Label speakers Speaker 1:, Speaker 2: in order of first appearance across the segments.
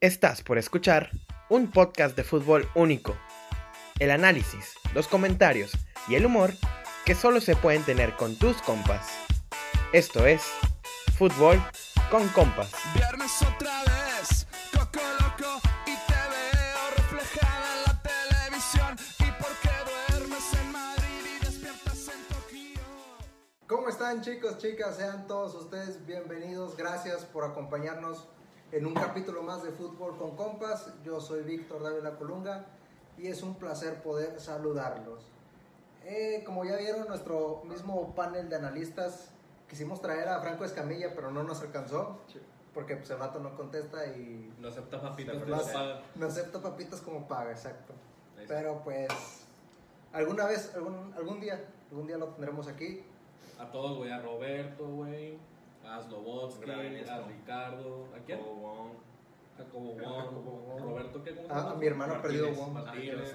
Speaker 1: Estás por escuchar un podcast de fútbol único. El análisis, los comentarios y el humor que solo se pueden tener con tus compas. Esto es Fútbol con Compas.
Speaker 2: Viernes otra vez, coco loco y te veo reflejada en la televisión. ¿Y por qué duermes en Madrid y despiertas en Tokio?
Speaker 3: ¿Cómo están chicos, chicas? Sean todos ustedes bienvenidos. Gracias por acompañarnos en un capítulo más de Fútbol con Compas. Yo soy Víctor Dávila Colunga y es un placer poder saludarlos. Eh, como ya vieron, nuestro mismo panel de analistas, quisimos traer a Franco Escamilla, pero no nos alcanzó porque pues, el vato no contesta y
Speaker 4: No acepta papitas,
Speaker 3: no,
Speaker 4: pero no paga.
Speaker 3: no acepta papitas como paga, exacto.
Speaker 4: Ahí está.
Speaker 3: Pero pues alguna vez, algún, algún día, algún día lo tendremos aquí.
Speaker 4: A todos, güey. A Roberto, güey. A Slobodsky,
Speaker 5: Graben esto.
Speaker 4: a Ricardo. ¿A quién?
Speaker 5: Cobo Wong.
Speaker 4: A Cobo
Speaker 3: Jacobo Wong.
Speaker 4: Wong. Roberto, ¿qué? ¿Cómo se
Speaker 3: Ah,
Speaker 4: llama?
Speaker 3: mi hermano
Speaker 4: Martínez,
Speaker 3: perdido, Wong.
Speaker 4: Martínez.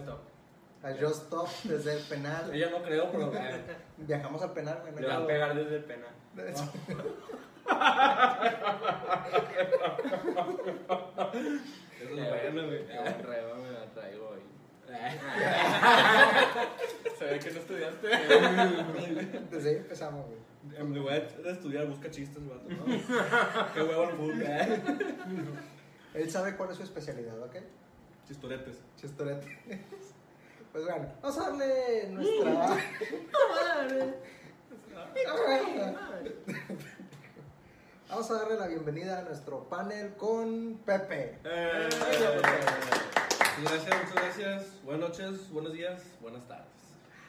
Speaker 3: A Just Stop desde el penal.
Speaker 4: Ella no creo, pero.
Speaker 3: Viajamos al penal, güey. no
Speaker 5: Le va a
Speaker 3: creo.
Speaker 5: pegar desde el penal.
Speaker 4: Eso es bueno, güey.
Speaker 5: Qué buen reba me la traigo hoy.
Speaker 4: Se ve que no estudiaste.
Speaker 3: Desde ahí empezamos, güey.
Speaker 4: Me voy a estudiar, busca chistes, vato. ¿no? Qué huevo el fútbol. eh.
Speaker 3: Él sabe cuál es su especialidad, ¿ok?
Speaker 4: Chistoretes.
Speaker 3: Chistorete. Pues bueno, vamos a darle
Speaker 5: Mm.
Speaker 3: nuestra. Vamos a darle la bienvenida a nuestro panel con Pepe.
Speaker 4: Eh, Gracias, muchas gracias. Buenas noches, buenos días, buenas tardes.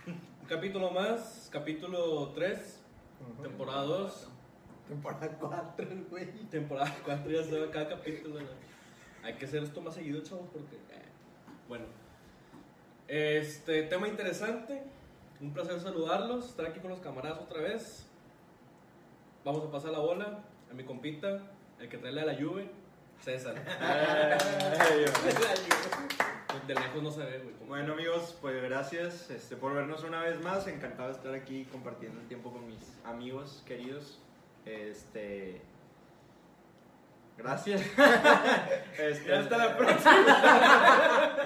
Speaker 4: Un capítulo más, capítulo 3, temporada 2,
Speaker 3: Temporada 4, güey.
Speaker 4: temporada 4, ya se va cada capítulo. ¿no? Hay que hacer esto más seguido, chavos, porque... eh, Bueno, este tema interesante, un placer saludarlos, estar aquí con los camaradas otra vez. Vamos a pasar la bola a mi compita, el que trae la de la lluvia, César. De lejos no se ve, güey. como-
Speaker 6: Bueno amigos, pues gracias este, por vernos una vez más. Encantado de estar aquí compartiendo el tiempo con mis amigos queridos. Este. Gracias. Este, hasta la próxima.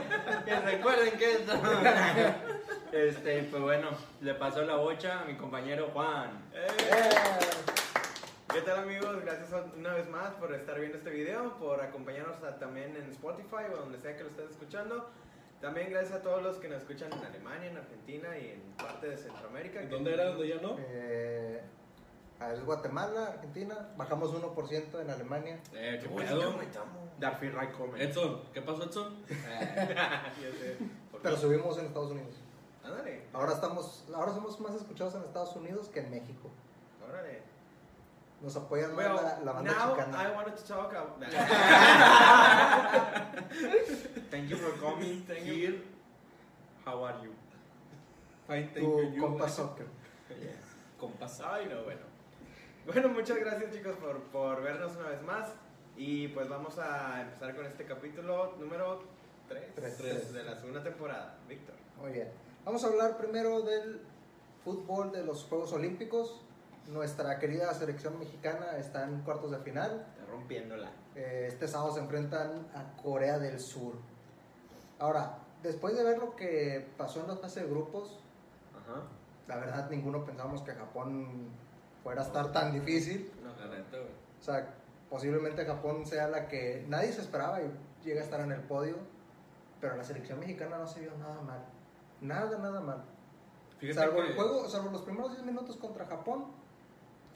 Speaker 6: que recuerden que esto. Este, pues bueno, le paso la bocha a mi compañero Juan.
Speaker 7: Eh. ¿Qué tal amigos? Gracias una vez más por estar viendo este video, por acompañarnos a- también en Spotify o donde sea que lo estés escuchando. También gracias a todos los que nos escuchan en Alemania, en Argentina y en parte de Centroamérica.
Speaker 4: ¿En ¿Dónde era? ¿Dónde ya no?
Speaker 3: Eh, a ver, Guatemala, Argentina. Bajamos 1% en Alemania.
Speaker 4: Eh,
Speaker 7: Pues,
Speaker 4: qué pedo.
Speaker 7: Darfi Raikkonen.
Speaker 4: Edson, ¿qué pasó, Edson?
Speaker 7: Ya sé. ¿Por
Speaker 3: Pero
Speaker 7: qué?
Speaker 3: subimos en Estados Unidos.
Speaker 7: Ándale,
Speaker 3: Ahora estamos, ahora somos más escuchados en Estados Unidos que en México.
Speaker 7: órale.
Speaker 3: Nos apoyan más
Speaker 7: Bueno,
Speaker 3: la, la banda
Speaker 7: now I
Speaker 3: chicana.
Speaker 7: wanted to talk about este
Speaker 6: Thank you for coming.
Speaker 4: Thank you.
Speaker 6: here. How are you?
Speaker 4: Fine,
Speaker 3: Tu compa soccer.
Speaker 4: Compas.
Speaker 7: Ay, no, bueno. Bueno, muchas gracias chicos por, por vernos una vez más. Y pues vamos a empezar con este capítulo número 3,
Speaker 3: Tres.
Speaker 7: de la segunda temporada. Víctor.
Speaker 3: Muy bien. Vamos a hablar primero del fútbol de los Juegos Olímpicos. Nuestra querida selección mexicana está en cuartos de final.
Speaker 7: Está rompiéndola.
Speaker 3: Eh, Este sábado se enfrentan a Corea del Sur. Ahora, después de ver lo que pasó en la fase de grupos,
Speaker 7: Ajá.
Speaker 3: la verdad ninguno pensábamos que Japón fuera a estar tan difícil.
Speaker 4: No, la neta, güey.
Speaker 3: O sea, posiblemente Japón sea la que nadie se esperaba y llega a estar en el podio. Pero la selección mexicana no se vio nada mal. Nada, nada mal.
Speaker 4: Fíjate
Speaker 3: Salvo
Speaker 4: que-
Speaker 3: el juego, salvo los primeros 10 minutos contra Japón,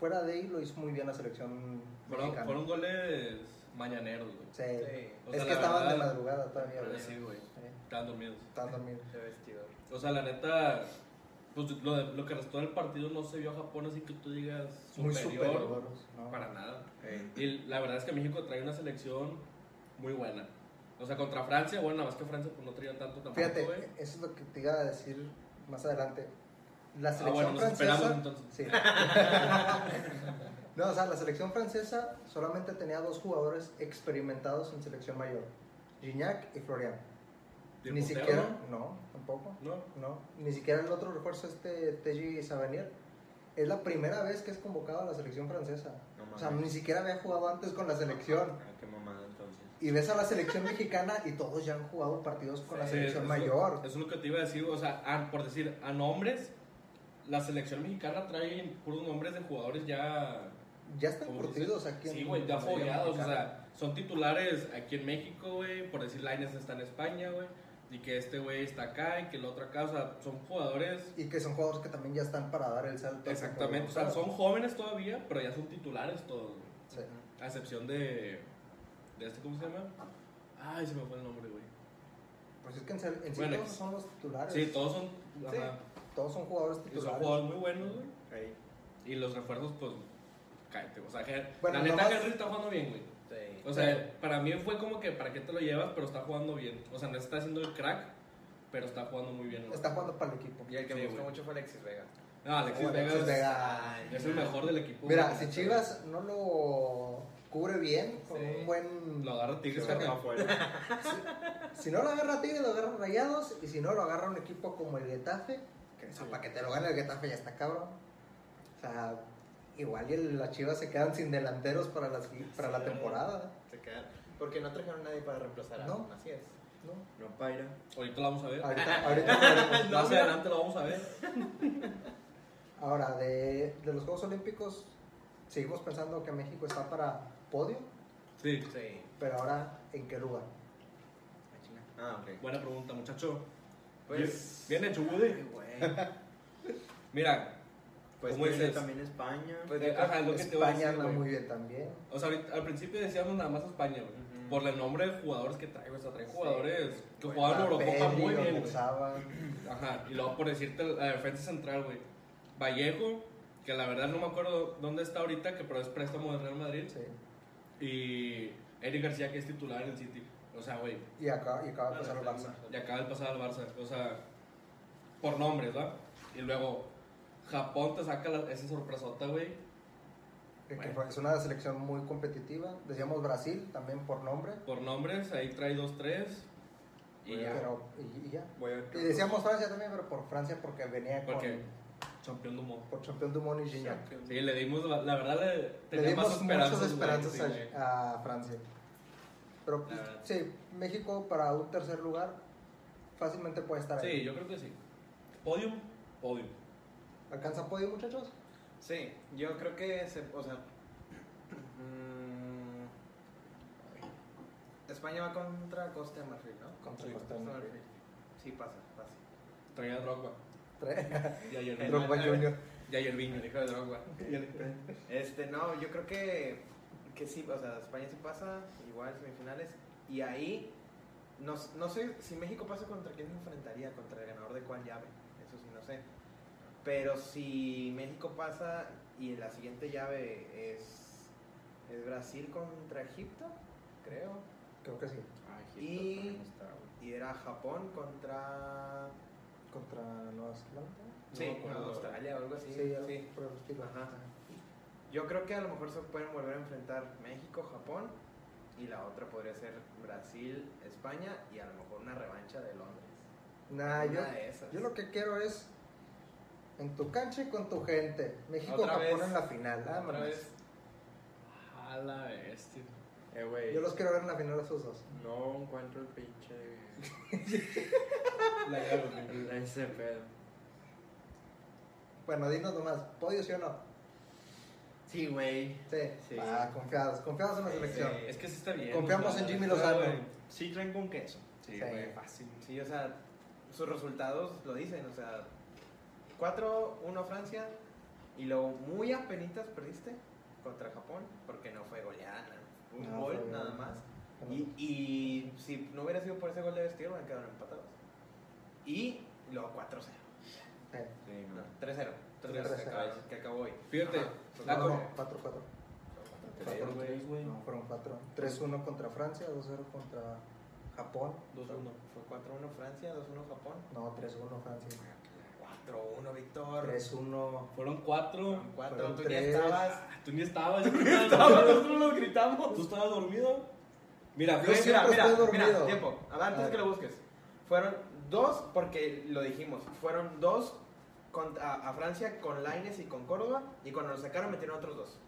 Speaker 3: fuera de ahí lo hizo muy bien la selección
Speaker 4: Fueron,
Speaker 3: mexicana.
Speaker 4: fueron goles mañaneros, güey.
Speaker 3: Sí.
Speaker 7: Sí.
Speaker 4: O
Speaker 3: es
Speaker 4: sea,
Speaker 3: que
Speaker 4: la
Speaker 3: estaban de
Speaker 4: verdad-
Speaker 3: madrugada todavía. güey.
Speaker 4: Sí, güey.
Speaker 3: Sí,
Speaker 4: Estaban dormidos.
Speaker 3: Estaban dormidos.
Speaker 7: De vestidor.
Speaker 4: O sea, la neta, pues lo, de- lo que restó del partido no se vio a Japón, así que tú digas
Speaker 3: Muy
Speaker 4: superior.
Speaker 3: superiores. ¿no?
Speaker 4: Para nada. Y la verdad es que México trae una selección muy buena. O sea, contra Francia, bueno, nada más que Francia pues, no traían tanto tampoco,
Speaker 3: Fíjate,
Speaker 4: güey.
Speaker 3: eso es lo que te iba a decir más adelante. La
Speaker 4: Ah,
Speaker 3: selección
Speaker 4: bueno, nos esperamos
Speaker 3: francesa.
Speaker 4: entonces.
Speaker 3: Sí. no, o sea, la selección francesa solamente tenía dos jugadores experimentados en selección mayor: Gignac y Florian.
Speaker 4: Y el
Speaker 3: Ni
Speaker 4: portero,
Speaker 3: siquiera. No, tampoco.
Speaker 4: ¿No?
Speaker 3: No, ni siquiera el otro refuerzo, este Teji Savanier. Es la primera vez que es convocado a la selección francesa.
Speaker 6: No
Speaker 3: o sea,
Speaker 6: mames.
Speaker 3: ni siquiera había jugado antes con la selección.
Speaker 6: Ah, qué mamada entonces.
Speaker 3: y ves a la selección mexicana y todos ya han jugado partidos con la
Speaker 4: Sí,
Speaker 3: selección
Speaker 4: eso-
Speaker 3: mayor.
Speaker 4: Eso es lo que te iba a decir, o sea, a- por decir, a nombres, la selección mexicana trae puros nombres de jugadores ya...
Speaker 3: ya están
Speaker 4: ¿cómo
Speaker 3: curtidos
Speaker 4: dices?
Speaker 3: aquí en
Speaker 4: Sí, güey, ya
Speaker 3: en la Liga
Speaker 4: fogueados, o
Speaker 3: Mexicana.
Speaker 4: sea, son titulares aquí en México, güey, por decir, Lainez está en España, güey, y que este güey está acá y que el otro acá, o sea, son jugadores...
Speaker 3: Y que son jugadores que también ya están para dar el salto.
Speaker 4: Exactamente, o sea, son jóvenes todavía, pero ya son titulares todos, güey.
Speaker 3: Sí.
Speaker 4: A excepción de. ¿De este cómo se llama? Ay, se me fue el nombre, güey.
Speaker 3: Pues es que en, se- en sí
Speaker 4: Bueno,
Speaker 3: todos
Speaker 4: ex-
Speaker 3: son los titulares.
Speaker 4: Sí, todos son. ajá,
Speaker 3: Todos son jugadores
Speaker 4: y son
Speaker 3: titulares.
Speaker 4: jugadores muy buenos, güey.
Speaker 7: Ahí.
Speaker 4: Y los refuerzos, pues. Cállate, o sea, Ger-
Speaker 3: Bueno,
Speaker 4: la neta,
Speaker 3: nomás-
Speaker 4: Henry está jugando bien, güey.
Speaker 7: Sí.
Speaker 4: O sea, para mí fue como que, ¿para qué te lo llevas? Pero está jugando bien. O sea, no está haciendo el crack, pero está jugando muy bien. güey.
Speaker 3: Está jugando para el equipo.
Speaker 7: Y el que
Speaker 4: Sí,
Speaker 7: me gustó
Speaker 4: güey.
Speaker 7: mucho fue Alexis Vega.
Speaker 4: No, Alexis
Speaker 3: Bueno,
Speaker 4: Vega
Speaker 3: Alexis
Speaker 4: es-
Speaker 3: Vega.
Speaker 4: es el mejor del equipo.
Speaker 3: Mira,
Speaker 4: güey.
Speaker 3: si Chivas no lo cubre bien, con
Speaker 7: Sí.
Speaker 3: un buen.
Speaker 4: Lo agarra Tigres,
Speaker 5: Se va
Speaker 4: carnal.
Speaker 5: afuera.
Speaker 3: Si no lo agarra Tigres, lo agarra Rayados. Y si no lo agarra un equipo como el Getafe, que o sea, para que te lo gane el Getafe ya está cabrón. O sea, igual y el- las Chivas se quedan sin delanteros para, las, para la temporada.
Speaker 7: Se quedaron. Porque no trajeron a nadie para reemplazar a
Speaker 3: No.
Speaker 7: Adam, así es.
Speaker 3: ¿no?
Speaker 5: No paira.
Speaker 4: Ahorita lo vamos a ver.
Speaker 3: Ahorita, ahorita-
Speaker 4: Más adelante lo vamos a ver.
Speaker 3: Ahora, de, de los Juegos Olímpicos, seguimos pensando que México está para podio,
Speaker 4: Sí,
Speaker 7: Sí.
Speaker 3: pero ahora, ¿en qué lugar?
Speaker 7: Ah, ok.
Speaker 4: buena pregunta, muchacho.
Speaker 7: Pues.
Speaker 4: Bien bien hecho, Woody.
Speaker 7: Ay, güey.
Speaker 4: Mira,
Speaker 7: Pues
Speaker 4: ¿Cómo
Speaker 7: tiene
Speaker 4: dices?
Speaker 7: también España.
Speaker 4: Pues de- ajá, lo que te voy a
Speaker 3: España
Speaker 4: decir,
Speaker 3: anda
Speaker 4: güey.
Speaker 3: muy bien también.
Speaker 4: O sea, ahorita- al principio decíamos nada más España, güey.
Speaker 7: Ujú.
Speaker 4: Por el nombre de jugadores que traigo, o sea, trae jugadores que
Speaker 3: Pues
Speaker 7: Güey,
Speaker 4: jugaban Eurocopa
Speaker 3: Pedri,
Speaker 4: muy bien, güey.
Speaker 3: Oyarzabal,
Speaker 4: Ajá, y luego por decirte la defensa central, güey. Vallejo, que la verdad no me acuerdo dónde está ahorita, que pero es préstamo del Real Madrid.
Speaker 3: sí.
Speaker 4: Y Eric García, que es titular en el City. O sea, güey,
Speaker 3: Y acaba, y acaba de pasar el Barça.
Speaker 4: y acaba de pasar al Barça. O sea, por nombres, ¿va? Y luego Japón te saca la- esa sorpresota, güey.
Speaker 3: que
Speaker 4: Bueno.
Speaker 3: fue- Es una selección muy competitiva. Decíamos Brasil también por nombre.
Speaker 4: Por nombres, ahí trae dos, tres. Y ya.
Speaker 3: Pero, y, y ya.
Speaker 5: Voy a ver.
Speaker 3: Y decíamos Francia también, pero por Francia porque venía con,
Speaker 4: Porque campeón del mundo.
Speaker 3: por campeón Dumont y Gignac.
Speaker 4: Sí, le dimos, la, la verdad, le,
Speaker 3: Le
Speaker 4: tenía
Speaker 3: dimos
Speaker 4: más esperanzas.
Speaker 3: muchas
Speaker 4: güey,
Speaker 3: esperanzas
Speaker 4: sí,
Speaker 3: a-
Speaker 4: güey.
Speaker 3: a, Francia. Pero pues,
Speaker 4: La verdad.
Speaker 3: sí, México para un tercer lugar fácilmente puede estar ahí.
Speaker 4: Sí, yo creo que sí. Podium, podium.
Speaker 3: ¿Alcanza podio, muchachos?
Speaker 7: Sí, yo creo que se, o sea, mm, España va contra Costa de Marfil, ¿no?
Speaker 3: Contra
Speaker 7: Sí,
Speaker 3: Costa de Marfil.
Speaker 7: Sí, pasa, pasa.
Speaker 4: Traía a Drogba.
Speaker 3: Tres.
Speaker 4: Y ayer
Speaker 3: Drogba Junior.
Speaker 4: Y ayer vino.
Speaker 7: El hijo de Drogba. Este, no, yo creo que, que sí, o sea, España sí pasa, igual semifinales, y ahí, no, s- no sé si México pasa contra quién se enfrentaría, contra el ganador de cuál llave, eso sí, no sé. Pero si México pasa y la siguiente llave es, es Brasil contra Egipto, creo,
Speaker 3: Creo que sí.
Speaker 7: y, y era Japón contra
Speaker 3: Contra Nueva Zelanda.
Speaker 7: sí,
Speaker 4: me acuerdo.
Speaker 7: Australia o algo así.
Speaker 3: Sí, algo
Speaker 7: sí.
Speaker 3: por el estilo.
Speaker 7: Ajá. Yo creo que a lo mejor se pueden volver a enfrentar México, Japón y la otra podría ser Brasil, España y a lo mejor una revancha de Londres.
Speaker 3: Nah,
Speaker 7: Una
Speaker 3: Ah, yo,
Speaker 7: de esas.
Speaker 3: yo lo que quiero es en tu cancha y con tu gente. México
Speaker 7: Otra
Speaker 3: Japón
Speaker 7: vez.
Speaker 3: en la final.
Speaker 7: Otra
Speaker 3: Ah, mames.
Speaker 7: vez.
Speaker 4: A la bestia.
Speaker 5: Eh, güey.
Speaker 3: Yo los quiero ver en la final a esos dos.
Speaker 5: No encuentro el pinche.
Speaker 4: La llave, güey.
Speaker 5: Ese pedo.
Speaker 3: Bueno, dinos nomás, ¿podio sí o no?
Speaker 5: Sí, güey.
Speaker 3: Sí.
Speaker 5: Sí.
Speaker 3: Ah, confiados, confiados en la
Speaker 7: Sí,
Speaker 3: selección.
Speaker 7: sí.
Speaker 4: Es que sí está bien.
Speaker 3: Confiamos
Speaker 4: la
Speaker 3: en Jimmy
Speaker 4: neta,
Speaker 3: Lozano.
Speaker 4: güey.
Speaker 5: Sí traen con queso.
Speaker 4: Sí,
Speaker 3: Sí.
Speaker 4: güey, fácil.
Speaker 7: Sí, o sea, sus resultados lo dicen, o sea, 4-1 Francia y luego muy apenitas perdiste contra Japón porque no fue goleada, no, un
Speaker 3: No,
Speaker 7: gol
Speaker 3: fue
Speaker 7: nada
Speaker 3: goleada.
Speaker 7: más.
Speaker 3: Bueno,
Speaker 7: Y, y si no hubiera sido por ese gol de vestido, hubieran quedado empatados. Y luego 4-0.
Speaker 3: eh,
Speaker 5: Sí,
Speaker 7: No, 3-0. 3-0 que
Speaker 3: 3-0.
Speaker 7: acabaron- que acabó hoy.
Speaker 4: Fíjate,
Speaker 7: Ajá.
Speaker 4: la
Speaker 3: no,
Speaker 4: con-
Speaker 3: no, 4-4.
Speaker 4: Cuatro, tres, güey.
Speaker 3: No, fueron 4. 3-1 contra Francia, 2-0 contra Japón.
Speaker 4: 2-1.
Speaker 7: Fue 4-1 Francia, 2-1 Japón.
Speaker 3: No, 3-1 Francia.
Speaker 7: 4-1 Víctor.
Speaker 3: 3-1.
Speaker 4: Fueron cuatro. Ah,
Speaker 7: 4 tú ya
Speaker 3: tres.
Speaker 7: estabas.
Speaker 4: Tú ni estabas. Tú estabas, nosotros nos gritamos. Tú estabas dormido. Mira,
Speaker 3: Yo
Speaker 4: fue-
Speaker 3: siempre
Speaker 7: mira, mira,
Speaker 3: estoy
Speaker 7: mira,
Speaker 3: dormido.
Speaker 7: tiempo. A ver, antes
Speaker 3: A
Speaker 7: de que
Speaker 3: ver.
Speaker 7: lo busques. Fueron dos, porque lo dijimos, fueron dos con- a, a Francia con Laines y con Córdoba. Y cuando lo sacaron, metieron otros dos.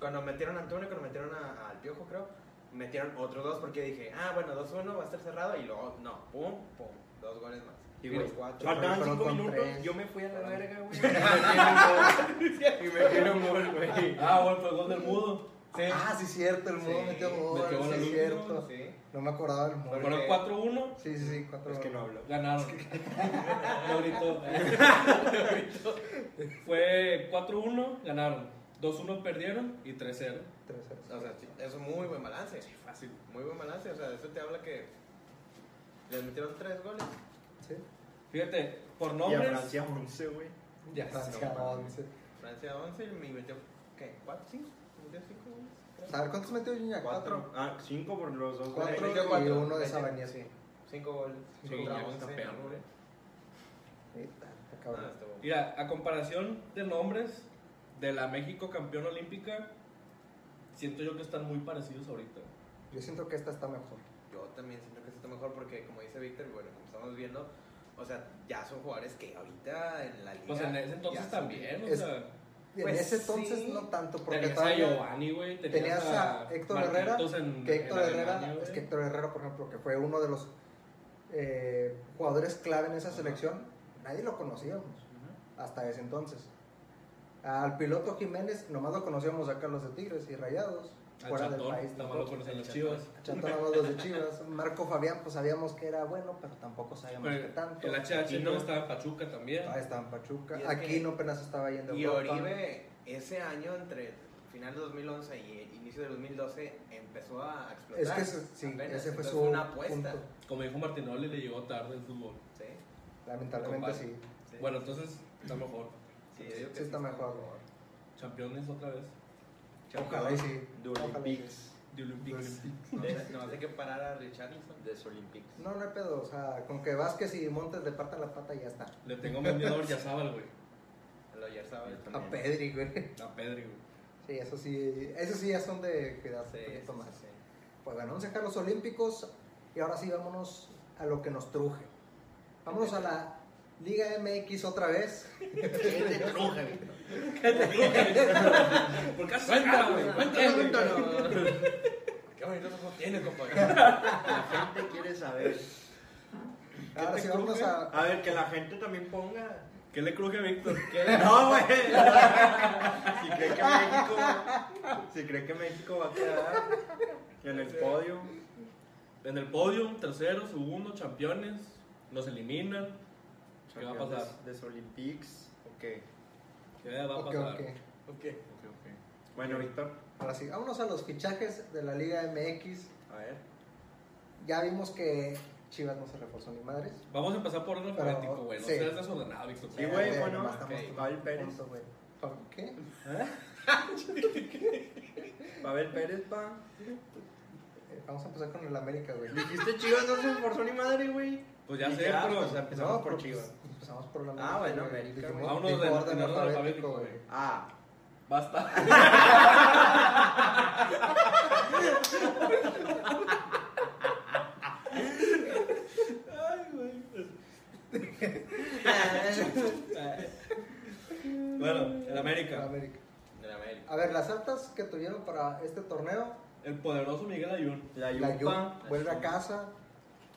Speaker 7: Cuando metieron a Antonio, cuando metieron a- al Piojo, creo, metieron otros dos porque dije, ah, bueno, 2-1 va a estar cerrado y luego, no, pum, pum, dos goles más.
Speaker 6: Y,
Speaker 7: Fueron
Speaker 6: güey,
Speaker 7: cuatro.
Speaker 6: Faltaban
Speaker 3: fueron
Speaker 6: 5
Speaker 3: con
Speaker 6: minutos,
Speaker 3: tres.
Speaker 6: yo me fui a la verga, güey.
Speaker 4: ah,
Speaker 6: Y me dieron un gol, güey.
Speaker 4: bueno, fue gol del mudo.
Speaker 7: Sí.
Speaker 3: Ah, sí, cierto, el mudo
Speaker 7: Sí,
Speaker 3: metió gol,
Speaker 4: Eh. metió
Speaker 3: sí,
Speaker 4: gol al
Speaker 3: es
Speaker 4: último,
Speaker 3: cierto.
Speaker 7: Sí.
Speaker 3: No me acordaba del mudo.
Speaker 4: Fueron 4-1,
Speaker 3: Sí, sí, sí, cuatro
Speaker 6: Es que
Speaker 3: goles.
Speaker 6: no hablo.
Speaker 4: ganaron. Lo gritó. Lo gritó. Fue 4-1, ganaron. 2-1 perdieron y 3-0.
Speaker 3: Tres, tres.
Speaker 7: O sea, sí, es un muy buen balance.
Speaker 4: Fácil.
Speaker 7: Muy buen balance. O sea, eso te habla que les metieron tres goles.
Speaker 3: Sí.
Speaker 4: Fíjate, por
Speaker 6: Y a
Speaker 4: nombres.
Speaker 6: Francia 11, güey.
Speaker 4: Ya,
Speaker 3: Francia,
Speaker 7: no,
Speaker 3: once.
Speaker 7: Francia 11 y me metió, ¿qué? ¿Cuatro? ¿Cinco? ¿Metió cinco goles? creo.
Speaker 3: A ver, ¿cuántos metió Gignac? Cuatro.
Speaker 6: Ah, 5 por los dos.
Speaker 3: Cuatro.
Speaker 6: goles.
Speaker 7: Metió
Speaker 3: y
Speaker 7: cuatro.
Speaker 3: uno de
Speaker 7: Metió-
Speaker 3: Sabañez.
Speaker 7: Sí, cinco goles.
Speaker 4: Sí,
Speaker 7: Contra
Speaker 4: ya es
Speaker 7: once,
Speaker 4: campeón, güey.
Speaker 3: Sí, está
Speaker 7: No,
Speaker 3: cabrón.
Speaker 7: estuvo-
Speaker 4: Mira, a comparación de nombres de la México campeona olímpica, siento yo que están muy parecidos ahorita.
Speaker 3: Yo siento que esta está mejor.
Speaker 7: Yo también siento que es está mejor porque, como dice Víctor, bueno, como estamos viendo, o sea, ya son jugadores que ahorita en la liga.
Speaker 4: Pues en ese
Speaker 7: ya
Speaker 4: entonces
Speaker 7: son-
Speaker 4: también, o
Speaker 3: Es-
Speaker 4: sea,
Speaker 3: En
Speaker 7: Pues
Speaker 3: ese
Speaker 7: sí.
Speaker 3: entonces no tanto, porque
Speaker 4: tenías a
Speaker 3: todavía...
Speaker 4: Giovanni, güey, tenías,
Speaker 3: Tenías a Héctor Herrera,
Speaker 4: Marquitos en-
Speaker 3: que Héctor
Speaker 4: en
Speaker 3: Herrera,
Speaker 4: Alemania,
Speaker 3: es
Speaker 4: güey.
Speaker 3: que Héctor Herrera, por ejemplo, que fue uno de los eh, jugadores clave en esa selección, nadie lo conocíamos hasta ese entonces. Al piloto Jiménez nomás lo conocíamos acá los de Tigres y Rayados,
Speaker 4: Al
Speaker 3: fuera del
Speaker 4: Chatón,
Speaker 3: país.
Speaker 4: nada más lo
Speaker 3: tampoco.
Speaker 4: conocen los
Speaker 7: El
Speaker 4: chivas.
Speaker 3: Chatón nomás los de Chivas. Marco Fabián, pues sabíamos que era bueno, pero tampoco sabíamos que
Speaker 4: Pero
Speaker 3: tanto.
Speaker 4: El HH no
Speaker 3: Aquino,
Speaker 4: estaba en Pachuca también.
Speaker 3: Todavía estaba en Pachuca.
Speaker 7: Y es que-
Speaker 3: Aquí no apenas estaba yendo a
Speaker 7: Y
Speaker 3: Europa.
Speaker 7: Oribe, ese año entre final de 2011 y inicio de 2012, empezó a explotar.
Speaker 3: Es que ese, sí,
Speaker 7: apenas.
Speaker 3: ese fue
Speaker 7: Entonces,
Speaker 3: su
Speaker 7: una apuesta.
Speaker 3: punto.
Speaker 4: Como dijo Martinoli, le llegó tarde el fútbol.
Speaker 7: Sí,
Speaker 3: Lamentablemente
Speaker 4: Compadre.
Speaker 3: sí.
Speaker 7: sí.
Speaker 4: Bueno, entonces está mejor.
Speaker 7: sí, yo digo que
Speaker 3: Sí está mejor.
Speaker 4: Campeones otra vez.
Speaker 3: Ojalá y sí. Ojalá y sí.
Speaker 6: Olympics.
Speaker 4: De Olympics.
Speaker 7: No, sé- no sé qué parar a Richarlison.
Speaker 6: De Olympics.
Speaker 3: No, no hay pedo. O sea, con que Vázquez y Montes le partan la pata y ya está.
Speaker 4: Le tengo miedo a Sábal, güey.
Speaker 7: Lo ayer sabes.
Speaker 3: A Pedri, güey.
Speaker 4: A Pedri, güey.
Speaker 3: Sí, eso sí. Eso sí ya son de cuidarse un poquito más. Pues bueno, vamos a dejar los olímpicos y ahora sí vámonos a lo que nos truje. Vámonos a la Liga MX otra vez.
Speaker 4: ¿Por qué haces
Speaker 6: Cuéntalo,
Speaker 4: cara, güey?
Speaker 6: güey,
Speaker 4: Cuéntalo, güey.
Speaker 7: Qué bonitos ojos tiene, compadre.
Speaker 6: La gente quiere saber.
Speaker 3: Ahora
Speaker 6: te
Speaker 3: sí vámonos
Speaker 6: cruje?
Speaker 3: a...
Speaker 6: A ver, que la gente también ponga.
Speaker 4: ¿Qué le cruje a Víctor?
Speaker 6: No, güey. Si cree que México. Si cree que México va a quedar en el podio.
Speaker 4: En el podio, tercero, segundo, campeones. Nos eliminan. ¿Qué va a
Speaker 6: Campeón de-
Speaker 4: pasar?
Speaker 6: De Olympics. Ok.
Speaker 4: ¿Qué va a
Speaker 3: Ok,
Speaker 4: pasar?
Speaker 3: ok.
Speaker 6: Bueno, Víctor.
Speaker 3: Ahora sí, vámonos a los fichajes de la Liga MX.
Speaker 6: A ver.
Speaker 3: Ya vimos que Chivas no se reforzó ni madres.
Speaker 4: Vamos a empezar por orden
Speaker 3: Pero,
Speaker 4: alfabético, güey. No
Speaker 3: sí.
Speaker 4: seas desordenado, Víctor.
Speaker 6: Sí, güey,
Speaker 3: Eh,
Speaker 6: bueno,
Speaker 3: nomás estamos
Speaker 6: ok,
Speaker 3: tomando
Speaker 6: Pavel Pérez.
Speaker 3: punto, güey. ¿Pavel ¿Qué?
Speaker 6: Pavel Pérez, pa.
Speaker 3: Eh, Vamos a empezar con el América, güey.
Speaker 6: Dijiste Chivas no se esforzó ni madre, güey.
Speaker 4: Pues ya
Speaker 6: Y
Speaker 4: sé, pero-
Speaker 6: pues, empezamos
Speaker 3: No,
Speaker 6: por
Speaker 3: pero,
Speaker 6: Chivas.
Speaker 3: pues, Empezamos por la América.
Speaker 6: Ah, bueno,
Speaker 3: güey.
Speaker 6: América,
Speaker 3: Dijimos-
Speaker 6: güey.
Speaker 4: Vámonos
Speaker 3: dijo
Speaker 4: de-
Speaker 3: orden
Speaker 4: en orden
Speaker 3: alfabético,
Speaker 4: alfabético,
Speaker 3: güey.
Speaker 4: güey.
Speaker 6: Ah.
Speaker 4: Basta. Bueno, el
Speaker 3: La
Speaker 4: América.
Speaker 3: América.
Speaker 7: De la América.
Speaker 3: A ver, las altas que tuvieron para este torneo,
Speaker 4: El poderoso Miguel Ayun.
Speaker 6: La
Speaker 3: la
Speaker 6: Yupa.
Speaker 3: Juve vuelve a casa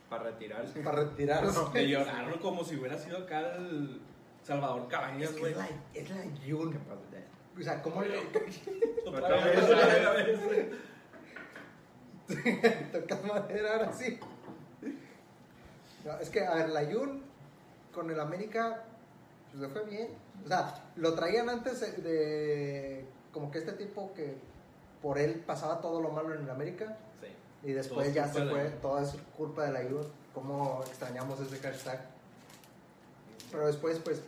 Speaker 6: Para retirarse.
Speaker 3: para retirarse.
Speaker 4: Me lloraron como si hubiera sido acá el Salvador
Speaker 3: Es
Speaker 4: Cabañas,
Speaker 3: que
Speaker 4: güey.
Speaker 3: es la, es la Jun. O sea, ¿cómo le
Speaker 4: Otra
Speaker 6: Otra
Speaker 4: vez,
Speaker 6: vez,
Speaker 4: otra vez.
Speaker 3: tocas madera ahora sí? No, es que, a ver, la Jun con el América, pues le fue bien. O sea, lo traían antes de- de. Como que este tipo que por él pasaba todo lo malo en el América.
Speaker 7: Sí.
Speaker 3: Y después
Speaker 4: Todo es
Speaker 3: ya
Speaker 4: culpa
Speaker 3: se
Speaker 4: de la
Speaker 3: fue,
Speaker 4: Jun.
Speaker 3: todo es culpa de la Jun. Cómo extrañamos ese hashtag. Pero después, pues,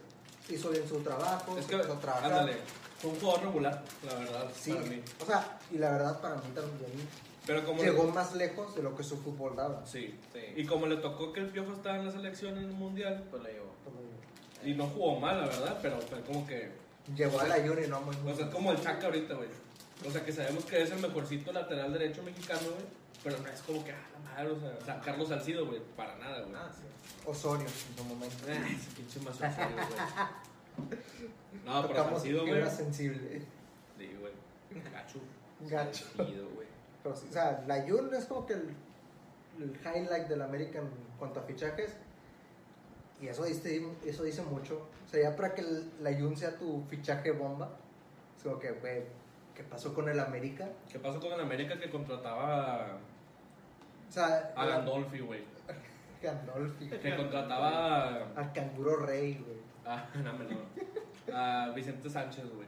Speaker 3: hizo bien su trabajo,
Speaker 4: Es
Speaker 3: se
Speaker 4: que,
Speaker 3: empezó a trabajar.
Speaker 4: ándale, fue un jugador regular, la verdad,
Speaker 3: Sí,
Speaker 4: para mí.
Speaker 3: o sea, y la verdad para mí también
Speaker 4: Pero como
Speaker 3: llegó más lejos de lo que su fútbol daba.
Speaker 4: Sí.
Speaker 7: Sí.
Speaker 4: Y como le tocó que el Piojo estaba en la selección en el Mundial,
Speaker 7: Pues lo llevó.
Speaker 4: y no jugó mal, la verdad, pero fue como que...
Speaker 3: Llegó a la Juni, no muy
Speaker 4: O sea, es como el Chaca ahorita, güey. O sea, que sabemos que es el mejorcito lateral derecho mexicano, güey. Pero no es como que, ah, la madre, o sea, o sea, Carlos Salcido, güey, para nada, güey.
Speaker 7: Ah, sí.
Speaker 3: Osorio en su momento.
Speaker 4: Ah, ese pinche más Salcido, güey. No, pero
Speaker 3: Tocamos
Speaker 4: Salcido,
Speaker 3: fibra
Speaker 4: güey.
Speaker 3: sensible.
Speaker 4: Sí, güey. Gacho.
Speaker 3: Gacho.
Speaker 4: Salcido, güey.
Speaker 3: Pero, sí, o sea, la Yun es como que el, el highlight del América en cuanto a fichajes. Y eso dice, eso dice mucho. O sea, ya para que el- la Yun sea tu fichaje bomba, es como que, güey, ¿qué pasó con el América?
Speaker 4: ¿Qué pasó con el América que contrataba
Speaker 3: O sea,
Speaker 4: a Gandolfi, güey?
Speaker 3: Gandolfi,
Speaker 4: Que contrataba
Speaker 3: al canguro rey, güey.
Speaker 4: a, no, hombre, no. a Vicente Sánchez, güey.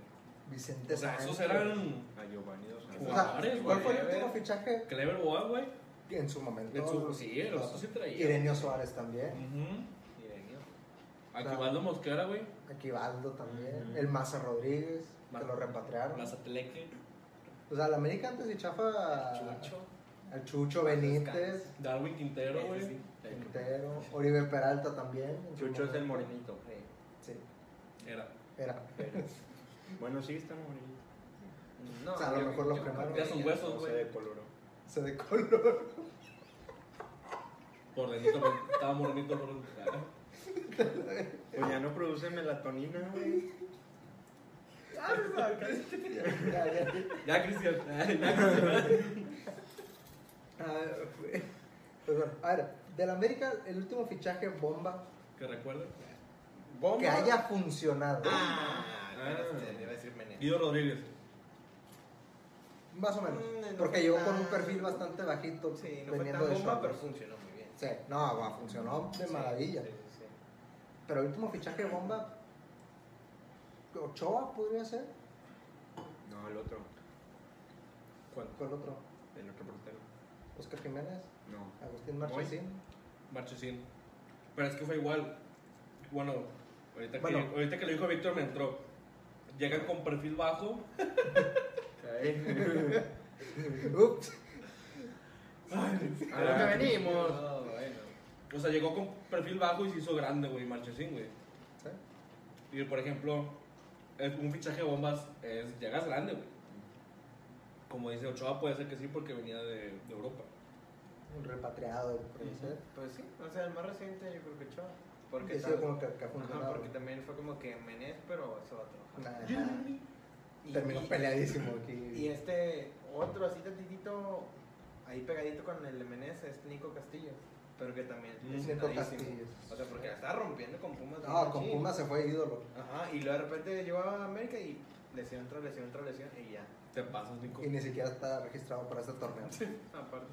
Speaker 3: Vicente
Speaker 4: O sea,
Speaker 3: Sánchez.
Speaker 4: esos eran
Speaker 6: A Giovanni Dos
Speaker 3: O
Speaker 6: Santos.
Speaker 3: sea,
Speaker 4: jugadores,
Speaker 3: ¿Cuál fue el
Speaker 4: güey.
Speaker 3: último fichaje
Speaker 4: Clever Boa, güey.
Speaker 3: en su momento?
Speaker 4: En su- sí, los otros sí traían.
Speaker 3: Irenio Suárez también.
Speaker 4: Ujú.
Speaker 6: Milenio.
Speaker 4: A Cubaldo Mosquera, güey.
Speaker 3: Aquivaldo también.
Speaker 6: Ujú.
Speaker 3: El Maza Rodríguez, que
Speaker 4: Maza-
Speaker 3: lo repatriaron.
Speaker 4: Mazatleque.
Speaker 3: O sea, el América antes de chafa
Speaker 4: Chucho.
Speaker 3: al Chucho Benítez,
Speaker 4: Darwin Quintero,
Speaker 6: Ese
Speaker 4: güey.
Speaker 6: sí.
Speaker 3: Quintero, Oribe Peralta también. en su
Speaker 6: Chucho es el
Speaker 3: momento.
Speaker 6: morenito.
Speaker 3: Sí,
Speaker 4: Era.
Speaker 3: era.
Speaker 6: Bueno, sí, está morenito.
Speaker 3: O sea, a lo
Speaker 6: yo-
Speaker 3: mejor lo
Speaker 6: yo creo
Speaker 3: cremaron.
Speaker 6: que
Speaker 4: Ya sus
Speaker 6: ya
Speaker 4: huesos,
Speaker 6: no
Speaker 4: güey.
Speaker 6: se decoloró.
Speaker 3: Se decoloró.
Speaker 4: Por dentro pero estaba morenito por un
Speaker 6: Pues ya no produce melatonina, güey.
Speaker 7: Ah,
Speaker 3: Ya, ya.
Speaker 4: Ya, Cristian. Ya, Cristian.
Speaker 3: Ah, güey. Pues bueno, a ver, del América, el último fichaje bomba
Speaker 4: Que recuerden.
Speaker 7: Bomba.
Speaker 3: que haya funcionado.
Speaker 7: Ah,
Speaker 4: Ah.
Speaker 7: espérate, iba a decir Menem.
Speaker 4: Guido Rodríguez.
Speaker 3: Más o menos.
Speaker 7: Mm, no
Speaker 3: Porque
Speaker 7: fue
Speaker 3: llegó
Speaker 7: tan-
Speaker 3: con un perfil bastante bajito.
Speaker 7: Sí, no fue
Speaker 3: veniendo
Speaker 7: tan
Speaker 3: de
Speaker 7: bomba,
Speaker 3: Charlotte.
Speaker 7: pero funcionó muy bien.
Speaker 3: Sí, no, va, funcionó de
Speaker 7: Sí,
Speaker 3: maravilla.
Speaker 7: sí, sí,
Speaker 3: Pero el último fichaje bomba, Ochoa podría ser.
Speaker 6: No, el otro.
Speaker 4: ¿Cuál?
Speaker 3: ¿Cuál otro?
Speaker 6: El otro portero.
Speaker 3: Oscar Jiménez,
Speaker 6: No.
Speaker 3: Agustín Marchesín.
Speaker 4: Marchesín. Pero es que fue igual. Bueno, ahorita que,
Speaker 3: Bueno.
Speaker 4: ahorita que lo dijo Víctor me entró. Llegan con perfil bajo.
Speaker 3: Ups,
Speaker 6: A lo que venimos.
Speaker 7: No, bueno.
Speaker 4: O sea, llegó con perfil bajo y se hizo grande, güey, Marchesín, güey.
Speaker 3: Sí.
Speaker 4: Y por ejemplo, es- un fichaje de bombas es llegas grande, güey. Como dice Ochoa, puede ser que sí porque venía de, de Europa.
Speaker 3: un repatriado, podría ser.
Speaker 7: Pues sí, o sea, el más reciente yo creo que Chava. Porque,
Speaker 3: Que ha sido
Speaker 7: tal-
Speaker 3: como que, que ha
Speaker 7: Ajá,
Speaker 3: funcionado.
Speaker 7: porque también fue como que Menes, pero eso va a trabajar.
Speaker 3: Nah,
Speaker 7: Y-
Speaker 3: terminó
Speaker 7: y-
Speaker 3: peleadísimo aquí.
Speaker 7: Y este otro así tantitito, ahí pegadito con el MNS, es Nico Castillo. Pero que también
Speaker 4: Mm.
Speaker 7: es
Speaker 3: Nico
Speaker 7: sonadísimo.
Speaker 3: Castillo.
Speaker 7: O sea, porque la estaba rompiendo con Pumas. bien
Speaker 3: No, con
Speaker 7: machín.
Speaker 3: Pumas se fue ídolo.
Speaker 7: Ajá, y luego de repente llegó a América y lesión tras lesión tras lesión y ya.
Speaker 4: Te pasas, Nico.
Speaker 3: Y ni siquiera está registrado para este torneo.
Speaker 7: Aparte.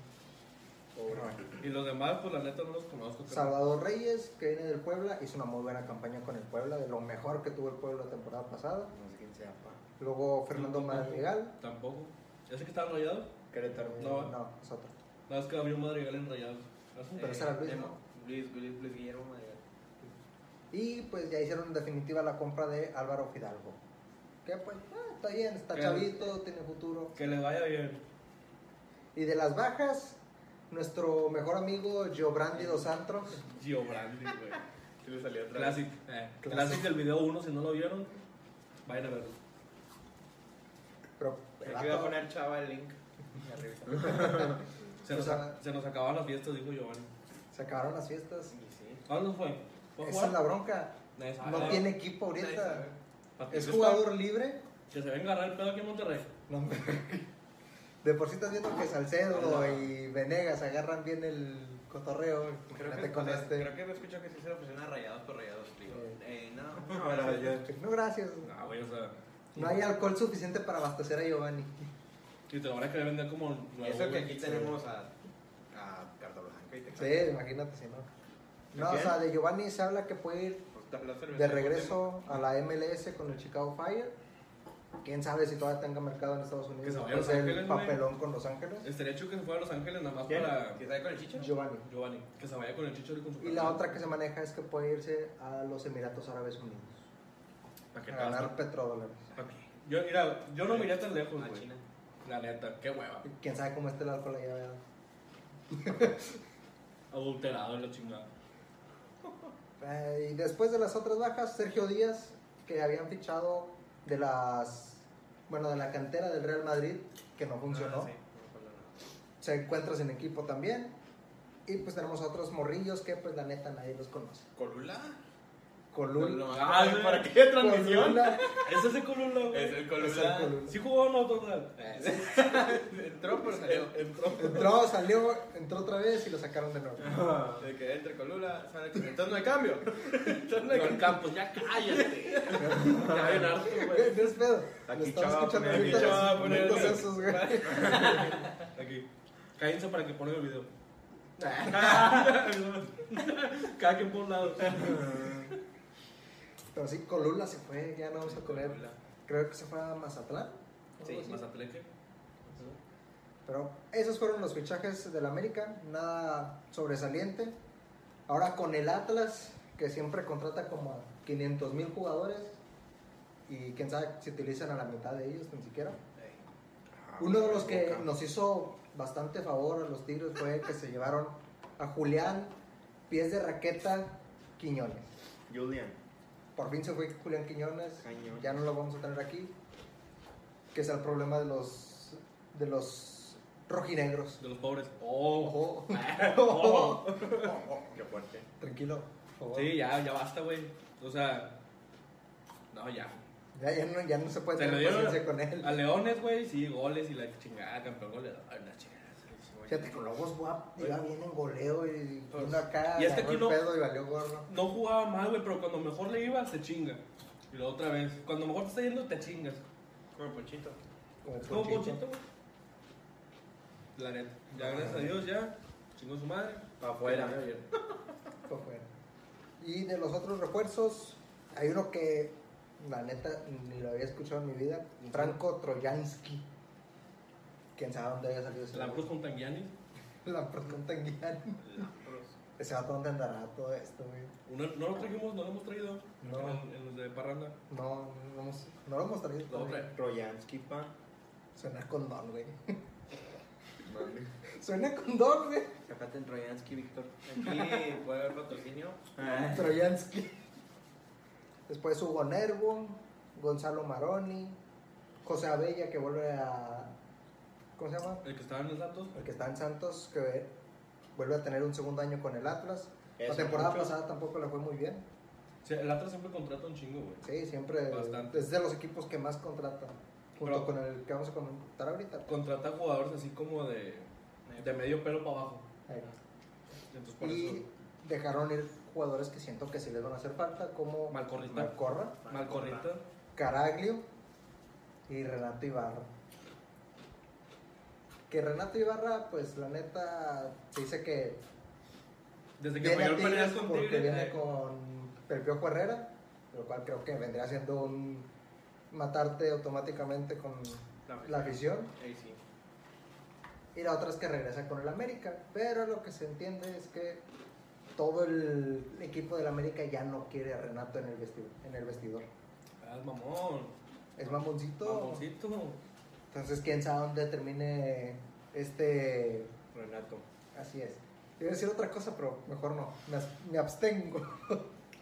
Speaker 3: Bueno,
Speaker 4: Y los demás, pues la neta no los conozco. pero-
Speaker 3: Salvador Reyes, que viene del Puebla, hizo una muy buena campaña con el Puebla, de lo mejor que tuvo el Puebla la temporada pasada.
Speaker 6: No sé quién sea, pa.
Speaker 3: Luego Fernando Madrigal.
Speaker 4: Tampoco. ¿Ya sé que estaban rayados?
Speaker 6: Querétaro.
Speaker 3: Eh,
Speaker 4: No.
Speaker 3: no, es otro.
Speaker 4: No, es que abrió Madrigal en rayados. Hace un
Speaker 3: Pero
Speaker 7: Eh,
Speaker 3: ese era Luis,
Speaker 7: Demo-
Speaker 3: ¿no?
Speaker 7: Luis, Luis, Luis Guillermo Madrigal.
Speaker 3: Y pues ya hicieron en definitiva la compra de Álvaro Fidalgo. Que pues ah, está bien, está
Speaker 4: Que-
Speaker 3: chavito, tiene futuro.
Speaker 4: Que les vaya bien.
Speaker 3: Y de las bajas, nuestro mejor amigo Giovanni Dos Santos.
Speaker 4: Gio Brandi, güey.
Speaker 6: Sí le salió otra vez.
Speaker 4: Classic. Eh, Classic del video 1, si no lo vieron, vayan a verlo.
Speaker 3: Pero el
Speaker 7: Aquí voy a
Speaker 3: vato-
Speaker 7: poner Chava el link. arriba.
Speaker 4: Se nos,
Speaker 3: O sea-
Speaker 4: se nos acababan las fiestas, dijo Giovanni.
Speaker 3: se acabaron las fiestas.
Speaker 7: Y sí.
Speaker 4: ¿A dónde fue? ¿Fue a
Speaker 3: Esa es la
Speaker 4: jugar?
Speaker 3: bronca.
Speaker 4: Nadie sabe.
Speaker 3: No tiene equipo
Speaker 7: Nadie sabe.
Speaker 3: ahorita.
Speaker 4: Patricio
Speaker 3: Es
Speaker 4: está-
Speaker 3: jugador libre.
Speaker 4: Que se venga a agarrar el pedo aquí en Monterrey.
Speaker 3: No, hombre. De por sí estás viendo que Salcedo y Venegas agarran bien el cotorreo.
Speaker 7: Creo
Speaker 3: Imagínate
Speaker 7: que,
Speaker 3: con este.
Speaker 7: creo que me escucho que sí se lo pusieron a rayados por rayados. Digo, eh, no.
Speaker 6: Ahora Ah, ya.
Speaker 3: este, No, gracias.
Speaker 4: No, Ah, güey, o sea.
Speaker 3: No hay alcohol suficiente para abastecer a Giovanni.
Speaker 4: Y te lo van a querer vender como nuevo.
Speaker 7: Eso que
Speaker 4: güey.
Speaker 7: aquí tenemos a, a Carta Blanca y
Speaker 3: Sí,
Speaker 7: Texas.
Speaker 3: imagínate si no. No, o
Speaker 7: ¿Quién?
Speaker 3: sea, de Giovanni se habla que puede ir
Speaker 7: Pues,
Speaker 3: de regreso a la MLS con el Chicago Fire. Quién sabe si todavía tenga mercado en Estados
Speaker 4: Que
Speaker 3: Unidos.
Speaker 4: se vaya a
Speaker 3: Pues
Speaker 4: Los
Speaker 3: el
Speaker 4: Ángeles, güey.
Speaker 3: papelón con Los Ángeles.
Speaker 4: Estaría hecho que se fuera a Los Ángeles nada más
Speaker 6: ¿Quién?
Speaker 4: para
Speaker 7: ¿Que sabe con el chicho?
Speaker 3: Giovanni.
Speaker 4: Giovanni. Que se vaya con el chicho y con su
Speaker 3: Y la otra que se maneja es que puede irse a los Emiratos Árabes Unidos.
Speaker 4: ¿Para
Speaker 3: A ganar petrodólares.
Speaker 4: Yo, mira, yo no miré tan lejos,
Speaker 7: A
Speaker 4: güey.
Speaker 7: China.
Speaker 4: La neta, qué hueva.
Speaker 3: Quién sabe cómo esté el alcohol allá, ¿verdad?
Speaker 4: Adulterado y la chingada.
Speaker 3: Eh, y después de las otras bajas, Sergio Díaz, que habían fichado de las. Bueno, de la cantera del Real Madrid, que no funcionó.
Speaker 7: Ah, sí, no fue nada.
Speaker 3: Se encuentra sin equipo también. Y pues tenemos a otros morrillos que, pues, la neta, nadie los conoce.
Speaker 7: ¿Colula?
Speaker 3: Colul.
Speaker 4: Ah,
Speaker 6: güey,
Speaker 4: güey.
Speaker 6: ¿Para qué transmisión?
Speaker 3: Colula.
Speaker 4: Ese es el Colula, güey.
Speaker 6: Es
Speaker 3: Es
Speaker 6: el
Speaker 3: el
Speaker 6: colorado.
Speaker 3: Colula.
Speaker 4: ¿Sí jugó o no, total?
Speaker 7: Ah, Entró, pero salió.
Speaker 4: Entró.
Speaker 3: Entró, salió, entró otra vez y lo sacaron de nuevo.
Speaker 7: eh, De que entre Colula, sale Colula. Entonces no hay cambio. Entonces no hay
Speaker 6: Con
Speaker 7: cambio.
Speaker 6: Campos, ya cállate. Ya ven harto, güey.
Speaker 3: Güey, No es pedo.
Speaker 6: Aquí
Speaker 3: Lo estaba
Speaker 6: Chava,
Speaker 3: escuchando
Speaker 6: pone- aquí
Speaker 3: ahorita
Speaker 4: Chava,
Speaker 3: los
Speaker 4: pone-
Speaker 3: momentos esos, güey.
Speaker 4: Aquí. Cállense para que pongan el video. Cada quien por un lado.
Speaker 3: Pero sí, Colula se fue, ya no vamos a correr. Creo que se fue a Mazatlán. o
Speaker 4: Sí,
Speaker 3: algo así.
Speaker 4: más atleque.
Speaker 3: Pero esos fueron los fichajes del América, nada sobresaliente. Ahora con el Atlas, que siempre contrata como a 500 mil jugadores y quién sabe si utilizan a la mitad de ellos, ni siquiera. Uno de los que nos hizo bastante favor a los Tigres fue que se llevaron a Julián, pies de raqueta, Quiñones.
Speaker 6: Julian.
Speaker 3: Por fin se fue Julián Quiñones,
Speaker 6: Cañón.
Speaker 3: ya no lo vamos a tener aquí, que es el problema de los, de los rojinegros.
Speaker 4: De los pobres. Oh.
Speaker 3: Ojo.
Speaker 4: Oh.
Speaker 6: Qué fuerte.
Speaker 3: Tranquilo, por favor.
Speaker 4: Sí, ya, ya basta, güey. O sea. No, ya.
Speaker 3: Ya, ya no, ya no se puede
Speaker 4: Se lo
Speaker 3: tener
Speaker 4: dieron
Speaker 3: paciencia con él.
Speaker 4: A Leones, güey, sí, goles y la chingada, campeón goleador. Ay, la chingada. sí, sí, güey.
Speaker 3: Fíjate, con Lobos guap, iba bien en goleo y
Speaker 4: Pues,
Speaker 3: uno acá
Speaker 4: y es que
Speaker 3: agarró
Speaker 4: aquí
Speaker 3: el
Speaker 4: no-
Speaker 3: pedo y valió gordo.
Speaker 4: No jugaba mal, güey, pero cuando mejor le iba, se chinga. Y la otra vez. Cuando mejor te está yendo, te chingas.
Speaker 7: Como Ponchito.
Speaker 3: Como
Speaker 4: Como
Speaker 3: Ponchito.
Speaker 4: Ponchito, güey. La neta. Ya, gracias a Dios, ya. Chingó su madre.
Speaker 6: Para afuera.
Speaker 3: Fue fuera. Y de los otros refuerzos, hay uno que la neta ni lo había escuchado en mi vida. Franco Troyansky. Quién sabe dónde había salido ese.
Speaker 4: La
Speaker 3: nombre.
Speaker 4: Cruz con Tanguiani.
Speaker 3: La pregunta en guión. Ese vato dónde andará todo esto, güey.
Speaker 4: No, no lo trajimos, no lo hemos traído.
Speaker 3: No.
Speaker 4: En, en los de Parranda.
Speaker 3: No, no, hemos- no lo hemos traído.
Speaker 4: Lo
Speaker 3: todavía.
Speaker 6: Troyansky, pa.
Speaker 3: Suena con don, güey. Suena con don, güey.
Speaker 6: Sacate el Troyansky, Víctor.
Speaker 7: Aquí puede haber patrocinio.
Speaker 3: Troyansky. Después Hugo Nervo, Gonzalo Maroni, José Abella que vuelve a. ¿Cómo se llama?
Speaker 4: El que estaba en los datos.
Speaker 3: El que está en Santos, que vuelve a tener un segundo año con el Atlas. La
Speaker 6: Eso,
Speaker 3: temporada
Speaker 6: mucho.
Speaker 3: pasada tampoco le fue muy bien.
Speaker 4: Sí, el Atlas siempre contrata un chingo, güey.
Speaker 3: Sí, siempre.
Speaker 4: Bastante.
Speaker 3: Es de los equipos que más contratan. Junto
Speaker 4: Pero-
Speaker 3: con el que vamos a comentar ahorita.
Speaker 4: Contrata jugadores así como de, de medio pelo para abajo.
Speaker 3: Ahí.
Speaker 4: Entonces por
Speaker 3: Y
Speaker 4: eso.
Speaker 3: dejaron ir jugadores que siento que sí les van a hacer falta, como
Speaker 4: Malcorrita.
Speaker 3: Malcorra,
Speaker 4: Malcorrita.
Speaker 3: Caraglio y Renato Ibarra. Que Renato Ibarra, pues la neta, se dice que
Speaker 4: Desde que
Speaker 3: viene a
Speaker 4: mayor
Speaker 3: Tigres
Speaker 4: peleas con
Speaker 3: porque
Speaker 4: Tigres.
Speaker 3: viene
Speaker 4: eh,
Speaker 3: con el Piojo Herrera, lo cual creo que vendría siendo un matarte automáticamente con la afición.
Speaker 7: Ahí sí.
Speaker 3: y la otra es que regresa con el América. Pero lo que se entiende es que todo el equipo del América ya no quiere a Renato en el vestidor. En el vestidor.
Speaker 4: Ah, es mamón.
Speaker 3: Es mamoncito.
Speaker 4: Mamoncito.
Speaker 3: Entonces, quién sabe dónde termine este.
Speaker 6: Renato.
Speaker 3: Así es. Iba a decir otra cosa, pero mejor no. Me, as- me abstengo.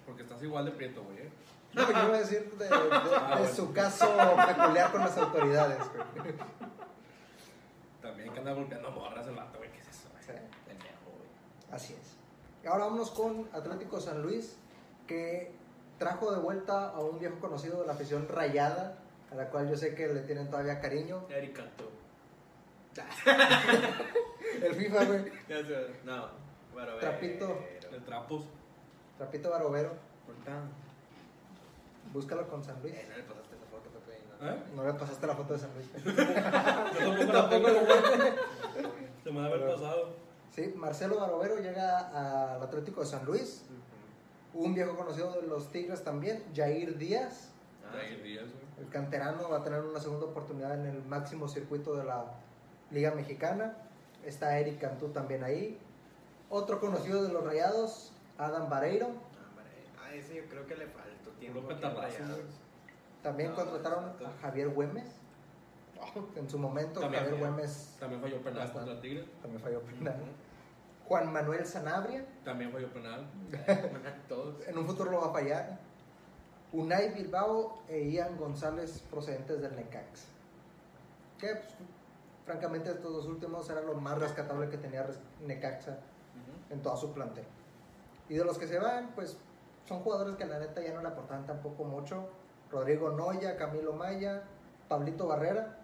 Speaker 4: Porque estás igual de prieto, güey. eh.
Speaker 3: No, yo iba a decir de, de-
Speaker 4: Ah,
Speaker 3: de su caso peculiar con las autoridades. güey.
Speaker 4: También que anda golpeando morras el vato, güey. ¿Qué es eso, güey?
Speaker 3: Sí.
Speaker 4: Pendejo, güey.
Speaker 3: Así es. Y ahora vámonos con Atlético San Luis, que trajo de vuelta a un viejo conocido de la afición rayada, a la cual yo sé que le tienen todavía cariño.
Speaker 7: Eric Cantú.
Speaker 3: El FIFA, güey.
Speaker 7: Ya sé, No. Bueno,
Speaker 3: Trapito.
Speaker 4: El trapos.
Speaker 3: Trapito Barovero.
Speaker 6: Corta.
Speaker 3: Búscalo con San Luis.
Speaker 7: Eh, no le pasaste esa foto, Pepe. no.
Speaker 6: Ah,
Speaker 4: ¿Eh?
Speaker 3: No le pasaste la foto de San Luis.
Speaker 4: Yo tampoco la tengo. Se me ha haber
Speaker 3: Pero-
Speaker 4: pasado.
Speaker 3: Sí, Marcelo Barovero llega al Atlético de San Luis. Un viejo conocido de los Tigres también, Jair Díaz.
Speaker 7: Ah, sí.
Speaker 4: días, güey.
Speaker 3: El canterano va a tener una segunda oportunidad en el máximo circuito de la Liga Mexicana. Está Eric Cantú también ahí. Otro conocido de los Rayados, Adam Vareiro.
Speaker 7: Ah, hombre. Ah, ese yo creo que le faltó tiempo.
Speaker 4: Puro
Speaker 7: aquí
Speaker 4: petardazo,
Speaker 7: Rayados.
Speaker 4: güey.
Speaker 3: También
Speaker 4: Ah,
Speaker 7: No,
Speaker 3: contrataron
Speaker 7: exacto.
Speaker 3: a Javier Güemes. En su momento,
Speaker 4: También
Speaker 3: Javier
Speaker 4: falló.
Speaker 3: Güemes
Speaker 4: También falló penal contra Tigres.
Speaker 3: también falló penal. Juan Manuel Sanabria.
Speaker 4: También falló penal. Todos.
Speaker 3: En un futuro lo va a fallar. Unai Bilbao e Ian González procedentes del Necax. Que pues, francamente estos dos últimos era lo más rescatable que tenía res- Necaxa en toda su plantel. Y de los que se van, pues son jugadores que la neta ya no le aportaban tampoco mucho. Rodrigo Noya, Camilo Maya, Pablito Barrera,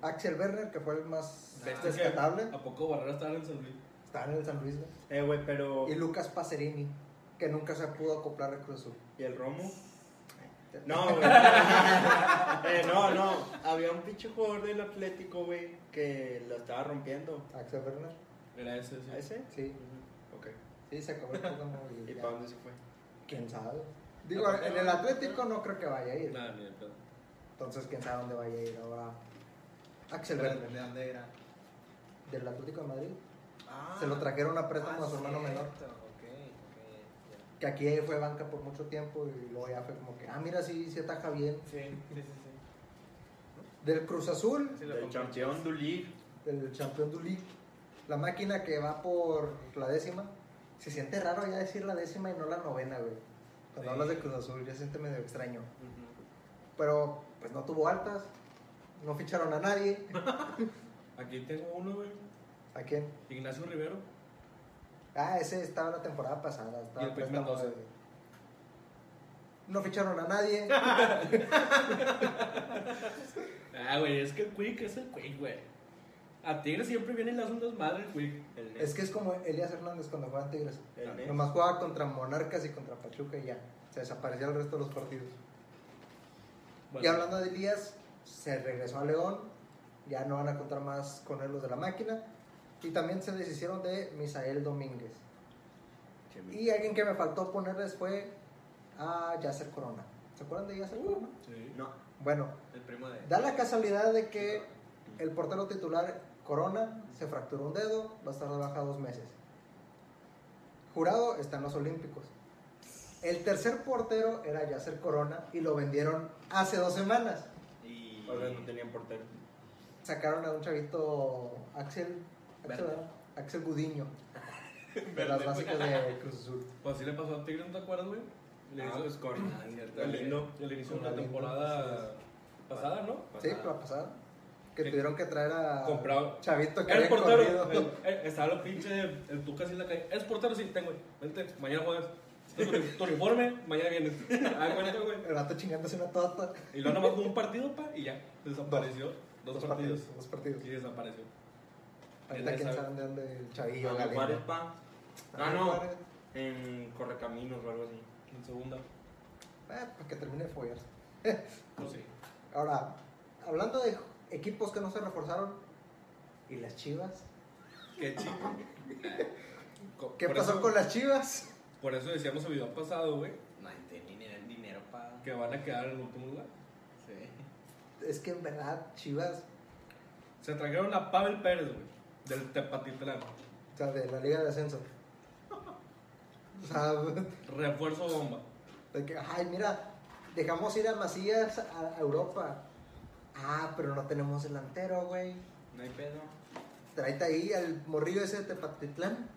Speaker 3: Axel Werner, que fue el más
Speaker 4: Bestia que-
Speaker 3: rescatable.
Speaker 4: ¿A poco Barrera estaba en San Luis?
Speaker 3: Está en el San Luis, güey.
Speaker 6: Eh, güey, pero.
Speaker 3: Y Lucas Pacerini, que nunca se pudo acoplar al Cruz Azul.
Speaker 6: ¿Y el Romo? No, güey. Eh, no, no. Había un pinche jugador del Atlético, güey, que lo estaba rompiendo.
Speaker 3: Axel Werner,
Speaker 4: Era ese, sí.
Speaker 6: ¿A ese?
Speaker 3: sí.
Speaker 6: Ok.
Speaker 3: Sí, se acabó el programa. güey,
Speaker 6: ¿Y
Speaker 3: ya.
Speaker 6: para dónde se fue?
Speaker 3: ¿Quién sabe? Digo, en el Atlético no creo que vaya a ir.
Speaker 4: Nada, ni de pedo.
Speaker 3: Entonces, quién sabe dónde vaya a ir ahora. Axel
Speaker 7: ¿De
Speaker 3: Werner,
Speaker 7: de dónde era?
Speaker 3: del Atlético de Madrid.
Speaker 7: Ah,
Speaker 3: Se lo trajeron a préstamo
Speaker 7: ah,
Speaker 3: a su hermano
Speaker 7: cierto,
Speaker 3: menor.
Speaker 7: ok, ok, ya.
Speaker 3: Que aquí fue banca por mucho tiempo y luego ya fue como que, ah, mira, sí, se ataja bien.
Speaker 7: Sí, sí, sí. sí.
Speaker 3: Del Cruz Azul,
Speaker 7: Sí lo
Speaker 6: Del
Speaker 7: compré.
Speaker 6: campeón Dulí.
Speaker 3: del campeón du League, la máquina que va por la décima. Se siente raro ya decir la décima y no la novena, güey. Cuando
Speaker 7: Sí.
Speaker 3: hablas de Cruz Azul, ya se siente medio extraño. Pero, pues no tuvo altas, no ficharon a nadie.
Speaker 4: Aquí tengo uno, güey.
Speaker 3: ¿A quién?
Speaker 4: Ignacio Rivero.
Speaker 3: Ah, ese estaba la temporada pasada. Estaba
Speaker 4: Y el
Speaker 3: a
Speaker 4: Pep
Speaker 3: préstamo
Speaker 4: Mendoza.
Speaker 3: de- No ficharon a nadie.
Speaker 4: Ah, güey, es que el Quick es el Quick, güey. A Tigres siempre viene y le hace un desmadre el Quick.
Speaker 6: El Nex.
Speaker 3: es que es como Elías Hernández cuando jugaba en Tigres.
Speaker 6: El Nex.
Speaker 3: Nomás jugaba contra Monarcas y contra Pachuca y ya. Se desaparecía el resto de los partidos.
Speaker 4: Bueno,
Speaker 3: Y hablando de Elías, se regresó a León. Ya no van a contar más con él los de la máquina. Y también se deshicieron de Misael Domínguez. Y alguien que me faltó ponerles fue a Yacer Corona. ¿Se acuerdan de Yacer Corona?
Speaker 4: sí.
Speaker 6: No,
Speaker 3: Bueno,
Speaker 7: El primo de.
Speaker 3: Da la casualidad de que el portero titular Corona se fracturó un dedo, va a estar de baja dos meses. Jurado está en los Olímpicos. El tercer portero era Yacer Corona y lo vendieron hace dos semanas.
Speaker 7: Y.
Speaker 6: porque no tenían portero.
Speaker 3: Sacaron a un chavito Axel, Axel,
Speaker 7: Verde.
Speaker 3: Axel Gudiño de las básicas de Cruz Azul.
Speaker 4: Pues así le pasó a Tigres, ¿no te acuerdas, güey? Le
Speaker 6: Ah,
Speaker 4: hizo
Speaker 6: pues,
Speaker 4: score.
Speaker 6: con-
Speaker 4: El
Speaker 6: lindo.
Speaker 4: el inicio de
Speaker 3: Con
Speaker 4: la
Speaker 3: la lindo,
Speaker 4: temporada pasada, ¿no?
Speaker 3: Sí, la pasada. Que
Speaker 4: Que-
Speaker 3: tuvieron que traer a
Speaker 4: Comprado.
Speaker 3: chavito que
Speaker 4: El
Speaker 3: había
Speaker 4: portero.
Speaker 3: corrido.
Speaker 4: el- el- Estaba el pinche. El Tuca así en la calle. Es portero, sí, tengo, güey. Vente, mañana juegas. Este es Tu, tu uniforme, mañana vienes. Ah, cuenta, güey.
Speaker 3: El vato chingándose una torta.
Speaker 4: Y luego nada más jugó un partido, pa, y ya. Desapareció. Dos, partidos.
Speaker 3: Dos partidos.
Speaker 4: Y desapareció.
Speaker 3: Ahorita
Speaker 4: Ya
Speaker 3: quién
Speaker 4: sabe. pues.
Speaker 3: sabe de dónde el chavillo
Speaker 6: ¿En Juárez,
Speaker 3: Galeno.
Speaker 6: pa? Ah, no.
Speaker 3: eh,
Speaker 6: En Correcaminos o algo así.
Speaker 4: En segunda.
Speaker 3: para que termine de follar.
Speaker 4: Pues sí.
Speaker 3: Ahora, hablando de equipos que no se reforzaron, ¿y las chivas?
Speaker 4: Qué chido. Co-
Speaker 3: ¿Qué
Speaker 4: por
Speaker 3: pasó
Speaker 4: eso-
Speaker 3: con las chivas?
Speaker 4: Por eso decíamos el video pasado, güey,
Speaker 7: No tenían dinero para.
Speaker 4: que van a quedar en el último lugar.
Speaker 7: Sí.
Speaker 3: Es que en verdad, chivas,
Speaker 4: Se trajeron a Pavel Pérez, güey, del Tepatitlán.
Speaker 3: o sea, de la Liga de Ascenso. O sea,
Speaker 4: Refuerzo bomba.
Speaker 3: de que, ay, mira, dejamos ir a Macías a a Europa. Ah, pero no tenemos delantero, güey.
Speaker 6: No hay pedo.
Speaker 3: Tráete ahí al morrillo ese de Tepatitlán.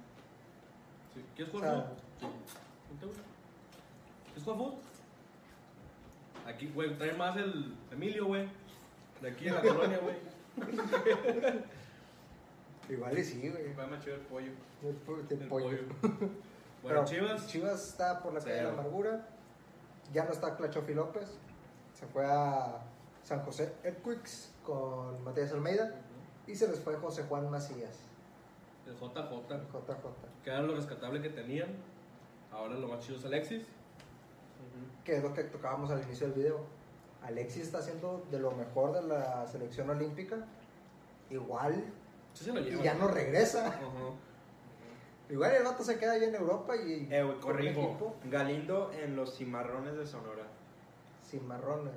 Speaker 4: Sí. ¿Quieres
Speaker 3: O
Speaker 4: jugar
Speaker 3: sea,
Speaker 4: fútbol? ¿No te gusta? ¿Quieres jugar fútbol? Aquí, güey, trae más el Emilio, güey. De aquí de la colonia, güey.
Speaker 3: igual y sí, güey.
Speaker 7: Va más chido el pollo.
Speaker 3: El po- el
Speaker 4: Del
Speaker 3: pollo.
Speaker 4: pollo. Bueno,
Speaker 3: Pero
Speaker 4: Chivas.
Speaker 3: Chivas está por la calle de la
Speaker 7: Cero.
Speaker 3: amargura. Ya no está Clachofi López. Se fue a San José Equix con Matías Almeida. Y se les fue José Juan Macías,
Speaker 4: El
Speaker 3: JJ.
Speaker 4: JJ. Que era lo rescatable que tenían. Ahora lo más chido es Alexis.
Speaker 3: Que es lo que tocábamos al inicio del video. Alexis está haciendo de lo mejor de la selección olímpica. Igual.
Speaker 4: Sí se lo
Speaker 3: Y
Speaker 4: llevan.
Speaker 3: ya no regresa.
Speaker 4: Ajá.
Speaker 3: Igual el vato se queda allá en Europa y...
Speaker 6: Eh, güey,
Speaker 3: con un equipo
Speaker 6: corrijo. Galindo en los cimarrones de Sonora.
Speaker 3: Sin marrones.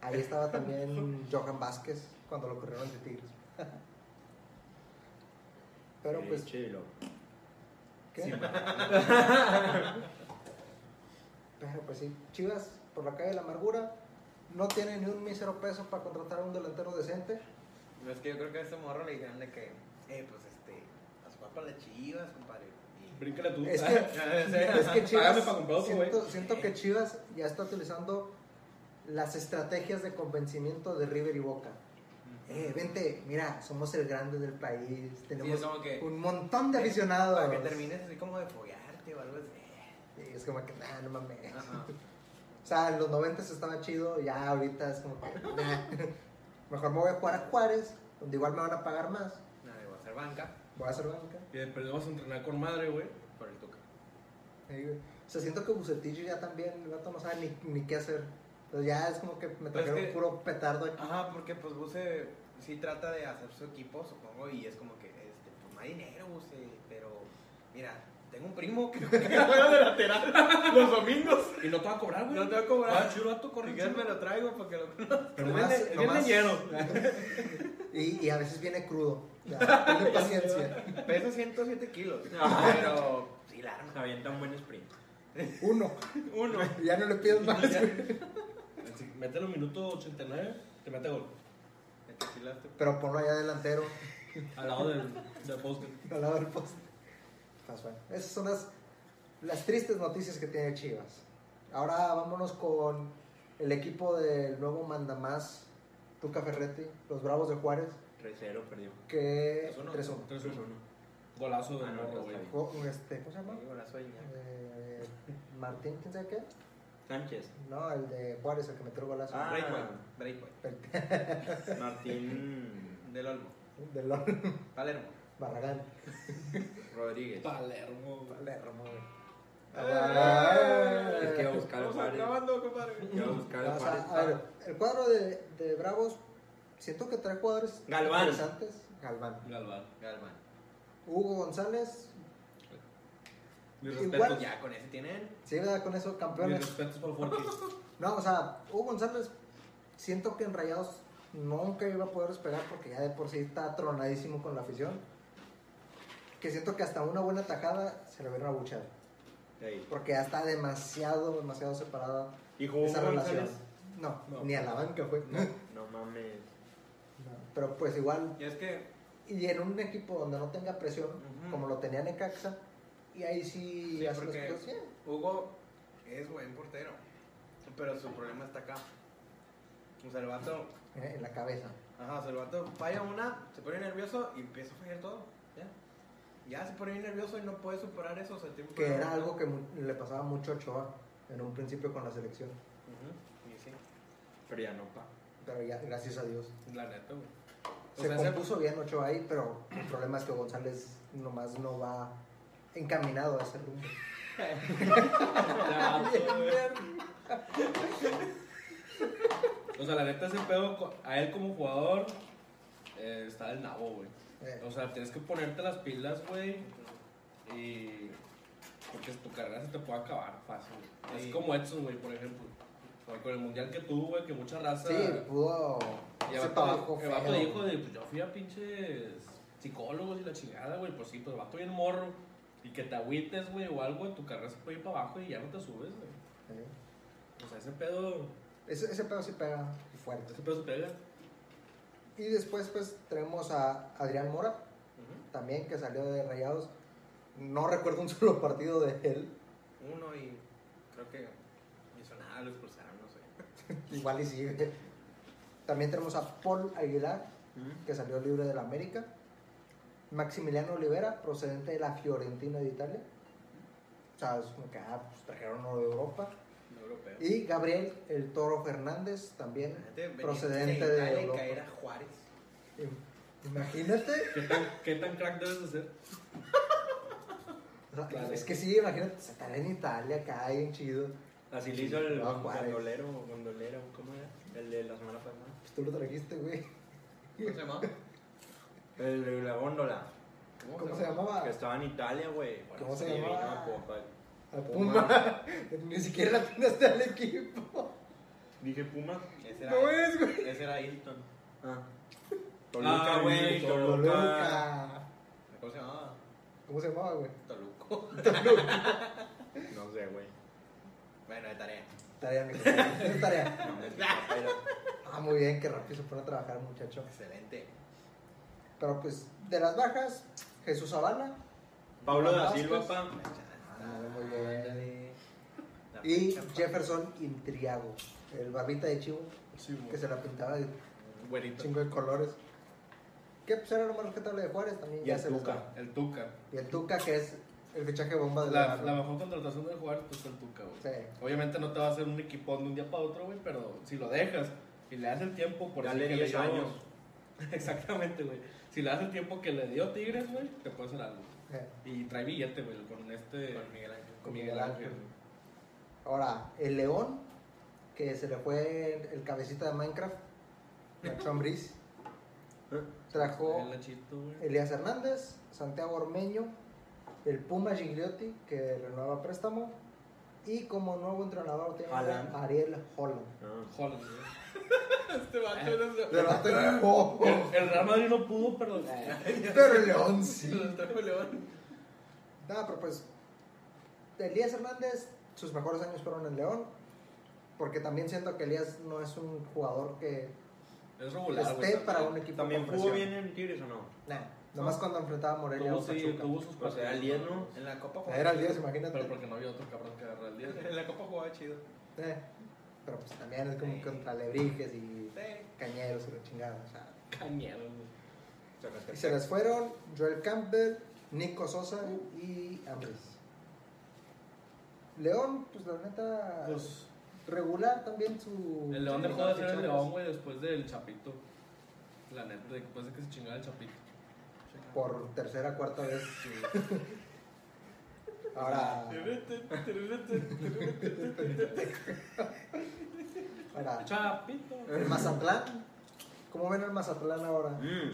Speaker 3: Ahí estaba también Johan Vázquez cuando lo corrieron de Tigres. Pero pues,
Speaker 6: Chilo.
Speaker 3: ¿qué? Pero pues sí, Chivas por la calle de la amargura no tiene ni un mísero peso para contratar a un delantero decente.
Speaker 7: No, es que yo creo que a este morro le dijeron de que. Eh, pues este. A su papá las chivas, compadre. Y...
Speaker 4: Bríncale tú.
Speaker 3: Es que, es que
Speaker 4: Págame para comprar
Speaker 3: Chivas,
Speaker 4: otro, güey.
Speaker 3: siento, siento que Chivas ya está utilizando las estrategias de convencimiento de River y Boca. Eh, vente, mira, somos el grande del país,
Speaker 7: Sí, es
Speaker 3: tenemos
Speaker 7: como que.
Speaker 3: un montón de aficionados.
Speaker 7: Para que termines así como de follarte o algo así.
Speaker 3: Y es como que, nah, no mames.
Speaker 7: Ajá.
Speaker 3: O sea, en los 90 estaba chido, ya ahorita es como que, nah. Mejor me voy a jugar a Juárez, donde igual me van a pagar más.
Speaker 7: Nada, voy a hacer banca
Speaker 3: Voy a hacer banca.
Speaker 4: Y de perdido vas a entrenar con madre, güey.
Speaker 7: por el Tuca.
Speaker 3: Ahí, güey. O sea, siento que Bucetich ya también, el vato no sabe ni, ni qué hacer. Entonces ya es como que me
Speaker 7: Pues es
Speaker 3: trajeron
Speaker 7: que-
Speaker 3: puro petardo aquí.
Speaker 7: Ajá, porque pues Buse sí trata de hacer su equipo, supongo, y es como que, este, pues no hay dinero, Buse, pero mira, tengo un primo que juega de lateral los domingos.
Speaker 4: Y no te va a cobrar, güey.
Speaker 7: No te va a cobrar.
Speaker 4: Ah, chulo, vato, corre.
Speaker 7: Miguel me lo traigo porque lo
Speaker 4: Pero
Speaker 3: Nomás-
Speaker 4: es bien
Speaker 3: nomás-
Speaker 4: leñero.
Speaker 3: Y, y a veces viene crudo. O sea, tiene paciencia.
Speaker 7: Pesa 107 kilos.
Speaker 6: Ah.
Speaker 7: Pero
Speaker 6: Sí, la arma. Se avienta un buen sprint.
Speaker 3: Uno.
Speaker 7: uno.
Speaker 3: Ya no le pides más. güey.
Speaker 4: Así, Mételo minuto 89, te mete gol.
Speaker 7: Me fusilaste.
Speaker 3: Pero ponlo allá delantero,
Speaker 4: Al lado del, del poste.
Speaker 3: al lado del poste. Pues bueno, esas son las, las tristes noticias que tiene Chivas. Ahora vámonos con el equipo del nuevo mandamás, Tuca Ferretti, los Bravos de Juárez,
Speaker 6: 3-0 perdió.
Speaker 3: que
Speaker 6: 3-1.
Speaker 3: 3-1.
Speaker 4: 3-1. Golazo de
Speaker 6: Ah, no,
Speaker 4: morro,
Speaker 6: está
Speaker 4: güey.
Speaker 6: bien.
Speaker 3: Jo- este, ¿Cómo se llama?
Speaker 7: Amigo, la sueña.
Speaker 3: Eh, Martín, ¿quién sabe qué?
Speaker 6: Sánchez.
Speaker 3: No, el de Juárez, el que metió el golazo.
Speaker 6: Ah.
Speaker 7: Breakpoint. Breakpoint.
Speaker 3: El-
Speaker 6: Martín
Speaker 7: Del Olmo.
Speaker 3: del Lon-
Speaker 7: Palermo.
Speaker 3: Barragán.
Speaker 6: Rodríguez.
Speaker 4: Palermo, güey.
Speaker 3: Palermo, güey.
Speaker 7: Eh.
Speaker 6: Es que iba a buscar el
Speaker 7: Vamos
Speaker 6: Juárez.
Speaker 7: acabando, compadre.
Speaker 6: Iba a buscar el
Speaker 3: O sea,
Speaker 6: Juárez.
Speaker 3: a ver, el cuadro de, de Bravos, siento que trae jugadores
Speaker 6: Galván.
Speaker 3: interesantes. Galván.
Speaker 4: Galván.
Speaker 7: Galván.
Speaker 3: Hugo González,
Speaker 7: Mis
Speaker 3: Igual.
Speaker 7: respetos, ya con ese tienen.
Speaker 3: sí, ¿verdad? Con eso,
Speaker 4: Mis
Speaker 3: campeones.
Speaker 4: respetos por Forky.
Speaker 3: No, o sea, Hugo González, siento que en Rayados nunca iba a poder despegar porque ya de por sí está tronadísimo con la afición. Que siento que hasta una buena tajada se le hubiera abuchado.
Speaker 6: Ey.
Speaker 3: Porque ya está demasiado, demasiado separada
Speaker 6: ¿Y jugó
Speaker 3: esa relación.
Speaker 6: González?
Speaker 3: No,
Speaker 4: No.
Speaker 3: ni a la banca fue.
Speaker 6: No mames.
Speaker 3: No, Pero pues igual
Speaker 7: Y es que
Speaker 3: y en un equipo donde no tenga presión,
Speaker 7: Ujú.
Speaker 3: como lo tenía Necaxa, y ahí sí,
Speaker 7: Sí,
Speaker 3: hace las
Speaker 7: porque-
Speaker 3: cosas bien.
Speaker 7: Hugo es buen portero, pero su problema está acá. O sea, el vato,
Speaker 3: eh, en la cabeza.
Speaker 7: ajá, o sea, el vato falla una, se pone nervioso y empieza a fallar todo. Ya, ya se pone bien nervioso y no puede superar eso. O sea, tiene un
Speaker 3: Que
Speaker 7: problema.
Speaker 3: era algo que mu- le pasaba mucho a Ochoa en un principio con la selección.
Speaker 7: Ujú, y sí.
Speaker 6: Pero ya no pa.
Speaker 3: Pero ya, gracias a Dios.
Speaker 4: La neta, güey. O
Speaker 3: Se
Speaker 4: sea, se-
Speaker 3: compuso bien Ochoa ahí, pero el problema es que González nomás no va encaminado a ese rumbo.
Speaker 4: Ya, O sea, la neta, ese pedo, co- a él como jugador, eh, está del nabo, güey.
Speaker 3: Eh,
Speaker 4: O sea, tienes que ponerte las pilas, güey. Y. Porque tu carrera se te puede acabar fácil. güey.
Speaker 7: Sí.
Speaker 4: Es como Edson, güey, por ejemplo. Güey, Con el mundial que tuvo, güey, que mucha raza.
Speaker 3: sí, pudo.
Speaker 4: Y
Speaker 3: ese
Speaker 4: el
Speaker 3: trabajo
Speaker 4: vato, el vato
Speaker 3: feo.
Speaker 4: dijo de, pues yo fui a pinches psicólogos y la chingada, güey, pues sí, pues el vato bien morro. Y que te agüites, güey, o algo, tu carrera se puede ir para abajo y ya no te subes, güey.
Speaker 3: Eh,
Speaker 4: O sea, ese pedo,
Speaker 3: Ese, ese pedo sí pega fuerte.
Speaker 4: ese pedo se pega.
Speaker 3: Y después pues tenemos a Adrián Mora,
Speaker 7: Ujú.
Speaker 3: también que salió de Rayados. No recuerdo un solo partido de él.
Speaker 7: Uno y creo que no hizo nada, lo expulsaron, no sé.
Speaker 3: Igual y sigue. También tenemos a Paul Aguilar, que salió libre del América. Maximiliano Olivera, procedente de la Fiorentina de Italia. O sea, es como que ah, pues, trajeron uno de Europa.
Speaker 7: No europeo.
Speaker 3: Y Gabriel El Toro Fernández, también
Speaker 7: Imagínate, venir
Speaker 3: procedente de,
Speaker 7: Italia y
Speaker 3: Europa.
Speaker 7: caer a Juárez.
Speaker 3: Im- Imagínate.
Speaker 4: ¿Qué tan, qué tan crack debes de ser?
Speaker 3: O sea, Es que sí, imagínate, se estará en Italia, acá, bien chido.
Speaker 6: Así le hizo el
Speaker 3: Ah, Juárez.
Speaker 6: gondolero, gondolero, ¿cómo era? El de la semana pasada.
Speaker 3: Pues tú lo trajiste, güey.
Speaker 7: ¿Cómo se llama?
Speaker 6: El de la góndola.
Speaker 3: ¿Cómo se llamaba?
Speaker 6: Que estaba en Italia, güey.
Speaker 3: Ah. ¿Cómo se
Speaker 6: Sí,
Speaker 3: llamaba?
Speaker 6: vino a Copa.
Speaker 3: Al Puma. Ni siquiera la atinaste al equipo.
Speaker 6: Dije Puma.
Speaker 7: Ese era,
Speaker 3: No es, güey.
Speaker 7: ese era Hilton.
Speaker 6: Ah.
Speaker 4: Ah, güey,
Speaker 6: Toluca.
Speaker 3: Toluca.
Speaker 7: ¿Cómo se llamaba?
Speaker 3: ¿Cómo se llamaba, güey?
Speaker 7: Toluco.
Speaker 6: No sé, güey.
Speaker 7: Bueno, de tarea.
Speaker 3: Tarea, mi compañero. Tarea.
Speaker 6: No me pero
Speaker 3: Ah, muy bien, qué rápido se pone a trabajar, muchacho.
Speaker 7: Excelente.
Speaker 3: Pero pues, de las bajas, Jesús Zavala.
Speaker 6: Pablo da
Speaker 3: Vázquez.
Speaker 6: Silva, pa.
Speaker 3: Ah, muy bien.
Speaker 7: La
Speaker 3: Y
Speaker 7: pincha, pa.
Speaker 3: Jefferson Intriago, el barbita de chivo,
Speaker 4: Sí, güey.
Speaker 3: que se la pintaba de
Speaker 4: Güerito.
Speaker 3: chingo de colores. Que pues era lo más respetable de Juárez también.
Speaker 6: Y
Speaker 3: ya
Speaker 6: el
Speaker 3: se les
Speaker 6: Tuca.
Speaker 3: va.
Speaker 4: El Tuca.
Speaker 3: Y el Tuca, que es El fichaje bomba de
Speaker 4: La,
Speaker 3: la,
Speaker 4: la mejor contratación del jugador pues, es el Tuca, güey.
Speaker 3: Sí.
Speaker 4: Obviamente no te va a hacer un equipón de un día para otro, güey, pero si lo dejas y le das el tiempo, por
Speaker 6: Dale
Speaker 4: decir que
Speaker 6: 10
Speaker 4: dio-
Speaker 6: años.
Speaker 4: Exactamente, güey. Si le das el tiempo que le dio Tigres, güey, te puede hacer algo.
Speaker 3: Eh.
Speaker 4: Y trae billete, güey, con este. Con Miguel Ángel. Con Miguel Ángel, güey.
Speaker 3: Ahora, el león, que se le fue el, el cabecita de Minecraft, Nacho Briz, trajo
Speaker 2: El Nachito, güey.
Speaker 3: Elías Hernández, Santiago Ormeño, el Puma Gigliotti, que renueva préstamo, y como nuevo entrenador tiene a
Speaker 6: Haaland.
Speaker 3: Ariel Holland.
Speaker 6: Ah.
Speaker 4: Holland, güey.
Speaker 2: Este vato era-
Speaker 3: Pero, pero,
Speaker 4: El- El Real Madrid no pudo, pero.
Speaker 3: Eh. el león sí.
Speaker 2: Lo trajo León.
Speaker 3: Nada, pero pues Elías Hernández, sus mejores años fueron en León, porque también siento que Elías no es un jugador que
Speaker 2: Es regular, güey.
Speaker 3: esté
Speaker 2: también.
Speaker 3: para un equipo
Speaker 6: ¿También
Speaker 3: con
Speaker 6: jugó
Speaker 3: presión.
Speaker 6: bien en Tigres o no?
Speaker 3: Nah, nomás cuando enfrentaba a Morelia
Speaker 2: Tuvo,
Speaker 3: o
Speaker 2: sí,
Speaker 3: Pachuca.
Speaker 2: tuvo sus
Speaker 6: O sea, el 10, ¿no?
Speaker 7: En la Copa
Speaker 3: Era el 10, imagínate.
Speaker 4: Pero porque no había otro cabrón que agarrar el 10.
Speaker 7: En la Copa jugaba chido.
Speaker 3: Eh, pero pues también es como contra lebrijes y cañeros y lo chingado. o sea.
Speaker 2: Cañero, güey.
Speaker 4: Pues
Speaker 3: Y se les fueron Joel Campbell, Nico Sosa y Ambris. León, pues la neta,
Speaker 4: Pues,
Speaker 3: regular también su...
Speaker 4: el León
Speaker 3: su-
Speaker 4: dejó de ser el
Speaker 3: fichajes.
Speaker 4: León, güey, después del Chapito. La neta, después de que se chingara el Chapito.
Speaker 3: Por tercera, cuarta vez. Ahora, ahora,
Speaker 2: Chapito.
Speaker 3: el Mazatlán. ¿Cómo ven el Mazatlán ahora?
Speaker 6: Mm.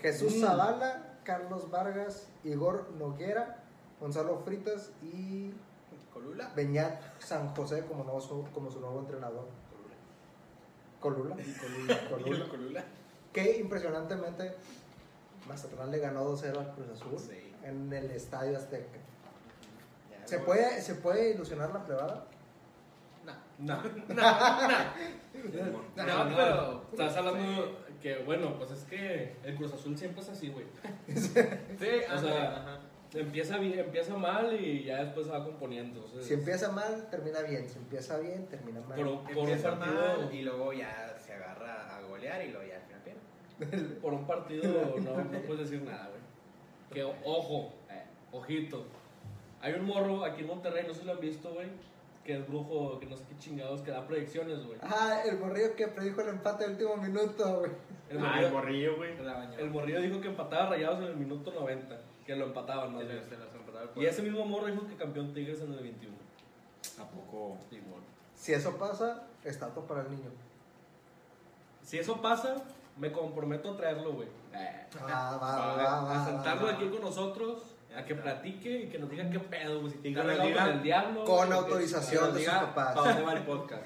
Speaker 3: Jesús Zavala, Carlos Vargas, Igor Noguera, Gonzalo Fritas y
Speaker 7: Colula.
Speaker 3: Beñat San José como, nuevo su- como su nuevo entrenador. Colula. Colula. Colula.
Speaker 7: Colula.
Speaker 3: Que impresionantemente Mazatlán le ganó 2-0 al Cruz Azul
Speaker 7: Sí.
Speaker 3: en el Estadio Azteca. ¿Se puede, ¿Se puede ilusionar la plebada?
Speaker 4: No.
Speaker 6: Simón.
Speaker 4: No, pero estás hablando que, bueno, pues es que el Cruz Azul siempre es así, güey.
Speaker 7: Sí,
Speaker 4: O sea,
Speaker 7: ajá.
Speaker 4: Empieza, bien- empieza mal y ya después se va componiendo. entonces,
Speaker 3: Si empieza mal, termina bien. Si empieza bien, termina mal.
Speaker 4: por, por un
Speaker 7: Empieza
Speaker 4: partido,
Speaker 7: mal y luego ya se agarra a golear y luego ya al final pierde.
Speaker 4: por un partido no, no puedes decir nada, güey. Que o- ojo, eh, ojito. Hay un morro aquí en Monterrey, no sé si lo han visto, güey, que es brujo, que no sé qué chingados, que da predicciones, güey.
Speaker 3: Ah, el morrillo que predijo el empate al último minuto, güey.
Speaker 4: El
Speaker 6: Ah, el
Speaker 4: morrillo-
Speaker 6: morrillo, güey.
Speaker 4: El morrillo dijo que empataba rayados en el minuto 90, que lo empataban, ¿no?
Speaker 7: Se las empataron por-
Speaker 4: Y ese mismo morro dijo que campeón Tigres en el 21.
Speaker 6: ¿A poco?
Speaker 4: Simón.
Speaker 3: Si eso pasa, estatua para el niño.
Speaker 4: Si eso pasa, me comprometo a traerlo, güey.
Speaker 3: Ah, va, va, va, va,
Speaker 4: A
Speaker 3: va,
Speaker 4: sentarlo
Speaker 3: va.
Speaker 4: aquí con nosotros, a que platique y que nos diga qué pedo, güey. Si
Speaker 6: Y
Speaker 4: tiene
Speaker 6: que nos diga-
Speaker 4: con el diablo.
Speaker 3: Con
Speaker 4: güey,
Speaker 3: autorización de sus
Speaker 6: ¿Para
Speaker 3: papás.
Speaker 6: dónde va el podcast?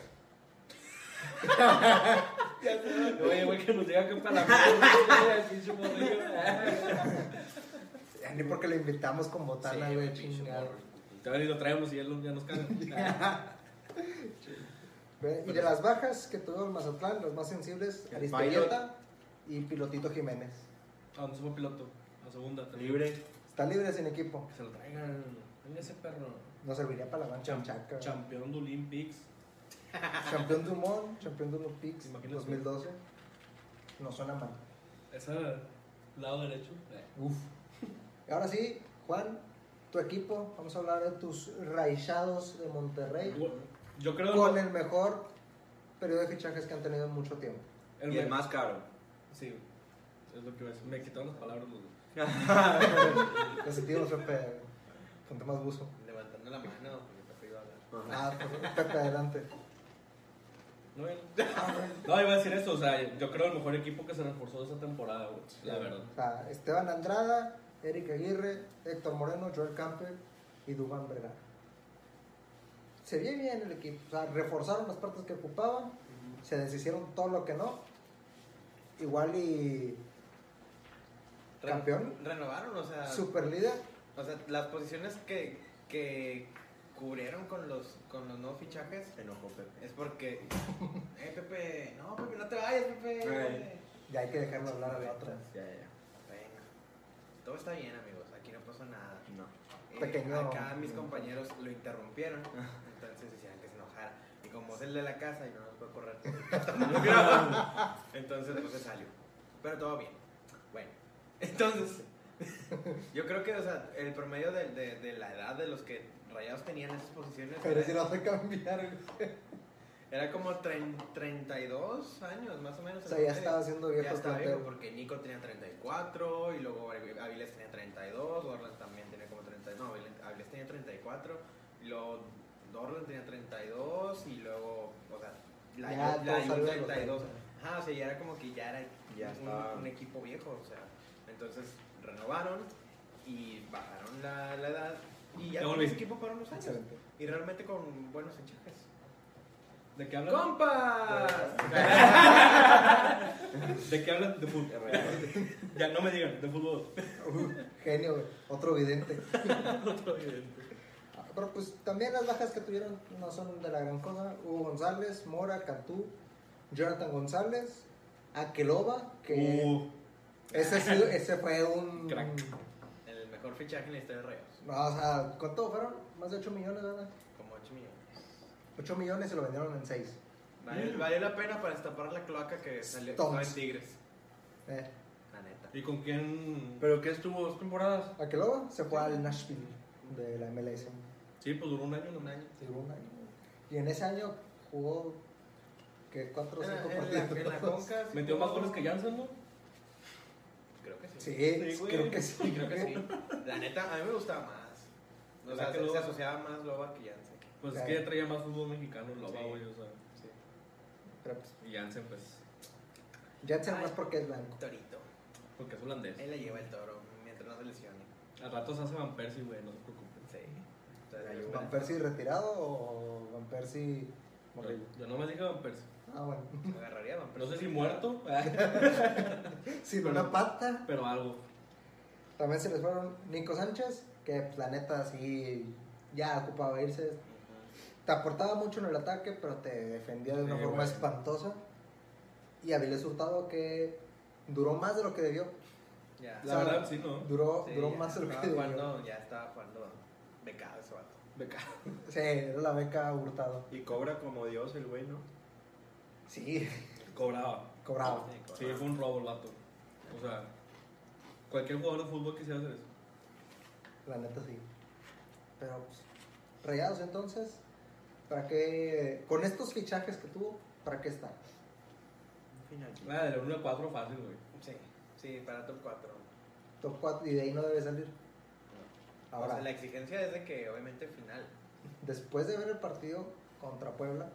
Speaker 4: que- Oye, güey, que nos diga qué para la mierda, güey, pinche morrillo.
Speaker 3: Ya Ni porque lo invitamos con botana, güey,
Speaker 6: Sí, güey, pinche
Speaker 3: chingado.
Speaker 6: morro.
Speaker 4: Te ven y lo traemos y él lo- ya nos Ah, caga.
Speaker 3: Ve, Y de las bajas que tuvo el Mazatlán, los más sensibles,
Speaker 6: El
Speaker 3: Aristoyeta y Pilotito Jiménez.
Speaker 4: A donde somos piloto, a segunda. también.
Speaker 6: Libre.
Speaker 3: Está libre sin equipo.
Speaker 4: Que se lo traigan. Venga ese perro.
Speaker 3: Nos serviría para la mancha chaca.
Speaker 4: Campeón de Olympics.
Speaker 3: Campeón de Humón, campeón de Olympics
Speaker 4: Imagínate.
Speaker 3: 2012. No suena mal.
Speaker 4: Ese lado derecho. Eh.
Speaker 3: Uf. Y ahora sí, Juan, tu equipo, vamos a hablar de tus raizados de Monterrey
Speaker 4: Yo creo
Speaker 3: con el mejor periodo de fichajes que han tenido en mucho tiempo.
Speaker 4: el,
Speaker 6: Y el más caro.
Speaker 4: Sí, es lo que iba a decir. Me quitaron las palabras. los dos.
Speaker 3: Los sentimos, Pepe. Ponte más buzo.
Speaker 7: Levantando la mano porque te iba a hablar.
Speaker 3: Ah, pues, Pepe, adelante.
Speaker 4: No, el- no, iba a decir eso. O sea, yo creo el mejor equipo que se reforzó esa temporada, güey. La verdad.
Speaker 3: O sea, Esteban Andrada, Eric Aguirre, Héctor Moreno, Joel Campbell y Dubán Brera. Se vio bien el equipo, o sea, reforzaron las partes que ocupaban, se deshicieron todo lo que no. Igual y
Speaker 7: Ren-
Speaker 3: campeón,
Speaker 7: Renovaron, o sea,
Speaker 3: super líder.
Speaker 7: o sea, las posiciones que, que cubrieron con los, con los nuevos fichajes
Speaker 6: Se enojó Pepe.
Speaker 7: es porque, eh, Pepe, no, Pepe, no te vayas, Pepe.
Speaker 6: Ay.
Speaker 3: Ya hay que dejarlo hablar a la otra.
Speaker 6: Ya, ya.
Speaker 7: Venga. Todo está bien, amigos, aquí no pasó nada.
Speaker 6: No.
Speaker 7: Eh,
Speaker 3: Pequeño.
Speaker 7: Acá mis compañeros lo interrumpieron, entonces decían que se enojara. Y como es el de la casa y no nos puede correr, entonces pues se salió. Pero todo bien. Bueno, entonces Yo creo que, o sea, el promedio de, de- de la edad de los que rayados tenían esas posiciones
Speaker 3: Pero
Speaker 7: era,
Speaker 3: si lo hace cambiar, güey.
Speaker 7: era como trein- 32 años, más o menos.
Speaker 3: O sea, ya
Speaker 7: Sí.
Speaker 3: estaba haciendo
Speaker 7: Ya
Speaker 3: viejo el
Speaker 7: estaba
Speaker 3: plantel.
Speaker 7: viejo, porque Nico tenía 34 y luego Avilés tenía 32, Dorlan también tenía como 32, no, Avilés- Avilés tenía 34, y luego Dorlan tenía 32 y luego, o sea, la,
Speaker 3: Ya,
Speaker 7: la,
Speaker 3: todos
Speaker 7: la-
Speaker 3: arriba de los
Speaker 7: 32.
Speaker 3: 30.
Speaker 7: Ajá, o sea, ya era como que ya era
Speaker 6: Ya
Speaker 7: un-
Speaker 6: estaba-
Speaker 7: un, equipo viejo, o sea, entonces renovaron y bajaron la, la edad y ya
Speaker 8: Te
Speaker 7: tuvo
Speaker 8: volviste.
Speaker 7: equipo para unos años
Speaker 3: Excelente.
Speaker 7: y realmente con buenos enchajes.
Speaker 8: ¿De qué hablan?
Speaker 7: ¡Compas!
Speaker 8: ¿De qué hablan? De fútbol. ya no me digan, de fútbol.
Speaker 3: Genio, güey. Otro vidente.
Speaker 8: Otro evidente.
Speaker 3: Ah, Pero pues también las bajas que tuvieron no son de la gran cosa. Hugo González, Mora, Cantú, Jonathan González, Aqueloba, que
Speaker 8: Uh,
Speaker 3: ese, sí- ese fue un...
Speaker 8: Crack.
Speaker 7: El mejor fichaje en la historia de Rayos,
Speaker 3: No, o sea, ¿cuánto fueron? Más de 8 millones, ¿verdad?
Speaker 7: como 8 millones.
Speaker 3: 8 millones y lo vendieron en 6.
Speaker 6: Mm.
Speaker 7: Vale, valió la pena para destapar la cloaca que salió
Speaker 3: Stones.
Speaker 7: estaba en Tigres,
Speaker 3: Eh,
Speaker 7: la neta.
Speaker 8: ¿Y con quién?
Speaker 6: ¿Pero qué estuvo? ¿Dos temporadas?
Speaker 3: Aqueloba se fue al Nashville de la MLS.
Speaker 8: Sí, pues duró un año, un año.
Speaker 3: Duró un año. Y en ese año jugó que 4 o 5
Speaker 7: En la- en la-
Speaker 3: partidos.
Speaker 7: en la Conca, sí,
Speaker 8: Metió más
Speaker 7: jugó-
Speaker 8: goles que Janssen, ¿no?
Speaker 7: Creo que sí.
Speaker 3: Sí,
Speaker 8: Sí, güey.
Speaker 3: creo que sí.
Speaker 7: Sí, creo que sí. La neta, a mí me gustaba más. O sea,
Speaker 8: ¿Verdad que
Speaker 7: se, se
Speaker 8: Loba?
Speaker 7: asociaba más Loba que Janssen.
Speaker 8: Pues es
Speaker 3: Claro.
Speaker 8: que ya traía más fútbol mexicano, lo
Speaker 7: Sí.
Speaker 8: güey, o sea.
Speaker 3: Pero pues,
Speaker 8: Y Janssen, pues,
Speaker 3: Jansen más porque es blanco.
Speaker 7: Torito.
Speaker 8: porque es holandés.
Speaker 7: Él la lleva el toro mientras no se lesione.
Speaker 8: Al rato se hace Van Persie, güey, no se preocupen.
Speaker 7: Sí.
Speaker 3: La
Speaker 7: Entonces,
Speaker 3: Juve.
Speaker 7: yo-
Speaker 3: ¿Van Persie retirado o Van Persie morrillo?
Speaker 8: Yo no me dije Van Persie.
Speaker 3: Ah, bueno.
Speaker 7: Agarraría a Van
Speaker 8: No sé
Speaker 7: Persie.
Speaker 8: si muerto,
Speaker 3: Sin
Speaker 8: Pero-
Speaker 3: una pata.
Speaker 8: pero algo.
Speaker 3: También se les fueron Nico Sánchez, que pues, la neta sí ya ocupaba irse. Te aportaba mucho en el ataque, pero te defendía de una
Speaker 8: Sí,
Speaker 3: forma
Speaker 8: güey.
Speaker 3: espantosa. Y Avilés Hurtado que duró más de lo que debió.
Speaker 7: Ya.
Speaker 8: La verdad, sí, ¿no?
Speaker 3: Duró,
Speaker 7: Sí,
Speaker 3: duró
Speaker 7: ya
Speaker 3: más de lo
Speaker 7: estaba
Speaker 3: que debió.
Speaker 7: jugando, ya estaba jugando becado ese vato.
Speaker 3: Sí, era la beca Hurtado.
Speaker 6: Y cobra como Dios el güey, ¿no?
Speaker 3: Sí,
Speaker 8: Cobraba.
Speaker 3: cobraba.
Speaker 8: Sí, fue un robo el vato. O sea, cualquier jugador de fútbol quisiera hacer eso.
Speaker 3: La neta sí. Pero pues, rayados entonces, ¿para qué? Con estos fichajes que tuvo, ¿para qué está?
Speaker 7: Final.
Speaker 8: Nada, del 1 al 4 fácil, güey.
Speaker 7: Sí, sí, para top 4.
Speaker 3: Top 4 y de ahí no debe salir.
Speaker 7: Ahora.
Speaker 3: Ahora,
Speaker 7: la exigencia es de que obviamente final.
Speaker 3: después de ver el partido contra Puebla,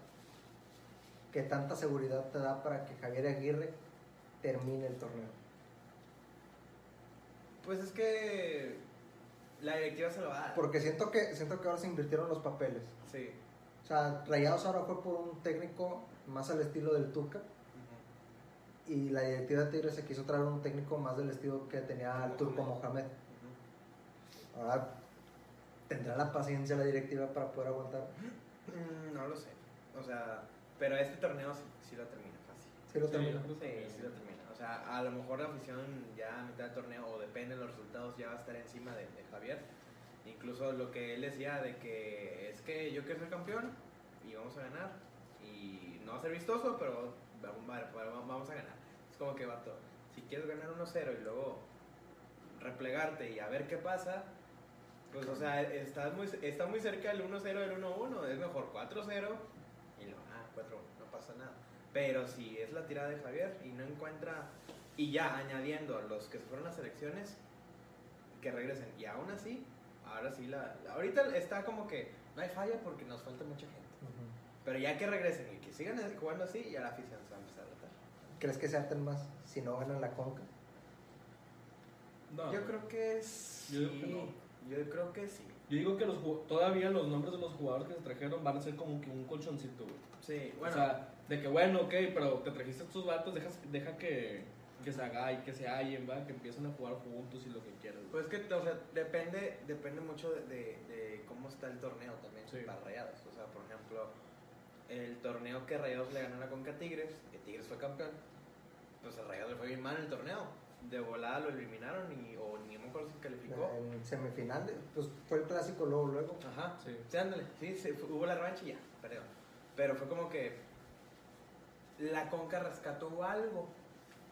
Speaker 3: ¿qué tanta seguridad te da para que Javier Aguirre termine el torneo?
Speaker 7: Pues es que la directiva se lo va a dar.
Speaker 3: Porque siento que, siento que ahora se invirtieron los papeles.
Speaker 7: Sí.
Speaker 3: O sea, Rayados ahora fue por un técnico más al estilo del Tuca y la directiva de Tigres se quiso traer un técnico más del estilo que tenía el Turco Mohamed. Ahora, ¿tendrá la paciencia la directiva para poder aguantar?
Speaker 7: Mm, no lo sé. O sea, pero este torneo sí, sí lo termina fácil.
Speaker 3: Sí, lo
Speaker 8: Sí,
Speaker 3: termina.
Speaker 8: yo creo que
Speaker 7: Sí,
Speaker 8: sí.
Speaker 7: sí lo termina. O sea, a lo mejor la afición ya a mitad del torneo, o depende de los resultados, ya va a estar encima de, de Javier. Incluso lo que él decía de que es que yo quiero ser campeón y vamos a ganar. Y no va a ser vistoso, pero vamos va- va- vamos a ganar. Es como que, vato, si quieres ganar 1-0 y luego replegarte y a ver qué pasa, pues, o sea, estás muy, está muy cerca del 1-0 del 1-1. Es mejor 4-0 y no, ah, 4 no pasa nada. Pero si es la tirada de Javier y no encuentra, y ya añadiendo los que se fueron a las elecciones, que regresen. Y aún así, ahora sí, la, la- ahorita está como que no hay falla porque nos falta mucha gente.
Speaker 3: Ujú.
Speaker 7: Pero ya que regresen y que sigan jugando así, ya la afición se va a empezar a retar.
Speaker 3: ¿Crees que se harten más si no ganan la conca?
Speaker 8: No,
Speaker 7: Yo creo que sí.
Speaker 8: Yo digo que
Speaker 7: Yo creo que sí.
Speaker 8: Yo digo que los ju- todavía los nombres de los jugadores que se trajeron van a ser como que un colchoncito, güey.
Speaker 7: Sí, bueno.
Speaker 8: O sea, de que bueno, ok, pero te trajiste a estos vatos, dejas- deja que, que se haga que se hallen, ¿va? que empiecen a jugar juntos y lo que quieras. güey.
Speaker 7: Pues que, o sea, depende, depende mucho de, de- de cómo está el torneo también
Speaker 8: Sí.
Speaker 7: para Rayados. O sea, por ejemplo, el torneo que Rayados le ganó a la Conca Tigres, que Tigres fue campeón, pues a Rayados le fue bien mal en el torneo. De volada lo eliminaron y, o ni me acuerdo si calificó.
Speaker 3: En semifinales, pues fue el clásico luego, luego.
Speaker 7: Ajá,
Speaker 8: Sí.
Speaker 7: sí, ándale. Sí, sí, fu- hubo la revancha y ya, perdón. Pero fue como que la Conca rescató algo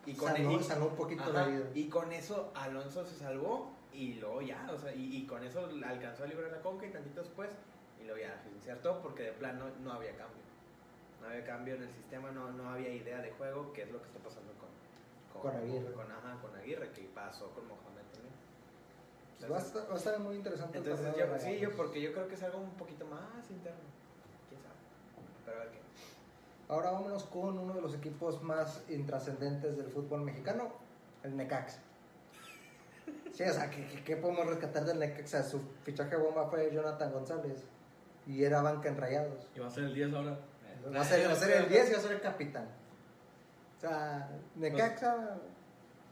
Speaker 7: Y con,
Speaker 3: Sanó,
Speaker 7: y-
Speaker 3: sanó un poquito
Speaker 7: Ajá,
Speaker 3: la vida.
Speaker 7: y con eso Alonso se salvó y luego ya, o sea, y, y con eso alcanzó a librar la conca y tantito después y luego ya se insertó porque de plano no había cambio. No había cambio en el sistema, no, no había idea de juego, que es lo que está pasando con,
Speaker 3: Con Aguirre.
Speaker 7: Con, ajá, con Aguirre, que pasó con Mohamed también.
Speaker 3: Pues va, a estar, va a estar muy interesante. el
Speaker 7: Entonces,
Speaker 3: torneo
Speaker 7: yo,
Speaker 3: de
Speaker 7: sí, yo,
Speaker 3: Rayados.
Speaker 7: porque yo creo que es algo un poquito más interno. ¿Quién sabe? Pero a ver qué.
Speaker 3: Ahora vámonos con uno de los equipos más intrascendentes del fútbol mexicano, el Necaxa. Sí, o sea, ¿qué, qué- qué podemos rescatar del Necaxa? Su fichaje bomba fue Jonathan González y era banca en rayados.
Speaker 4: Y va a ser el 10 ahora.
Speaker 3: eh, Va a ser, va a ser el 10 y va a ser el capitán. O sea, Necaxa,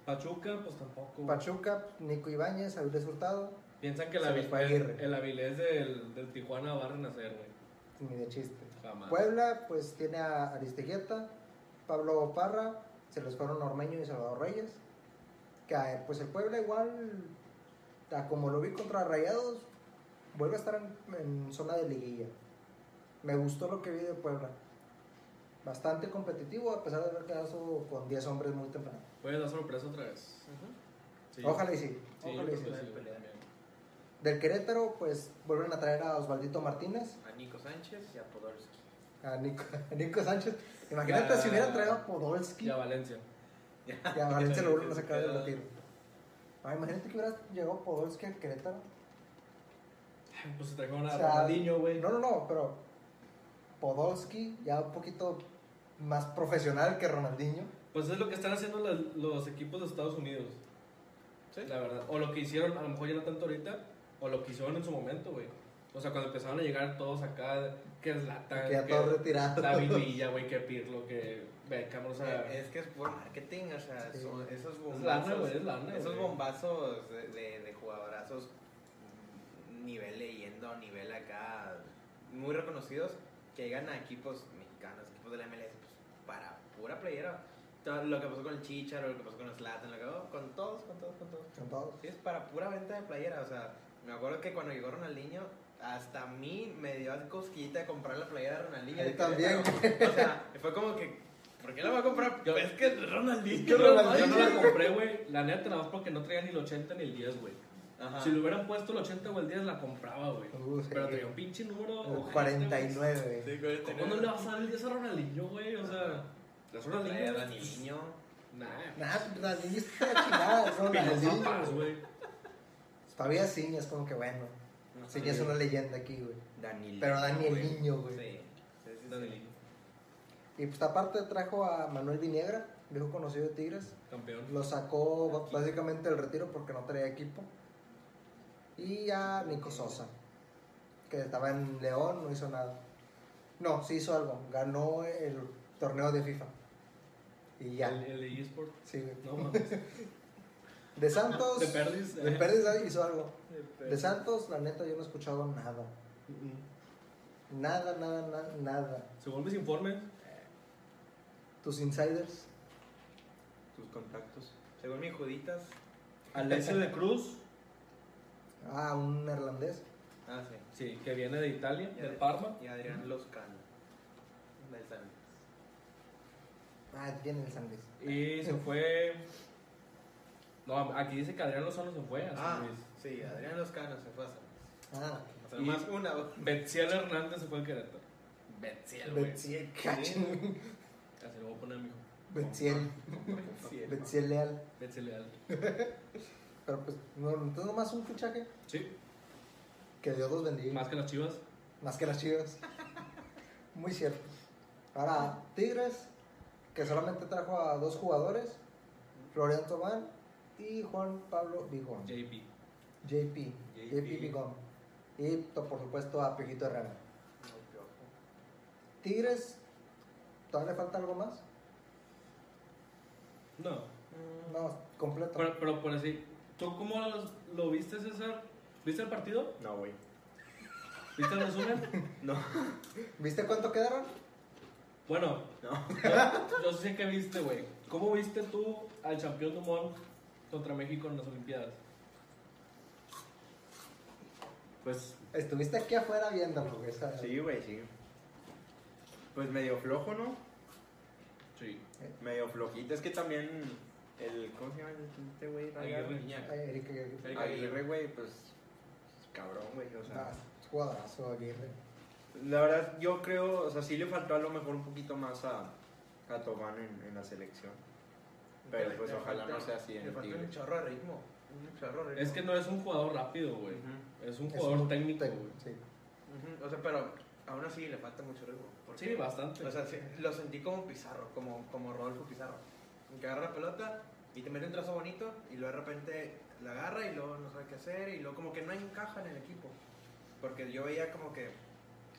Speaker 4: Pachuca, pues tampoco.
Speaker 3: Pachuca, Nico Ibáñez, Avilés Hurtado,
Speaker 4: Piensan que el,
Speaker 3: Se les
Speaker 4: Avi-
Speaker 3: fue Aguirre.
Speaker 4: el, el Avilés del, del Tijuana va a renacer, güey.
Speaker 3: ni de chiste.
Speaker 4: Jamás.
Speaker 3: Puebla, pues tiene a Aristeguieta, Pablo Parra, se les fueron Ormeño y Salvador Reyes. Que a- pues el Puebla igual, a como lo vi contra Rayados, vuelve a estar en, en zona de liguilla. Me gustó lo que vi de Puebla. Bastante competitivo a pesar de haber quedado con 10 hombres muy temprano.
Speaker 4: Puede dar sorpresa otra vez. Sí.
Speaker 3: Ojalá y sí.
Speaker 4: Sí, yo
Speaker 3: ojalá y
Speaker 4: creo que
Speaker 3: sí.
Speaker 4: sí, güey,
Speaker 7: pelea.
Speaker 4: también.
Speaker 3: Del Querétaro, pues vuelven a traer a Osvaldito Martínez,
Speaker 7: A Nico Sánchez y a Podolski.
Speaker 3: a Nico, a Nico Sánchez. Imagínate
Speaker 4: Ya-
Speaker 3: si hubieran traído a Podolski.
Speaker 4: Y a Valencia.
Speaker 3: Ya, Valencia lo vuelven a sacar del retiro. Ah, imagínate que hubiera llegado Podolski al Querétaro.
Speaker 4: Pues se trajeron a
Speaker 3: O sea,
Speaker 4: Ronaldinho, güey.
Speaker 3: No, no, no, pero Podolski ya un poquito más profesional que Ronaldinho.
Speaker 4: Pues es lo que están haciendo las- los equipos de Estados Unidos. La verdad. O lo que hicieron, a lo mejor ya no tanto ahorita, o lo que hicieron en su momento, güey. O sea, cuando empezaron a llegar todos acá, que es Lata,
Speaker 3: que ya todo retirado.
Speaker 4: David Villa, güey, que Pirlo, que Beckham, o sea,
Speaker 7: Eh, es que es por marketing, o sea,
Speaker 3: Sí.
Speaker 7: son esos
Speaker 4: es
Speaker 7: bombazos.
Speaker 4: lana, güey, es lana.
Speaker 7: esos
Speaker 4: güey.
Speaker 7: bombazos de, de, de jugadorazos mm, nivel leyendo, nivel acá, muy reconocidos, que llegan a equipos mexicanos, equipos de la MLS, pues, para pura playera. Todo lo que pasó con el Chicharo, lo que pasó con Slatan, lo que pasó con todos, con todos, con todos.
Speaker 3: Con todos.
Speaker 7: Sí, es para pura venta de playera, o sea, me acuerdo que cuando llegó Ronaldinho, hasta a mí me dio cosquillita de comprar la playera de Ronaldinho.
Speaker 3: A mí
Speaker 7: de
Speaker 3: también.
Speaker 7: Querétaro. O sea, fue como que, ¿por qué la voy a comprar? Pues
Speaker 4: Yo-
Speaker 7: es que es Ronaldinho.
Speaker 4: Yo no, la- yo no la
Speaker 7: Ronaldinho.
Speaker 4: compré, güey. La neta, nada más porque no traía ni el 80 ni el 10, güey.
Speaker 3: Ah.
Speaker 7: Ajá.
Speaker 4: Si le hubieran puesto el 80 o el 10, la compraba, güey.
Speaker 3: Uh, sí.
Speaker 4: Pero tenía un pinche número.
Speaker 3: El
Speaker 4: ojete,
Speaker 3: 49.
Speaker 7: Sí,
Speaker 4: güey. ¿Cómo no le vas a dar el 10 a Ronaldinho, güey? O sea, ¿es Ronaldinho?
Speaker 7: Ronaldinho.
Speaker 4: Nah.
Speaker 3: Nada, Ronaldinho está de chingada,
Speaker 4: Pinches
Speaker 3: Ronaldinho.
Speaker 4: papas, güey.
Speaker 3: Todavía sí, es como que bueno. Sí, es una leyenda aquí, güey.
Speaker 7: Daniel.
Speaker 3: Pero Danieliño, güey.
Speaker 7: Sí. Sí, sí, sí.
Speaker 4: Daniel,
Speaker 3: Y pues aparte trajo a Manuel Viniegra, viejo conocido de Tigres.
Speaker 4: campeón.
Speaker 3: Lo sacó ba- básicamente del retiro porque no traía equipo. Y a Nico Sosa, que estaba en León, no hizo nada. No, sí hizo algo. Ganó el torneo de FIFA. Y
Speaker 4: El,
Speaker 3: ya.
Speaker 4: el de eSport.
Speaker 3: Sí, güey.
Speaker 4: No mames.
Speaker 3: De Santos.
Speaker 4: De eh. Perdis.
Speaker 3: de Perdis ah, hizo algo. De Santos, la neta, yo no he escuchado nada. Nada, nada, nada, nada.
Speaker 4: Según mis informes,
Speaker 3: Tus insiders.
Speaker 6: Tus contactos.
Speaker 7: Según mis juditas.
Speaker 4: Alessio de Cruz,
Speaker 3: Ah, un neerlandés.
Speaker 7: Ah, sí.
Speaker 4: sí, que viene de Italia,
Speaker 7: Y
Speaker 4: del
Speaker 7: Adri-
Speaker 4: Parma.
Speaker 7: Y Adrián Loscano. Del San.
Speaker 3: Ah, tiene el San Luis.
Speaker 4: Y se fue. No, aquí dice que Adrián Lozano se fue a San
Speaker 7: Ah,
Speaker 4: Luis.
Speaker 7: sí, Adrián Loscano se fue a San Luis.
Speaker 3: Ah,
Speaker 7: O sea,
Speaker 4: Y-
Speaker 7: más una.
Speaker 4: Betziel Hernández se fue al Querétaro. Betziel, güey. Así
Speaker 3: Betziel, cachín.
Speaker 4: lo voy a poner a mi hijo.
Speaker 3: Betziel. Betziel Leal.
Speaker 4: Betziel Leal.
Speaker 3: Pero pues, no, entonces nomás un fichaje.
Speaker 4: Sí,
Speaker 3: Que Dios los bendiga.
Speaker 4: más
Speaker 3: Más,
Speaker 4: que las chivas.
Speaker 3: que las chivas. Muy cierto. Ahora, Tigres, que solamente trajo a dos jugadores, Florian Tobán y Juan Pablo Vigón.
Speaker 4: JP.
Speaker 3: JP. JP Vigón. Y to- por supuesto a Pejito Herrera. Tigres, ¿todavía le falta algo más?
Speaker 4: No.
Speaker 3: No, completo.
Speaker 4: Pero, pero por así, ¿tú cómo los- lo viste, César? ¿Viste el partido?
Speaker 6: No, güey.
Speaker 4: ¿Viste el resumen?
Speaker 3: ¿Viste cuánto quedaron?
Speaker 4: Bueno,
Speaker 6: No.
Speaker 4: yo, yo sé que viste, güey. ¿Cómo viste tú al campeón Dumont contra México en las Olimpiadas?
Speaker 6: Pues
Speaker 3: Estuviste aquí afuera viéndolo, güey. o sea,
Speaker 6: sí, güey, sí. Pues medio flojo, ¿no?
Speaker 4: Sí.
Speaker 6: Medio flojita. Es que también el. ¿Cómo se llama este güey?
Speaker 4: Aguirre.
Speaker 6: Iñak.
Speaker 3: Ay, Erika Aguirre.
Speaker 6: Erika Aguirre, güey, pues. Cabrón, güey. O sea.
Speaker 3: Ah, Jugadorazo, Aguirre.
Speaker 6: La verdad, yo creo. O sea, sí le faltó a lo mejor un poquito más a, a Tobán en, en la selección. Pero
Speaker 7: Le-
Speaker 6: pues
Speaker 7: le
Speaker 6: ojalá
Speaker 7: falta-
Speaker 6: no sea así
Speaker 7: Le
Speaker 6: en
Speaker 7: falta un
Speaker 6: Tigres.
Speaker 7: chorro de ritmo. Un chorro de ritmo.
Speaker 4: Es que no es un jugador rápido, güey.
Speaker 6: Ujú.
Speaker 4: Es un
Speaker 3: Es
Speaker 4: jugador
Speaker 3: un
Speaker 4: técnico,
Speaker 3: tec-
Speaker 4: güey.
Speaker 3: sí.
Speaker 7: Ujú, O sea, pero aún así le falta mucho ritmo. porque-
Speaker 4: Sí, bastante.
Speaker 7: O sea, sí, lo sentí como Pizarro, como, como Rodolfo Pizarro. Que agarra la pelota y te mete un trazo bonito y luego de repente la agarra y luego no sabe qué hacer y luego como que no encaja en el equipo. Porque yo veía como que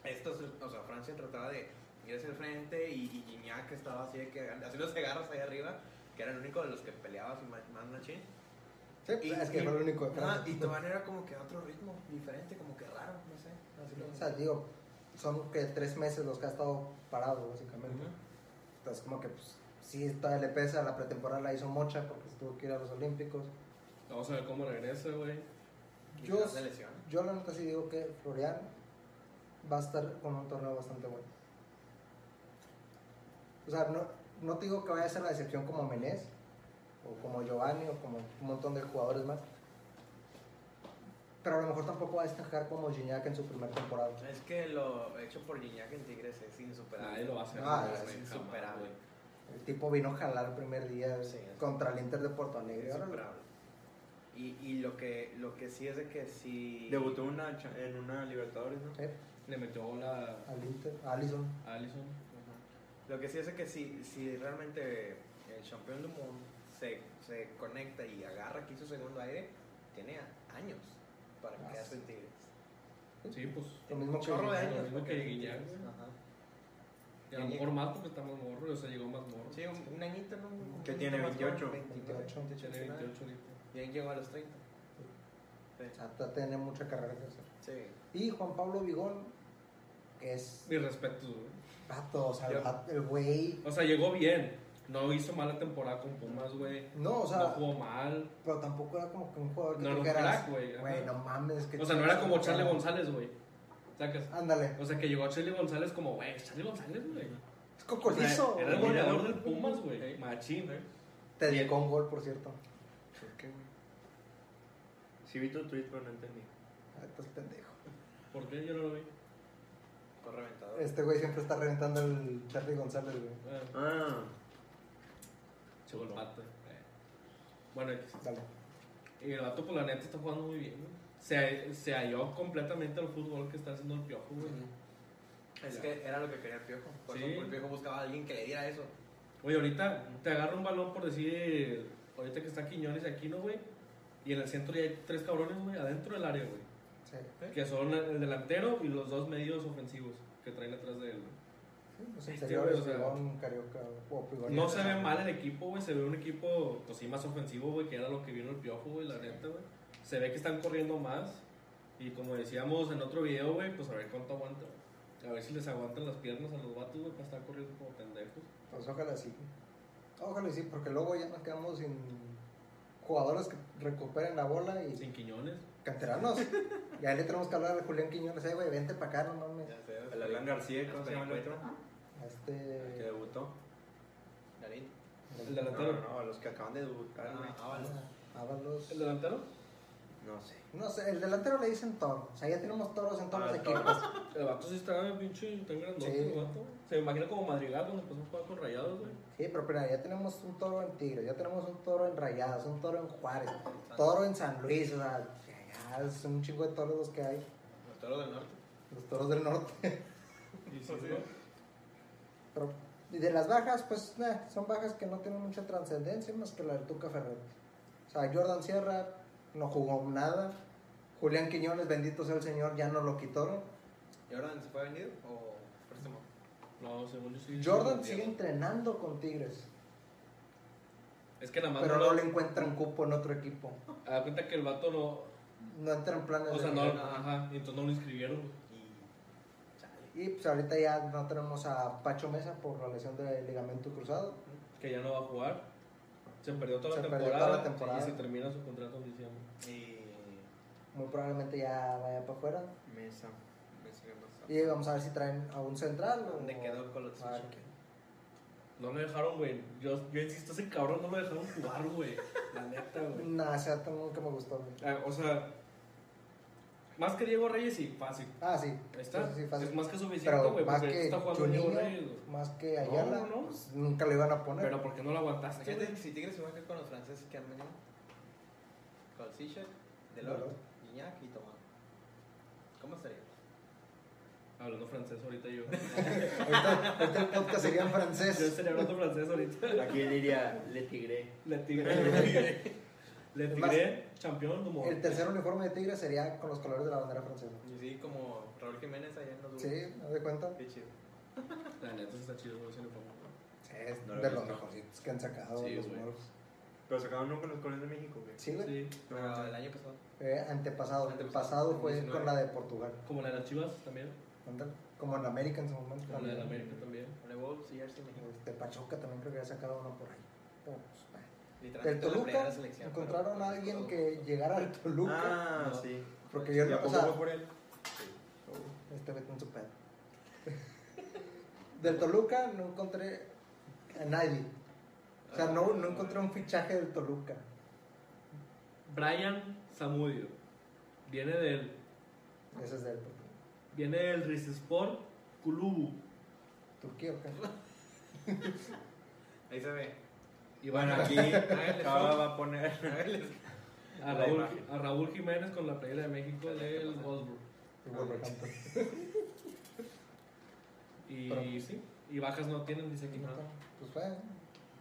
Speaker 7: estos, o sea, Francia trataba de ir hacia el frente y, y Gignac estaba así de que haciendo los agarros ahí arriba, que era el único de los que peleaba su ma- más machín.
Speaker 3: Sí, pues, es que fue el único de
Speaker 7: ah,
Speaker 3: Francia.
Speaker 7: y Tobán era como que a otro ritmo, diferente, como que raro, no sé. Así lo
Speaker 3: O sea, digo, son que tres meses los que ha estado parado, básicamente.
Speaker 7: Ujú.
Speaker 3: Entonces, como que, pues, sí, todavía le pesa. La pretemporada la hizo mocha porque se tuvo que ir a los Olímpicos.
Speaker 4: Vamos a ver cómo regresa, güey.
Speaker 7: Y
Speaker 3: Yo-
Speaker 7: la selección.
Speaker 3: Yo, la neta, sí digo que Florian va a estar con un torneo bastante bueno. O sea, no, no te digo que vaya a ser la decepción como Menés, o como Giovanni, o como un montón de jugadores más. Pero a lo mejor tampoco va a destacar como Gignac en su primera temporada.
Speaker 7: Es que lo hecho por Gignac en Tigres es insuperable.
Speaker 4: Nadie lo va a hacer.
Speaker 3: Ah,
Speaker 4: güey,
Speaker 3: es
Speaker 4: jamás,
Speaker 7: insuperable.
Speaker 4: güey.
Speaker 3: El tipo vino a jalar el primer día
Speaker 7: Sí.
Speaker 3: contra el Inter de Porto Alegre. Ahora,
Speaker 7: Insuperable. Y, y lo, que, lo que sí es de que si...
Speaker 6: Debutó una cha- en una Libertadores, ¿no?
Speaker 3: eh,
Speaker 4: Le metió bola
Speaker 3: al Inter, a Alisson.
Speaker 4: a Allison.
Speaker 7: Ajá. Lo que sí es de que si, si realmente el campeón del mundo se, se conecta y agarra aquí su segundo aire, tiene a- años para
Speaker 3: Ah,
Speaker 7: que
Speaker 3: sí.
Speaker 7: hace en Tigres.
Speaker 4: Sí, pues.
Speaker 3: Lo mismo que
Speaker 7: Chorro de
Speaker 3: Gignac.
Speaker 7: años.
Speaker 4: Lo mismo
Speaker 7: porque-
Speaker 4: que Guiñac, güey.
Speaker 7: Ajá.
Speaker 4: Y a lo mejor más porque estamos morros, o sea, llegó más morro.
Speaker 7: Sí, un, un añito, ¿no? Un
Speaker 6: Que
Speaker 7: añito
Speaker 6: tiene
Speaker 7: más joven,
Speaker 6: 28.
Speaker 7: 29,
Speaker 3: 28.
Speaker 4: Tiene
Speaker 7: 29.
Speaker 4: 28 ahorita.
Speaker 7: Y ahí llegó a los 30.
Speaker 3: O sea, está- tiene mucha carrera que hacer.
Speaker 7: Sí.
Speaker 3: Y Juan Pablo Vigón, que es
Speaker 4: Mis respetos, güey.
Speaker 3: vato, o sea, el
Speaker 4: Yo-
Speaker 3: vato- el güey.
Speaker 4: O sea, llegó bien. No hizo mala temporada con Pumas, güey.
Speaker 3: No, o
Speaker 4: no
Speaker 3: sea,
Speaker 4: jugó mal.
Speaker 3: pero tampoco era como que un jugador que
Speaker 4: No
Speaker 3: tú
Speaker 4: era un
Speaker 3: dijeras,
Speaker 4: crack, güey, ajá.
Speaker 3: güey, no mames. que
Speaker 4: O sea, no era como
Speaker 3: chingos,
Speaker 4: Charlie
Speaker 3: cara".
Speaker 4: González, güey. ¿Sacas?
Speaker 3: Ándale,
Speaker 4: O sea, que llegó Charlie González como, güey, Charlie González, güey.
Speaker 3: es
Speaker 4: O sea,
Speaker 3: cocolizo.
Speaker 4: Era el
Speaker 3: güey.
Speaker 4: goleador del Pumas, güey. Machín, güey.
Speaker 3: Te dedicó un gol, por cierto.
Speaker 6: Sí vi tu tweet, pero no entendí.
Speaker 3: Ah, Estás pendejo.
Speaker 4: ¿Por qué yo no lo vi?
Speaker 7: Con reventador.
Speaker 3: Este güey siempre está reventando el Charlie González, güey.
Speaker 4: Ah,
Speaker 6: Ah,
Speaker 4: Llegó el pato. eh. Bueno, X.
Speaker 3: Dale.
Speaker 4: Y el vato, por la neta, está jugando muy bien, güey. Se, se halló completamente al fútbol que está haciendo el piojo, güey.
Speaker 7: Es
Speaker 4: Ya.
Speaker 7: que era lo que quería el piojo. Por
Speaker 4: Sí.
Speaker 7: eso el piojo buscaba a alguien que le diera eso.
Speaker 4: Oye, ahorita te agarra un balón por decir, ahorita que está Quiñones y Aquino, güey, y en el centro ya hay tres cabrones, güey, adentro del área, güey.
Speaker 3: Sí.
Speaker 4: Que son el delantero y los dos medios ofensivos que traen atrás de él, güey.
Speaker 3: Sí, pues, Los
Speaker 4: Este
Speaker 3: interiores,
Speaker 4: güey, o sea,
Speaker 3: Vigón, Carioca, o Vigón.
Speaker 4: No se ve mal el equipo, güey, se ve un equipo, pues sí, más ofensivo, güey, que era lo que vino el piojo, güey, la neta, güey. Se ve que están corriendo más y como decíamos en otro video, güey, pues a ver cuánto aguanta, güey. A ver si les aguantan las piernas a los vatos, güey, para estar corriendo como pendejos.
Speaker 3: Pues ojalá sí. Ojalá sí, porque luego ya nos quedamos sin jugadores que recuperen la bola y
Speaker 4: Sin Quiñones.
Speaker 3: canteranos. y ahí le tenemos que hablar a Julián Quiñones, eh, güey, vente para acá, no mames.
Speaker 7: Ya sé,
Speaker 6: el Alan
Speaker 3: Ah,
Speaker 6: García, ¿cómo se llama el otro?
Speaker 3: A
Speaker 6: El que
Speaker 3: este.
Speaker 6: debutó.
Speaker 7: Darín.
Speaker 4: El
Speaker 6: No,
Speaker 4: delantero.
Speaker 6: no, no, a los que acaban de debutar, güey.
Speaker 7: Ah, Ábalos.
Speaker 3: Ábalos.
Speaker 4: ¿El delantero?
Speaker 6: No sé.
Speaker 3: No sé, el delantero le dicen toro. O sea, ya tenemos toros en todos
Speaker 6: Ah,
Speaker 3: los
Speaker 6: toro.
Speaker 3: equipos.
Speaker 4: El vato sí estaba bien pinche tan grandote,
Speaker 3: Sí.
Speaker 4: el vato. Se me imagina como madrigal cuando empezó a jugar con rayados, güey.
Speaker 3: Sí, pero mira, ya tenemos un toro en Tigre, ya tenemos un toro en Rayadas, un toro en Juárez, toro en San Luis. O sea, ya es un chingo de toros los que hay.
Speaker 7: Los toros del norte.
Speaker 3: Los toros del norte.
Speaker 4: Y sí,
Speaker 7: sí.
Speaker 4: ¿no?
Speaker 3: Pero, y de las bajas, pues nah, son bajas que no tienen mucha trascendencia más que la del Tuca Ferretti. O sea, Jordan Sierra no jugó nada. Julián Quiñones, bendito sea el Señor, ya no lo quitaron.
Speaker 7: ¿Y ahora se fue vendido o este préstamo?
Speaker 4: No, según yo sí.
Speaker 3: Jordan
Speaker 4: sí,
Speaker 3: sigue entrenando con Tigres,
Speaker 4: Es que nada más.
Speaker 3: pero no le encuentran cupo en otro equipo.
Speaker 4: A dar cuenta que el vato no.
Speaker 3: No entra en planes
Speaker 4: O sea,
Speaker 3: de-
Speaker 4: no. Ajá, y entonces no lo inscribieron, güey.
Speaker 3: Y pues ahorita ya no tenemos a Pacho Mesa por la lesión del ligamento cruzado.
Speaker 4: Que ya no va a jugar. Se perdió toda,
Speaker 3: Se
Speaker 4: la,
Speaker 3: perdió
Speaker 4: temporada,
Speaker 3: toda la temporada.
Speaker 4: Y se termina su contrato en diciembre.
Speaker 7: Y.
Speaker 3: Muy probablemente ya vaya para afuera.
Speaker 6: Mesa. Mesa que pasa.
Speaker 3: Y vamos a ver si traen a un central. o-
Speaker 7: ¿Dónde quedó
Speaker 3: a ver
Speaker 7: Colotsuchi?
Speaker 3: qué-
Speaker 4: No lo dejaron, güey. Yo, yo insisto, ese cabrón no lo dejaron jugar, güey. La neta, güey.
Speaker 3: Nah, ese vato nunca me gustó, güey.
Speaker 4: Ah, o sea, más que Diego Reyes, sí, fácil.
Speaker 3: Ah, sí.
Speaker 4: Ahí está.
Speaker 3: Sí, sí, fácil.
Speaker 4: Es más que suficiente,
Speaker 3: Pero
Speaker 4: güey.
Speaker 3: más
Speaker 4: porque
Speaker 3: que
Speaker 4: está jugando Diego
Speaker 3: Juninho,
Speaker 4: Reyes, güey.
Speaker 3: más que Ayala,
Speaker 4: No, no.
Speaker 3: pues, nunca lo iban a poner.
Speaker 4: Pero ¿por qué no lo aguantaste? güey?
Speaker 7: Fíjate, si Tigres se va a quedar con los franceses que han venido. Con Sishak, Delors,
Speaker 3: Delors.
Speaker 7: Guiñac y Tomás. ¿Cómo estaría?
Speaker 4: Hablando francés ahorita yo.
Speaker 3: Ahorita, ahorita el podcast sería en
Speaker 4: Yo
Speaker 3: francés.
Speaker 4: estaría hablando francés ahorita.
Speaker 6: ¿A quién diría le tigré?
Speaker 4: Le tigre. Le
Speaker 3: Es más,
Speaker 4: tigre, campeón de humor.
Speaker 3: El tercer uniforme de Tigres sería con los colores de la bandera francesa.
Speaker 7: Y sí, como Raúl Jiménez allá en los
Speaker 3: Sí, ¿no de cuenta?
Speaker 7: Qué chido.
Speaker 4: La neta está chido, güey, ese uniforme.
Speaker 3: Sí, es
Speaker 6: No lo
Speaker 3: de
Speaker 6: he
Speaker 3: los
Speaker 6: visto.
Speaker 3: mejorcitos que han sacado
Speaker 4: Sí,
Speaker 3: los
Speaker 4: güey.
Speaker 3: moros.
Speaker 6: Pero sacaron uno con los colores de México, güey.
Speaker 3: Sí, güey.
Speaker 4: Sí.
Speaker 7: Pero el año pasado.
Speaker 3: Eh, antepasado.
Speaker 7: Antepasado.
Speaker 3: Antepasado fue
Speaker 7: 19.
Speaker 3: con la de Portugal.
Speaker 4: Como la de las chivas también.
Speaker 3: Ándale. Como en América en su momento.
Speaker 4: Como la de la América también.
Speaker 7: Le Wolves y Arce México.
Speaker 3: Este Pachuca también creo que había sacado uno por ahí. Pero, pues, bueno. Del
Speaker 7: Literalmente la
Speaker 3: Toluca
Speaker 7: primera selección,
Speaker 3: encontraron
Speaker 7: pero- pues,
Speaker 3: a alguien que llegara al Toluca.
Speaker 6: Ah,
Speaker 7: No.
Speaker 6: sí.
Speaker 3: porque yo
Speaker 6: ¿Y
Speaker 3: no.
Speaker 6: a
Speaker 3: O
Speaker 6: poco
Speaker 3: sea,
Speaker 6: fue por él?
Speaker 3: Este vete en su pedo. Del Toluca no encontré a nadie. O sea, no, no encontré un fichaje del Toluca.
Speaker 4: Brian Zamudio. Viene del.
Speaker 3: Ese es del
Speaker 4: Viene del Rizespor Kulubu.
Speaker 3: Turquía, ¿o qué?
Speaker 7: Ahí se ve.
Speaker 4: Y van
Speaker 6: Bueno,
Speaker 4: a,
Speaker 6: aquí Cava va a poner.
Speaker 4: a
Speaker 6: la
Speaker 4: Raúl,
Speaker 6: imagen.
Speaker 4: a Raúl Jiménez con la playera de México del Wolfsburg.
Speaker 3: De Wolverhampton.
Speaker 4: Y
Speaker 3: Pero, pues,
Speaker 4: sí. Y bajas no tienen, dice aquí nada.
Speaker 3: Pues fue.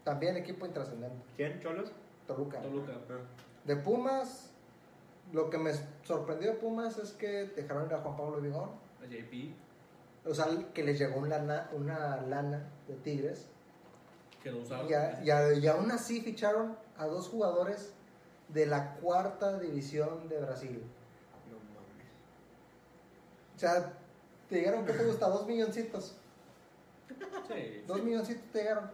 Speaker 3: También equipo intrascendente.
Speaker 6: ¿Quién? ¿Cholos?
Speaker 3: Toluca.
Speaker 4: Toluca.
Speaker 3: De Pumas, lo que me sorprendió de Pumas es que dejaron ir a Juan Pablo Vigor.
Speaker 4: A JP.
Speaker 3: O sea, que les llegó una lana, una lana de Tigres.
Speaker 4: Que lo usaron.
Speaker 3: Ya, ya, y aún así ficharon a dos jugadores de la cuarta división de Brasil.
Speaker 6: No mames.
Speaker 3: O sea, te llegaron, ¿qué te gusta? Dos milloncitos.
Speaker 4: Sí.
Speaker 3: Dos milloncitos te llegaron.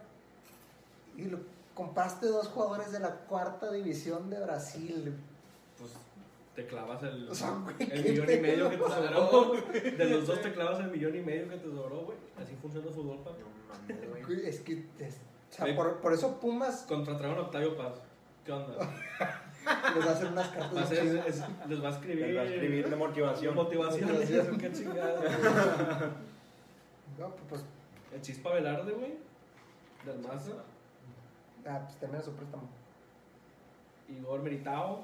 Speaker 3: Y lo, compraste dos jugadores de la cuarta división de Brasil.
Speaker 4: Pues te clavas el,
Speaker 3: O sea, güey,
Speaker 4: el
Speaker 3: ¿qué
Speaker 4: millón y medio
Speaker 3: pedo?
Speaker 4: que te sobró. De los dos te clavas el millón y medio que te sobró, güey. Así funciona el fútbol, pa.
Speaker 6: No mames, güey.
Speaker 3: Güey, Es que, es- o sea,
Speaker 4: Sí.
Speaker 3: por, por eso Pumas
Speaker 4: Contrataron a Octavio Paz. ¿Qué onda?
Speaker 3: les hacen unas cartas
Speaker 4: Va a
Speaker 3: de
Speaker 4: ser- es- les va a escribir.
Speaker 6: Les va a escribir de
Speaker 4: Motivación.
Speaker 6: motivación.
Speaker 4: Motivación.
Speaker 3: Motivación.
Speaker 4: Qué chingada.
Speaker 3: No, pues,
Speaker 4: El Chispa Velarde, güey. Del Maza.
Speaker 3: ah, pues termina su préstamo.
Speaker 4: Igor Meritao.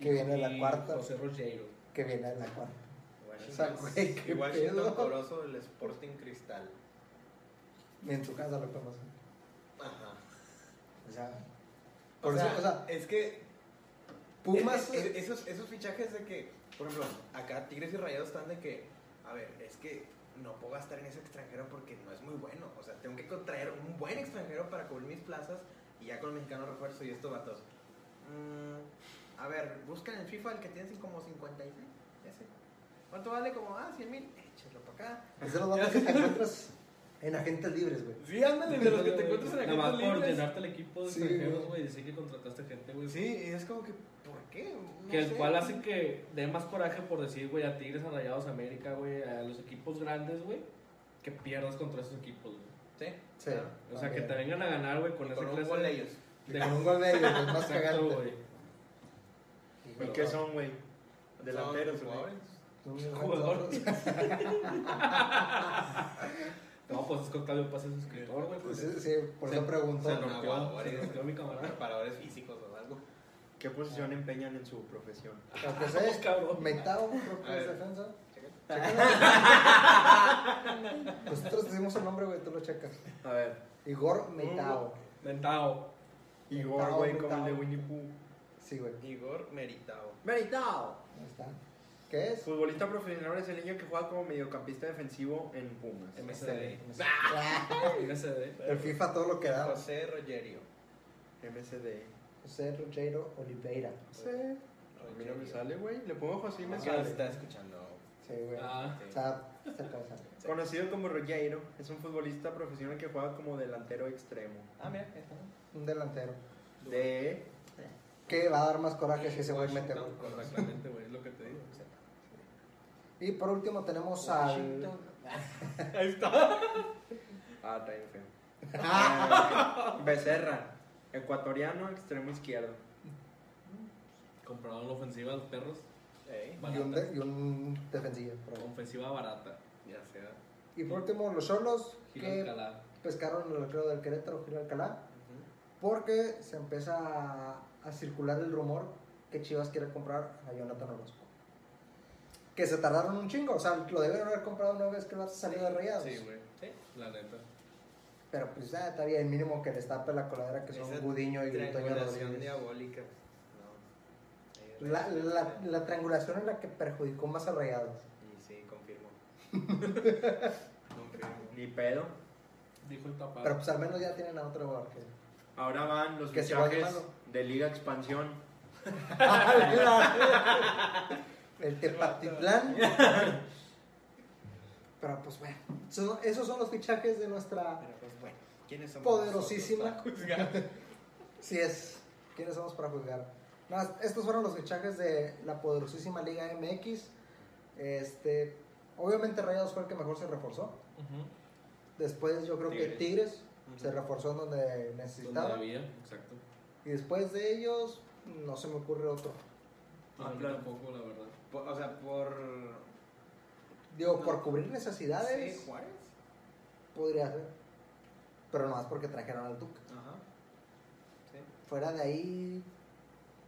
Speaker 3: Que viene de la
Speaker 4: y
Speaker 3: cuarta.
Speaker 4: José Rogero.
Speaker 3: Que viene de la cuarta.
Speaker 7: Bueno,
Speaker 3: O sea, güey, qué
Speaker 7: Washington
Speaker 3: pedo.
Speaker 7: Corozo del Sporting Cristal.
Speaker 3: Ni en su casa lo conocen.
Speaker 7: Ajá.
Speaker 3: O sea,
Speaker 7: O
Speaker 3: por
Speaker 7: sea,
Speaker 3: eso, o sea,
Speaker 7: es que
Speaker 3: Pumas.
Speaker 7: es- es- esos, esos fichajes de que, por ejemplo, acá Tigres y Rayados están de que, a ver, es que no puedo gastar en ese extranjero porque no es muy bueno. O sea, tengo que contraer un buen extranjero para cubrir mis plazas y ya con el mexicano refuerzo y estos vatos. Mm, a ver, buscan en FIFA el que tiene como 56, ese. ¿Cuánto vale? Como, ah, 100 mil. Échalo para acá.
Speaker 3: Pues Es de los datos que te encuentras en agentes libres, güey.
Speaker 7: Sí, ándale, de los que te encuentras en
Speaker 4: Nada
Speaker 7: agentes
Speaker 4: más por
Speaker 7: libres.
Speaker 4: llenarte el equipo de
Speaker 3: Sí,
Speaker 4: extranjeros,
Speaker 3: güey.
Speaker 4: güey. Dice que contrataste gente, güey.
Speaker 7: Sí, y es como que, ¿por qué? No
Speaker 4: Que el
Speaker 7: sé.
Speaker 4: cual hace que dé más coraje por decir, güey, a Tigres, a Rayados, a América, güey, a los equipos grandes, güey, que pierdas contra esos equipos, güey.
Speaker 7: Sí,
Speaker 3: Sí.
Speaker 7: claro.
Speaker 4: O sea, que te
Speaker 3: también.
Speaker 4: vengan a ganar, güey, con esa
Speaker 7: Con un
Speaker 4: clase
Speaker 7: gol de
Speaker 4: de,
Speaker 7: ellos.
Speaker 4: de-
Speaker 3: Con un gol de ellos, es más
Speaker 4: Exacto,
Speaker 3: cagante.
Speaker 4: güey.
Speaker 6: ¿Y qué son, güey? Delanteros, güey.
Speaker 4: Jugador. No, pues es que Octavio Paz es suscriptor, güey.
Speaker 3: Pues,
Speaker 4: Pues,
Speaker 3: sí, sí, por eso pregunto.
Speaker 7: se
Speaker 4: rompió,
Speaker 7: Aguadores.
Speaker 4: se rompió mi camarada.
Speaker 7: preparadores físicos o algo.
Speaker 6: ¿Qué posición empeñan en su profesión?
Speaker 3: Aunque
Speaker 4: Ah,
Speaker 3: sea
Speaker 4: cabrón.
Speaker 3: Metao, creo
Speaker 7: A
Speaker 3: que es
Speaker 7: ver.
Speaker 3: defensa. Chécalo. Nosotros decimos el nombre, güey, tú lo checas.
Speaker 6: A ver.
Speaker 4: Uh.
Speaker 3: Igor Metao.
Speaker 4: Mentado.
Speaker 6: Igor,
Speaker 3: Metao,
Speaker 6: güey, como el de
Speaker 3: metao.
Speaker 6: Winnie Pooh.
Speaker 3: Sí, güey,
Speaker 7: Igor Meritao.
Speaker 6: ¡Meritado!
Speaker 3: ahí está. ¿Qué es?
Speaker 6: Futbolista profesional brasileño que juega como mediocampista defensivo en Pumas.
Speaker 4: MCD.
Speaker 3: Ah,
Speaker 4: MCD.
Speaker 3: El FIFA todo lo que da.
Speaker 4: Pues.
Speaker 7: José Rogerio.
Speaker 6: MCD.
Speaker 3: José Rogero Oliveira.
Speaker 6: Sí. A mí no me sale, güey. Le pongo José y me
Speaker 7: Ya
Speaker 6: sale.
Speaker 7: está escuchando.
Speaker 3: Sí, güey.
Speaker 4: Ah,
Speaker 3: O sea, se pasa.
Speaker 6: Conocido como Rogueiro, es un futbolista profesional que juega como delantero extremo.
Speaker 7: Ah, mira, ahí está.
Speaker 3: Un delantero.
Speaker 6: De.
Speaker 3: Que va a dar más coraje si ese güey mete gol.
Speaker 7: Washington Corozo.
Speaker 4: exactamente, güey, es lo que te digo.
Speaker 3: Y por último tenemos al.
Speaker 7: Washington.
Speaker 4: Ahí está.
Speaker 6: Ah, está bien feo.
Speaker 3: Ah.
Speaker 6: Eh, Becerra, ecuatoriano, extremo izquierdo.
Speaker 4: Compraron la ofensiva de los perros.
Speaker 7: Ey.
Speaker 3: Y un,
Speaker 4: Barata.
Speaker 3: de- y un defensivo. por favor.
Speaker 4: Ofensiva barata. Ya sea.
Speaker 3: Y por último, los Cholos,
Speaker 4: Gil
Speaker 3: que
Speaker 4: Alcalá.
Speaker 3: pescaron el arquero del Querétaro, Gil Alcalá, porque se empieza a, a circular el rumor que Chivas quiere comprar a Jonathan Orozco. Que se tardaron un chingo, o sea, lo debieron haber comprado una vez que lo salió de Rayados.
Speaker 4: Sí, güey. La neta.
Speaker 3: Pero pues ya está bien, mínimo que les tape la coladera que son
Speaker 7: Esa
Speaker 3: Gudiño y Toño
Speaker 7: Triangulación
Speaker 3: Rodríguez.
Speaker 7: diabólica. No.
Speaker 3: La, la, la triangulación en la que perjudicó más a Rayados.
Speaker 7: Y sí, confirmo. confirmo.
Speaker 6: Ni pedo.
Speaker 4: Dijo el papá.
Speaker 3: Pero pues al menos ya tienen a otro jugador que...
Speaker 6: Ahora van los
Speaker 3: Que se vaya
Speaker 6: fichajes
Speaker 3: malo.
Speaker 6: de Liga Expansión.
Speaker 3: El Tepatitlán. Pero pues bueno, son- esos son los fichajes de nuestra...
Speaker 7: Pero pues bueno, ¿quiénes son?
Speaker 3: poderosísima. Sí es. ¿Quiénes somos para juzgar? Nada, estos fueron los fichajes de la poderosísima Liga MX. Este, obviamente Rayados fue el que mejor se reforzó.
Speaker 4: Ujú.
Speaker 3: Después yo creo que
Speaker 4: Tigres.
Speaker 3: Tigres se reforzó en donde
Speaker 4: Donde
Speaker 3: necesitaba.
Speaker 4: había. Exacto.
Speaker 3: Y después de ellos no se me ocurre otro.
Speaker 4: No, a mí
Speaker 7: claro.
Speaker 4: tampoco, la verdad.
Speaker 7: Por- o sea, por.
Speaker 3: Digo,
Speaker 7: No.
Speaker 3: por cubrir necesidades
Speaker 7: Sí, Juárez.
Speaker 3: podría ser. Pero no es porque trajeron al Tuca.
Speaker 7: Ajá.
Speaker 3: Fuera de ahí,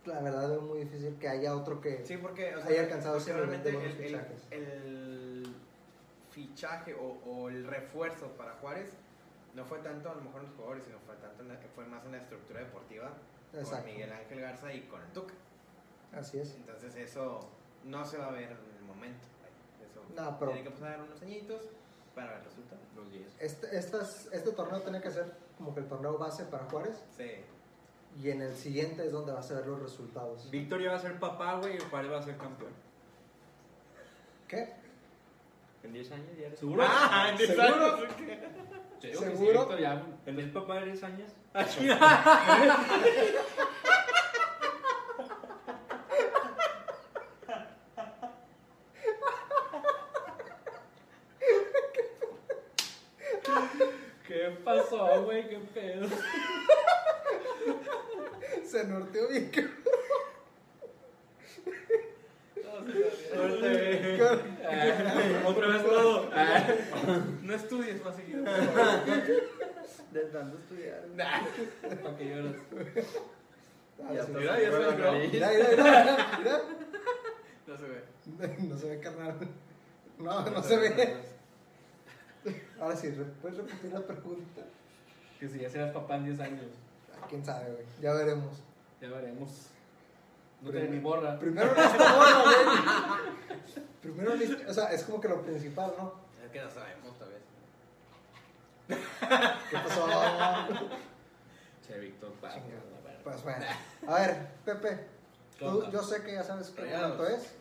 Speaker 3: la verdad es muy difícil que haya otro que...
Speaker 7: Sí, porque. O sea,
Speaker 3: Haya alcanzado
Speaker 7: porque
Speaker 3: ese nivel de
Speaker 7: realmente
Speaker 3: buenos
Speaker 7: el, el- el
Speaker 3: fichajes.
Speaker 7: fichaje o, o el refuerzo para Juárez no fue tanto a lo mejor en los jugadores, sino fue, tanto en la- fue más en la estructura deportiva con
Speaker 3: Exacto.
Speaker 7: Miguel Ángel Garza y con el Tuca.
Speaker 3: Así es.
Speaker 7: Entonces eso no se va a ver en el momento. Eso
Speaker 3: No, pero-
Speaker 7: tiene que pasar unos añitos para ver resultados. Los 10.
Speaker 3: Este, estas- este torneo tiene que ser como que el torneo base para Juárez
Speaker 7: Sí.
Speaker 3: y en el siguiente es donde vas a ver los resultados.
Speaker 6: Víctor ya va a ser papá, güey, y Juárez va a ser campeón.
Speaker 3: ¿Qué?
Speaker 6: En 10 años ya eres.
Speaker 4: ¿Seguro?
Speaker 6: Ah, en 10
Speaker 3: ¿Seguro?
Speaker 6: años.
Speaker 4: Yo digo que sí,
Speaker 3: ¿Seguro?
Speaker 4: Víctor, ya-
Speaker 6: ¿En el papá de 10 años?
Speaker 4: ¿Qué pasó, güey? ¿Qué pedo?
Speaker 3: Se norteó bien. que-
Speaker 6: Otra vez todo.
Speaker 4: No estudies más seguido.
Speaker 3: De tanto estudiar.
Speaker 4: Para que lloras.
Speaker 3: Ah, sí.
Speaker 6: está.
Speaker 3: Mira,
Speaker 6: ya se logró.
Speaker 3: mira, mira, mira.
Speaker 7: No se ve.
Speaker 3: No se ve carnal. No, no se ve. Ahora sí, re- puedes repetir la pregunta.
Speaker 4: Que si ya serás papá en 10 años.
Speaker 3: Ah, Quién sabe, güey. Ya veremos.
Speaker 4: Ya veremos. No tiene ni borra.
Speaker 3: Primero la historia, güey. Primero la historia. O sea, es como que lo principal, ¿no?
Speaker 7: Es que no sabemos, tal vez.
Speaker 3: ¿Qué pasó?
Speaker 4: Che, Víctor, va.
Speaker 3: Chingado.
Speaker 4: la verga.
Speaker 3: Pues bueno. A ver, Pepe.
Speaker 4: ¿Qué
Speaker 3: tú-
Speaker 4: onda?
Speaker 3: yo sé que ya sabes qué
Speaker 7: Rayados.
Speaker 3: momento es.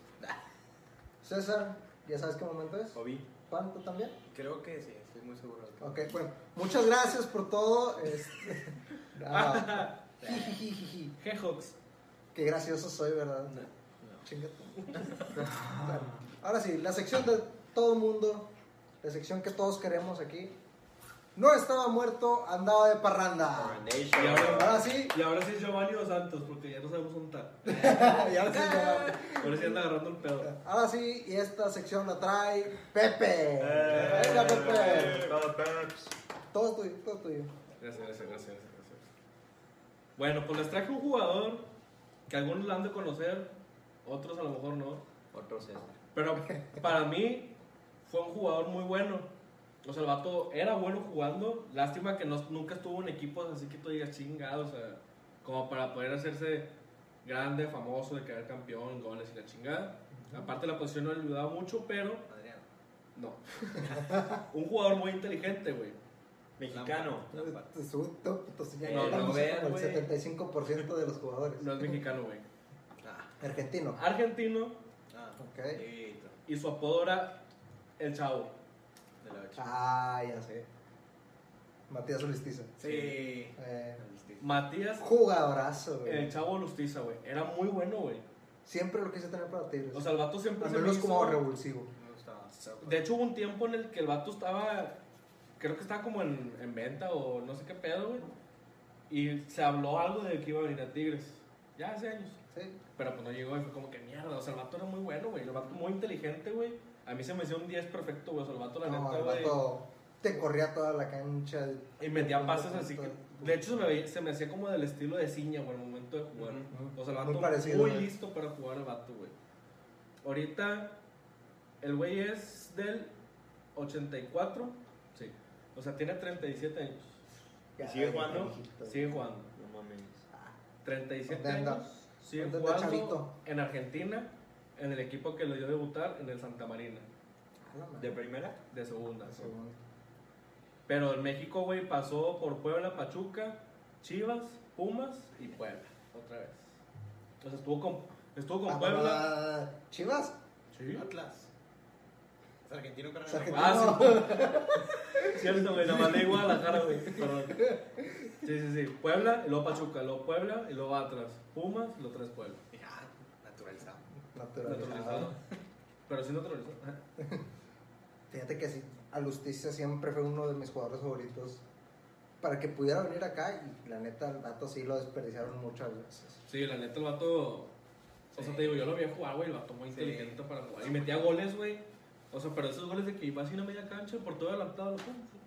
Speaker 3: César, ya sabes qué momento es.
Speaker 6: Obi.
Speaker 3: Juan, tú también.
Speaker 7: Creo que sí, estoy muy seguro. de que-
Speaker 3: Ok, bueno. Muchas gracias por todo. Este, ah,
Speaker 4: G-Hawks.
Speaker 3: qué gracioso soy, ¿verdad? No. Ahora sí, la sección de todo el mundo. La sección que todos queremos aquí. No estaba muerto, andaba de parranda.
Speaker 6: Foundation.
Speaker 4: Y ahora-
Speaker 3: Ahora sí,
Speaker 4: Y ahora sí es Giovanni Dos Santos, porque ya no sabemos dónde está.
Speaker 3: y ahora sí, ya.
Speaker 4: Ahora sí anda agarrando el pedo.
Speaker 3: Ahora sí, y esta sección la trae Pepe. eh,
Speaker 6: Eh,
Speaker 3: Venga, Pepe.
Speaker 6: Todo Peps.
Speaker 3: Todo tuyo, todo tuyo.
Speaker 4: Gracias, gracias, gracias, gracias. Bueno, pues les traje un jugador que algunos lo han de conocer, otros a lo mejor no.
Speaker 6: Otro César.
Speaker 4: Pero para mí fue un jugador muy bueno. O sea, el vato era bueno jugando. Lástima que no, nunca estuvo en equipos así que tú digas chingado. O sea, como para poder hacerse grande, famoso, de quedar campeón, goles y la chingada. Aparte, la posición no le ayudaba mucho, pero
Speaker 7: Adrián.
Speaker 4: no. un jugador muy inteligente, güey.
Speaker 6: Mexicano.
Speaker 7: Lampard.
Speaker 3: Te subo un top, entonces ya
Speaker 6: Eh,
Speaker 3: contamos
Speaker 4: no veas,
Speaker 3: como el
Speaker 4: güey.
Speaker 3: 75% de los jugadores.
Speaker 4: No es mexicano, güey.
Speaker 7: Ah,
Speaker 3: Argentino.
Speaker 4: Argentino
Speaker 7: ah.
Speaker 3: Ok.
Speaker 7: Listo.
Speaker 4: y su apodo era El Chavo.
Speaker 7: De la ocho.
Speaker 3: Ah, ya sé. Matías Olistiza.
Speaker 7: Sí.
Speaker 3: Eh,
Speaker 4: Matías,
Speaker 3: jugadorazo,
Speaker 4: El
Speaker 3: Ah, güey.
Speaker 4: Chavo Lustiza, güey. Era muy bueno, güey.
Speaker 3: Siempre lo quise tener para Tigres.
Speaker 4: O sea, el vato siempre
Speaker 3: Al
Speaker 4: se me
Speaker 3: menos
Speaker 4: hizo-
Speaker 3: como revulsivo.
Speaker 7: Me gustaba.
Speaker 4: De hecho, hubo un tiempo en el que el vato estaba creo que estaba como en, en venta o no sé qué pedo, güey. Y se habló algo de que iba a venir a Tigres. Ya hace años.
Speaker 3: Sí.
Speaker 4: Pero pues no llegó y fue como que mierda. O sea, el vato era muy bueno, güey. El vato muy inteligente, güey. A mí se me hacía un 10 perfecto, güey. O sea, el vato, la
Speaker 3: No,
Speaker 4: neta,
Speaker 3: el
Speaker 4: güey.
Speaker 3: vato te corría toda la cancha.
Speaker 4: Y metía pases así que. De hecho, se me, veía- se me hacía como del estilo de Ciña, güey, en el momento de jugar. O sea, el vato
Speaker 3: Muy
Speaker 4: muy,
Speaker 3: parecido, güey.
Speaker 4: listo para jugar el vato, güey. Ahorita, el güey es del 84. Sí. O sea, tiene 37 años.
Speaker 3: Ya,
Speaker 6: sigue
Speaker 3: ya,
Speaker 6: jugando?
Speaker 3: viejito.
Speaker 4: Sigue jugando.
Speaker 6: No mames.
Speaker 4: 37
Speaker 3: ¿Dónde anda?
Speaker 4: años. Sigue
Speaker 3: ¿Dónde anda Chavito?
Speaker 4: jugando en Argentina, en el equipo que lo dio debutar, en el Santa Marina,
Speaker 3: A la madre.
Speaker 6: ¿De primera?
Speaker 4: de segunda.
Speaker 3: Segundo.
Speaker 4: Pero en México, güey, pasó por Puebla, Pachuca, Chivas, Pumas y Puebla, otra vez. Entonces estuvo con, estuvo con
Speaker 3: Ah,
Speaker 4: Puebla. Ah,
Speaker 3: ah, Chivas.
Speaker 4: Sí.
Speaker 7: Atlas. Es argentino, carnal.
Speaker 3: Es argentino.
Speaker 4: Ah, sí. Cierto, güey, la mandé a Guadalajara, güey. Perdón. Sí, sí, sí. Puebla, y luego Pachuca, y luego Puebla, y luego Atlas. Pumas, y luego tres Puebla.
Speaker 7: Ah, naturalizado.
Speaker 3: Naturalizado.
Speaker 4: Naturalizado. Pero sí naturalizado. Ajá.
Speaker 3: Fíjate que sí, Alusticia siempre fue uno de mis jugadores favoritos. Para que pudiera venir acá, y la neta, el vato sí lo desperdiciaron muchas veces.
Speaker 4: Sí, la neta, el vato. O sea, te digo, yo lo había jugado, güey, el vato muy inteligente para jugar. Y metía goles, güey. O sea, pero esos goles de que ibas sin a media cancha, por todo adelantado, lo pum, pum.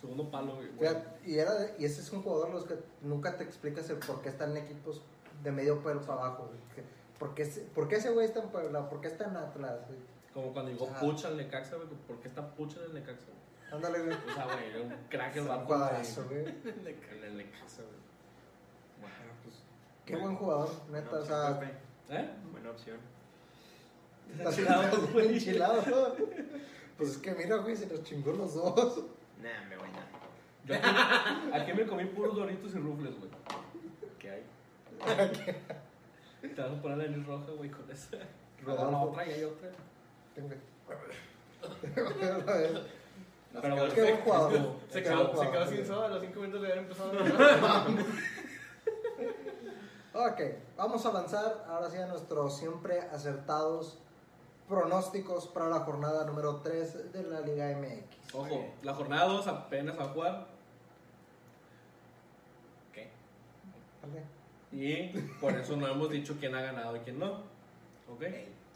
Speaker 4: Segundo palo, güey. güey.
Speaker 3: Fíjate, y, era de- y ese es un jugador de los que nunca te explicas el por qué están en equipos de medio pelo para abajo. güey. Que- ¿Por qué, ese- ¿Por qué ese güey está en Puebla? ¿Por qué está en Atlas? güey?
Speaker 4: Como cuando llegó
Speaker 3: Ajá.
Speaker 4: Pucha al Necaxa, güey. ¿Por qué está Pucha en el Necaxa, güey?
Speaker 3: Ándale, güey.
Speaker 4: O sea, güey, era un crack el
Speaker 3: Es un
Speaker 4: vato.
Speaker 3: cuadrazo,
Speaker 4: güey,
Speaker 3: güey.
Speaker 4: En el Necaxa, güey.
Speaker 3: Qué buen jugador, neta. O
Speaker 6: Buena opción,
Speaker 3: sea,
Speaker 6: Pepe.
Speaker 4: ¿Eh?
Speaker 6: Buena opción.
Speaker 3: estás
Speaker 4: Enchilados, güey.
Speaker 3: enchilado. Pues es que mira, güey, se nos chingó los dos.
Speaker 6: Nah, me voy a
Speaker 4: Yo aquí, aquí me comí puros doritos y rufles, güey.
Speaker 6: ¿Qué hay?
Speaker 4: Te vas a poner la nariz roja, güey, con esa. Rodó la
Speaker 3: Rodolfo.
Speaker 4: otra y hay otra.
Speaker 3: Tengo-
Speaker 4: Pero bueno,
Speaker 3: Qué buen jugador.
Speaker 7: Se
Speaker 3: Qué
Speaker 7: quedó,
Speaker 3: buen
Speaker 7: se
Speaker 3: jugador,
Speaker 7: quedó sin
Speaker 3: güey.
Speaker 7: soda, a los 5 minutos le habían empezado a hablar.
Speaker 3: Ok, vamos a lanzar ahora sí a nuestros siempre acertados pronósticos para la jornada número 3 de la Liga MX.
Speaker 4: Ojo, la jornada 2 apenas va a jugar.
Speaker 3: ¿vale?
Speaker 4: Y por eso no hemos dicho quién ha ganado y quién no. ¿Ok?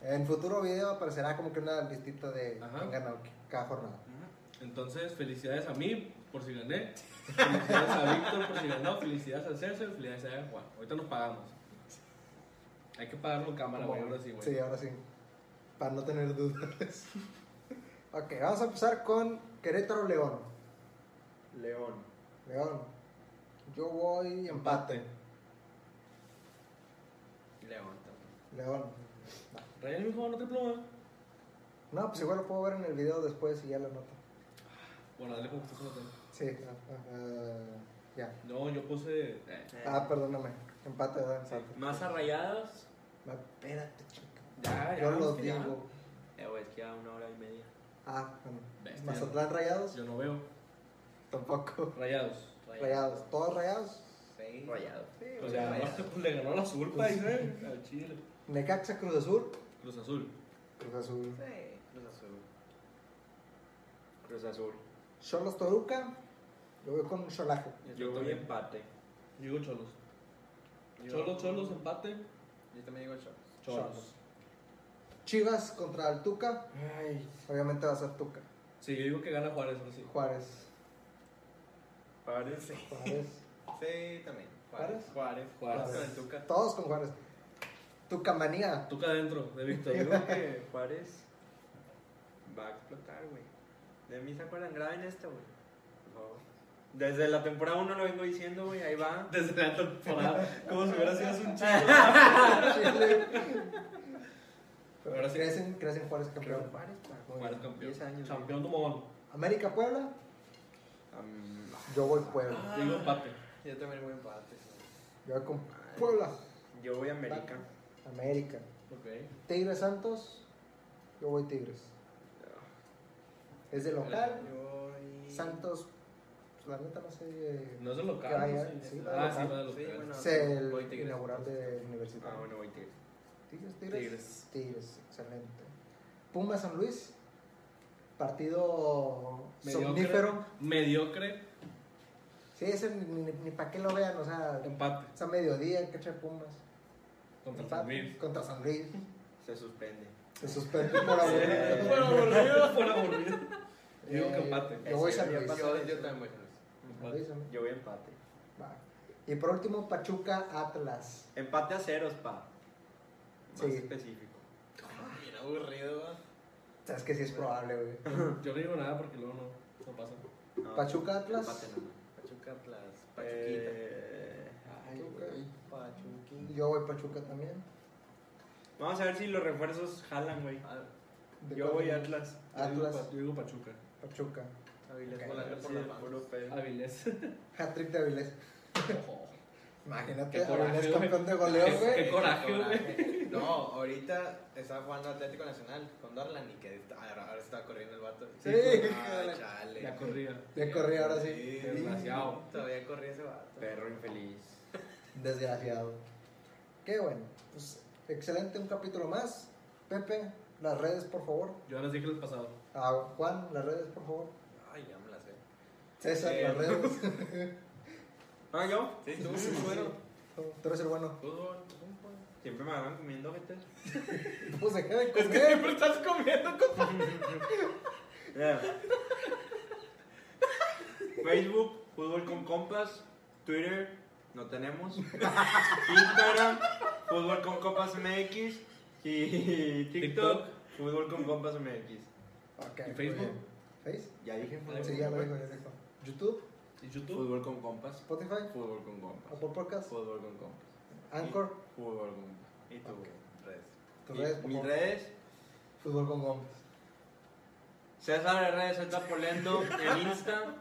Speaker 3: En futuro video aparecerá como que una listita de
Speaker 4: Ajá.
Speaker 3: quién ganó cada jornada.
Speaker 4: Entonces, felicidades a mí por si gané. Felicidades a Víctor por si ganó. Felicidades a Celso y felicidades a Juan. Ahorita nos pagamos. Hay que pagarlo en cámara, güey. Ahora sí, güey.
Speaker 3: Sí, ahora sí. Para no tener dudas. ok, vamos a empezar con Querétaro León.
Speaker 6: León.
Speaker 3: León. Yo voy empate.
Speaker 6: León también.
Speaker 3: León.
Speaker 4: Ryan el mismo no te pluma.
Speaker 3: No, pues igual lo puedo ver en el video después y ya lo noto.
Speaker 4: Bueno, dale como puso la tele.
Speaker 3: Sí, ah, ah, ah, ya.
Speaker 4: No, yo puse. eh,
Speaker 3: Ah, perdóname. Empate, ¿verdad? Empate.
Speaker 6: Más arrayados.
Speaker 3: Ma- Espérate, chica.
Speaker 4: Ya, ya.
Speaker 3: Yo lo
Speaker 4: ya.
Speaker 3: digo.
Speaker 6: Eh, güey, es que a una hora y media.
Speaker 3: Ah, bueno.
Speaker 4: Bestia.
Speaker 3: Mazatlán rayados,
Speaker 4: Yo no veo.
Speaker 3: tampoco.
Speaker 4: Rayados.
Speaker 3: Rayados, todos rayados.
Speaker 6: Rayado.
Speaker 4: O sea, aparte, pues, le ganó la azul, país, ¿eh? Al Chile.
Speaker 3: Necaxa, Cruz Azul.
Speaker 4: Cruz Azul.
Speaker 3: Cruz Azul.
Speaker 6: Cruz Azul. Cruz Azul.
Speaker 3: Cholos Toruca. Yo voy con Cholaje.
Speaker 6: Yo voy
Speaker 4: también.
Speaker 6: empate.
Speaker 4: Digo Cholos.
Speaker 5: Yo-
Speaker 4: Cholos, Cholos, empate.
Speaker 5: Yo también digo Cholos.
Speaker 4: Cholos.
Speaker 3: Chivas contra el Tuca. Ay, obviamente va a ser Tuca.
Speaker 4: Sí, yo digo que gana Juárez, ahora sí.
Speaker 3: Juárez.
Speaker 6: Parece.
Speaker 3: Juárez.
Speaker 7: Sí, también.
Speaker 3: Juárez.
Speaker 6: Juárez.
Speaker 4: Juárez.
Speaker 6: Con el Tuca.
Speaker 3: Todos con Juárez. Tucamanía.
Speaker 4: Tuca adentro de Víctor.
Speaker 6: Yo creo que Juárez va a explotar, güey. De mí se acuerdan, graben esto, güey. Por favor. Desde la temporada 1 lo vengo diciendo, güey, ahí va.
Speaker 4: Desde la temporada. Como si hubiera sido hace un chiste.
Speaker 3: Pero
Speaker 4: Ahora sí.
Speaker 3: crecen, crecen Juárez
Speaker 6: Creo
Speaker 3: campeón.
Speaker 6: Juárez, pa.
Speaker 3: Muy
Speaker 4: Juárez
Speaker 3: bien.
Speaker 4: campeón.
Speaker 6: 10 años,
Speaker 4: Campeón Dumón.
Speaker 3: América Puebla.
Speaker 6: Am,
Speaker 3: Yo voy Puebla.
Speaker 4: Digo empate.
Speaker 5: Yo también voy empate.
Speaker 3: Yo voy con Puebla.
Speaker 6: Yo voy a América.
Speaker 3: América.
Speaker 4: Ok.
Speaker 3: Tigres Santos. Yo voy Tigres. Es de local.
Speaker 5: Yo y...
Speaker 3: Santos. pues, La neta no sé.
Speaker 4: No es el local.
Speaker 3: Que vaya,
Speaker 4: no sé.
Speaker 3: sí, va
Speaker 4: ah,
Speaker 3: de
Speaker 4: sí, va de
Speaker 5: Sí, bueno.
Speaker 4: local.
Speaker 3: Es el
Speaker 5: voy Tigres.
Speaker 3: inaugural de universidad.
Speaker 6: Ah, bueno, voy Tigres.
Speaker 3: Tigres, Tigres.
Speaker 4: Tigres.
Speaker 3: Tigres, excelente. Puma San Luis. partido
Speaker 4: Mediocre.
Speaker 3: somnífero.
Speaker 4: Mediocre.
Speaker 3: Sí, ese ni, ni, para qué lo vean, o sea,
Speaker 4: Empate.
Speaker 3: es a mediodía, cacha Pumas.
Speaker 4: Contra
Speaker 3: Empate
Speaker 4: San Luis.
Speaker 3: Contra San Luis.
Speaker 6: Se suspende.
Speaker 3: Se suspende por aburrido.
Speaker 4: Eh, Fuera aburrido, fuera aburrido.
Speaker 3: Eh,
Speaker 4: Digo que empate.
Speaker 3: Yo voy
Speaker 6: Sí,
Speaker 3: San
Speaker 6: yo
Speaker 3: Luis.
Speaker 6: paso-
Speaker 3: San
Speaker 6: yo
Speaker 3: Luis,
Speaker 6: también.
Speaker 3: San Luis, San Luis.
Speaker 6: Yo voy a empate.
Speaker 3: Va. Y por último, Pachuca Atlas.
Speaker 6: Empate a ceros, pa. Más
Speaker 3: Sí.
Speaker 6: específico.
Speaker 7: Ah, Bien aburrido, va.
Speaker 3: Sabes que sí es probable, güey.
Speaker 4: Yo no digo nada porque luego no, no pasa.
Speaker 6: No,
Speaker 3: Pachuca Atlas.
Speaker 6: Empate nomás.
Speaker 7: Pachuca Atlas. Pachuquita.
Speaker 6: Eh, ay, güey.
Speaker 7: Pachuquita.
Speaker 3: Yo voy Pachuca también.
Speaker 6: Vamos a ver si los refuerzos jalan, güey.
Speaker 7: Ah,
Speaker 3: De
Speaker 6: Yo
Speaker 3: cuatro.
Speaker 6: voy a Atlas.
Speaker 3: Atlas,
Speaker 4: Yo digo Pachuca.
Speaker 3: Pachuca.
Speaker 7: Avilés
Speaker 3: Ok.
Speaker 7: volando por
Speaker 6: Sí,
Speaker 7: la
Speaker 6: el
Speaker 7: banda.
Speaker 6: puro pedo.
Speaker 4: Avilés.
Speaker 3: Hat-trick de Avilés.
Speaker 4: Ojo.
Speaker 3: Imagínate,
Speaker 4: Qué coraje,
Speaker 3: Avilés
Speaker 4: güey.
Speaker 3: campeón de goleo,
Speaker 4: Qué-
Speaker 3: güey.
Speaker 4: qué coraje,
Speaker 7: No, ahorita estaba jugando Atlético Nacional con Dorlan y que ahora, ahora está corriendo el vato.
Speaker 3: Sí, hijo de
Speaker 7: ah,
Speaker 3: la-
Speaker 7: chale.
Speaker 4: La corrida.
Speaker 3: Le corrí ahora sí.
Speaker 7: Sí,
Speaker 4: Desgraciado.
Speaker 7: Todavía corría ese vato.
Speaker 6: Perro infeliz.
Speaker 3: Desgraciado. Qué bueno. Pues excelente, un capítulo más. Pepe, las redes, por favor.
Speaker 4: Yo les dije el pasado.
Speaker 3: A Juan, las redes, por favor.
Speaker 7: Ay, ya me la sé.
Speaker 3: César,
Speaker 7: Eh,
Speaker 3: las redes.
Speaker 6: ¿Ah, yo?
Speaker 7: Sí, tú, bueno.
Speaker 3: Tú eres el bueno.
Speaker 7: Fútbol, compa.
Speaker 6: Siempre me agarran comiendo, gente.
Speaker 3: Pues dejé de comer.
Speaker 7: estás comiendo con
Speaker 6: Ya. Facebook, Fútbol con Compas. Twitter, no tenemos. Instagram, Fútbol con Compas MX. Y TikTok,
Speaker 4: TikTok.
Speaker 6: Fútbol con Compas MX.
Speaker 3: Ok,
Speaker 4: ¿Y
Speaker 3: muy
Speaker 4: Facebook?
Speaker 3: bien. ¿Face?
Speaker 6: Ya dije Fútbol
Speaker 3: Sí,
Speaker 6: con
Speaker 3: ya lo
Speaker 6: Compas.
Speaker 3: dijo, ya lo dijo. YouTube,
Speaker 4: ¿Y YouTube?
Speaker 6: Fútbol con Compas.
Speaker 3: Spotify,
Speaker 6: Fútbol con Compas.
Speaker 3: Apple Podcast,
Speaker 6: Fútbol con Compas.
Speaker 3: Anchor,
Speaker 6: Fútbol con Compas. ¿Y tú?
Speaker 3: Ok.
Speaker 7: redes.
Speaker 3: tus
Speaker 6: Y
Speaker 3: redes, por
Speaker 6: mis
Speaker 3: favor.
Speaker 6: redes,
Speaker 3: Fútbol con Gómez.
Speaker 6: César RZ Polendo en Insta,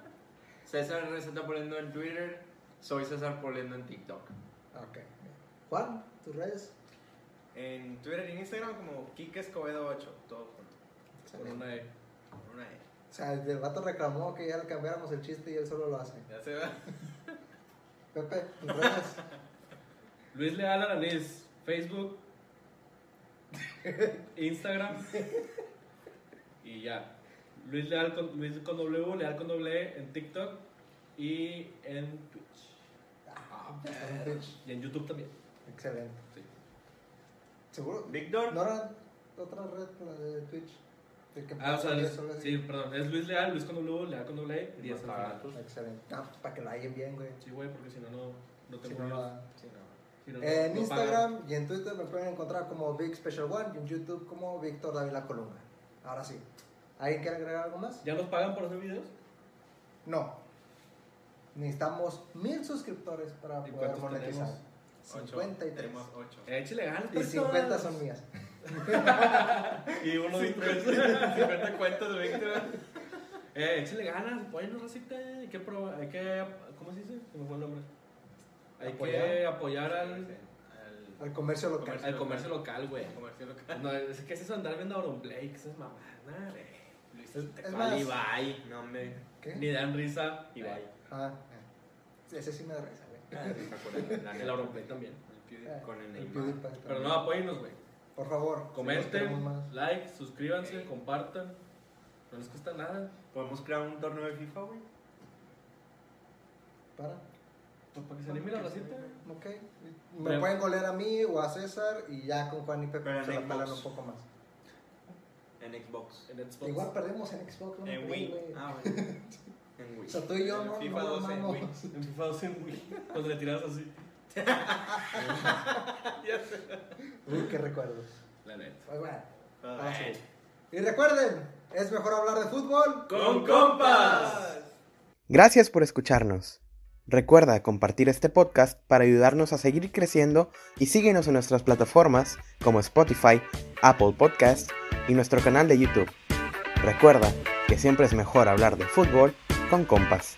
Speaker 6: César RZ Polendo en Twitter, soy César Polendo en TikTok.
Speaker 3: Ah, Ok. Juan, tus redes.
Speaker 9: En Twitter y en Instagram como Kike Escobedo 8, todo junto.
Speaker 4: Con una E.
Speaker 9: con Una E.
Speaker 3: O sea, el vato reclamó que ya le cambiáramos el chiste y él solo lo hace.
Speaker 9: Ya se va.
Speaker 3: Pepe, tus redes.
Speaker 4: Luis Leal Aranés. Facebook. Instagram. Y ya. Luis Leal con, Luis con W, Leal con W E en TikTok y en Twitch.
Speaker 3: En Twitch.
Speaker 4: Y en YouTube también.
Speaker 3: Excelente.
Speaker 4: Ah, Sí.
Speaker 3: ¿Seguro?
Speaker 6: Víctor,
Speaker 3: ¿No era otra red la de Twitch? ¿De que
Speaker 4: Ah, o sea,
Speaker 3: solo
Speaker 4: es-
Speaker 3: es-
Speaker 4: sí, perdón. Es Luis Leal, Luis con W, Leal con W, E, 10 al final.
Speaker 3: Excelente. Ah, pues para que la hayan bien, güey.
Speaker 4: Sí, güey, porque si no, no, no
Speaker 3: Si
Speaker 4: tengo
Speaker 3: no,
Speaker 4: views.
Speaker 3: no.
Speaker 7: Sí, no.
Speaker 4: Si no, no-
Speaker 3: En
Speaker 4: no
Speaker 3: Instagram y en Twitter me pueden encontrar como Big Special One y en YouTube como Víctor Dávila Columna. Ahora sí. ¿Alguien quiere agregar algo más?
Speaker 4: pagan. ¿Ya nos pagan por hacer videos?
Speaker 3: No. Necesitamos mil suscriptores para
Speaker 4: ¿Y
Speaker 3: poder
Speaker 4: cuántos
Speaker 3: monetizar.
Speaker 4: tenemos?
Speaker 9: Ocho.
Speaker 3: 53.
Speaker 9: Tenemos 8.
Speaker 4: Eh, Échale ganas. pues.
Speaker 3: Y 50
Speaker 4: personas.
Speaker 3: son mías.
Speaker 4: Y uno de tres.
Speaker 6: cuentos de Víctor.
Speaker 4: Eh, échale ganas, bueno, recita. Hay que, pro- hay que. ¿Cómo se dice? Se me fue el nombre. Hay que apoyar al,
Speaker 7: Al
Speaker 3: Al comercio local.
Speaker 4: al comercio local, güey.
Speaker 7: comercio local.
Speaker 4: No, es que es eso andar viendo Auronplay, que esas mamadas, güey. Luis, te-
Speaker 3: Es más-
Speaker 6: Ibai, no hombre,
Speaker 3: ¿Qué?
Speaker 4: Ni dan risa.
Speaker 6: Ibai.
Speaker 3: Ah, ah. ese sí me da risa, güey.
Speaker 6: Ah, sí, me acuerdo. La
Speaker 4: El
Speaker 6: neta.
Speaker 4: Auronplay también.
Speaker 3: Ah,
Speaker 6: Con el
Speaker 3: el
Speaker 6: Neymar.
Speaker 3: PewDiePie
Speaker 4: Pero
Speaker 3: también.
Speaker 4: no, apóyennos, güey.
Speaker 3: Por favor. si nos
Speaker 4: Comenten,
Speaker 3: queremos más.
Speaker 4: like, suscríbanse,
Speaker 6: Ey.
Speaker 4: compartan. No les cuesta nada.
Speaker 6: ¿Podemos crear un torneo de FIFA, güey?
Speaker 3: Para.
Speaker 4: Pues, Para que se anime la racita.
Speaker 3: Ok. Me
Speaker 4: Pero-
Speaker 3: pueden golear a mí o a César y ya con Juan y Pepe
Speaker 6: Pero en
Speaker 3: se la pelan
Speaker 6: Xbox.
Speaker 3: un poco más.
Speaker 6: En Xbox.
Speaker 4: En Xbox.
Speaker 3: Igual perdemos en Xbox. ¿no?
Speaker 6: En
Speaker 3: Pero,
Speaker 6: Wii.
Speaker 3: güey.
Speaker 6: Ah, bueno. En
Speaker 3: O
Speaker 6: Wii.
Speaker 3: sea, tú y yo
Speaker 7: En
Speaker 3: no,
Speaker 7: FIFA
Speaker 3: no
Speaker 7: 12 en
Speaker 3: mamamos.
Speaker 7: Wii.
Speaker 4: En FIFA 12 en Wii. Cuando le tirabas así.
Speaker 3: Uy, qué recuerdos.
Speaker 4: La neta.
Speaker 3: Pues bueno. ahora
Speaker 6: Ah,
Speaker 3: sí. Y recuerden, es mejor hablar de fútbol
Speaker 6: ¡Con compas!
Speaker 1: Gracias por escucharnos. Recuerda compartir este podcast para ayudarnos a seguir creciendo y síguenos en nuestras plataformas como Spotify, Apple Podcast y nuestro canal de YouTube. Recuerda que siempre es mejor hablar de fútbol con compas.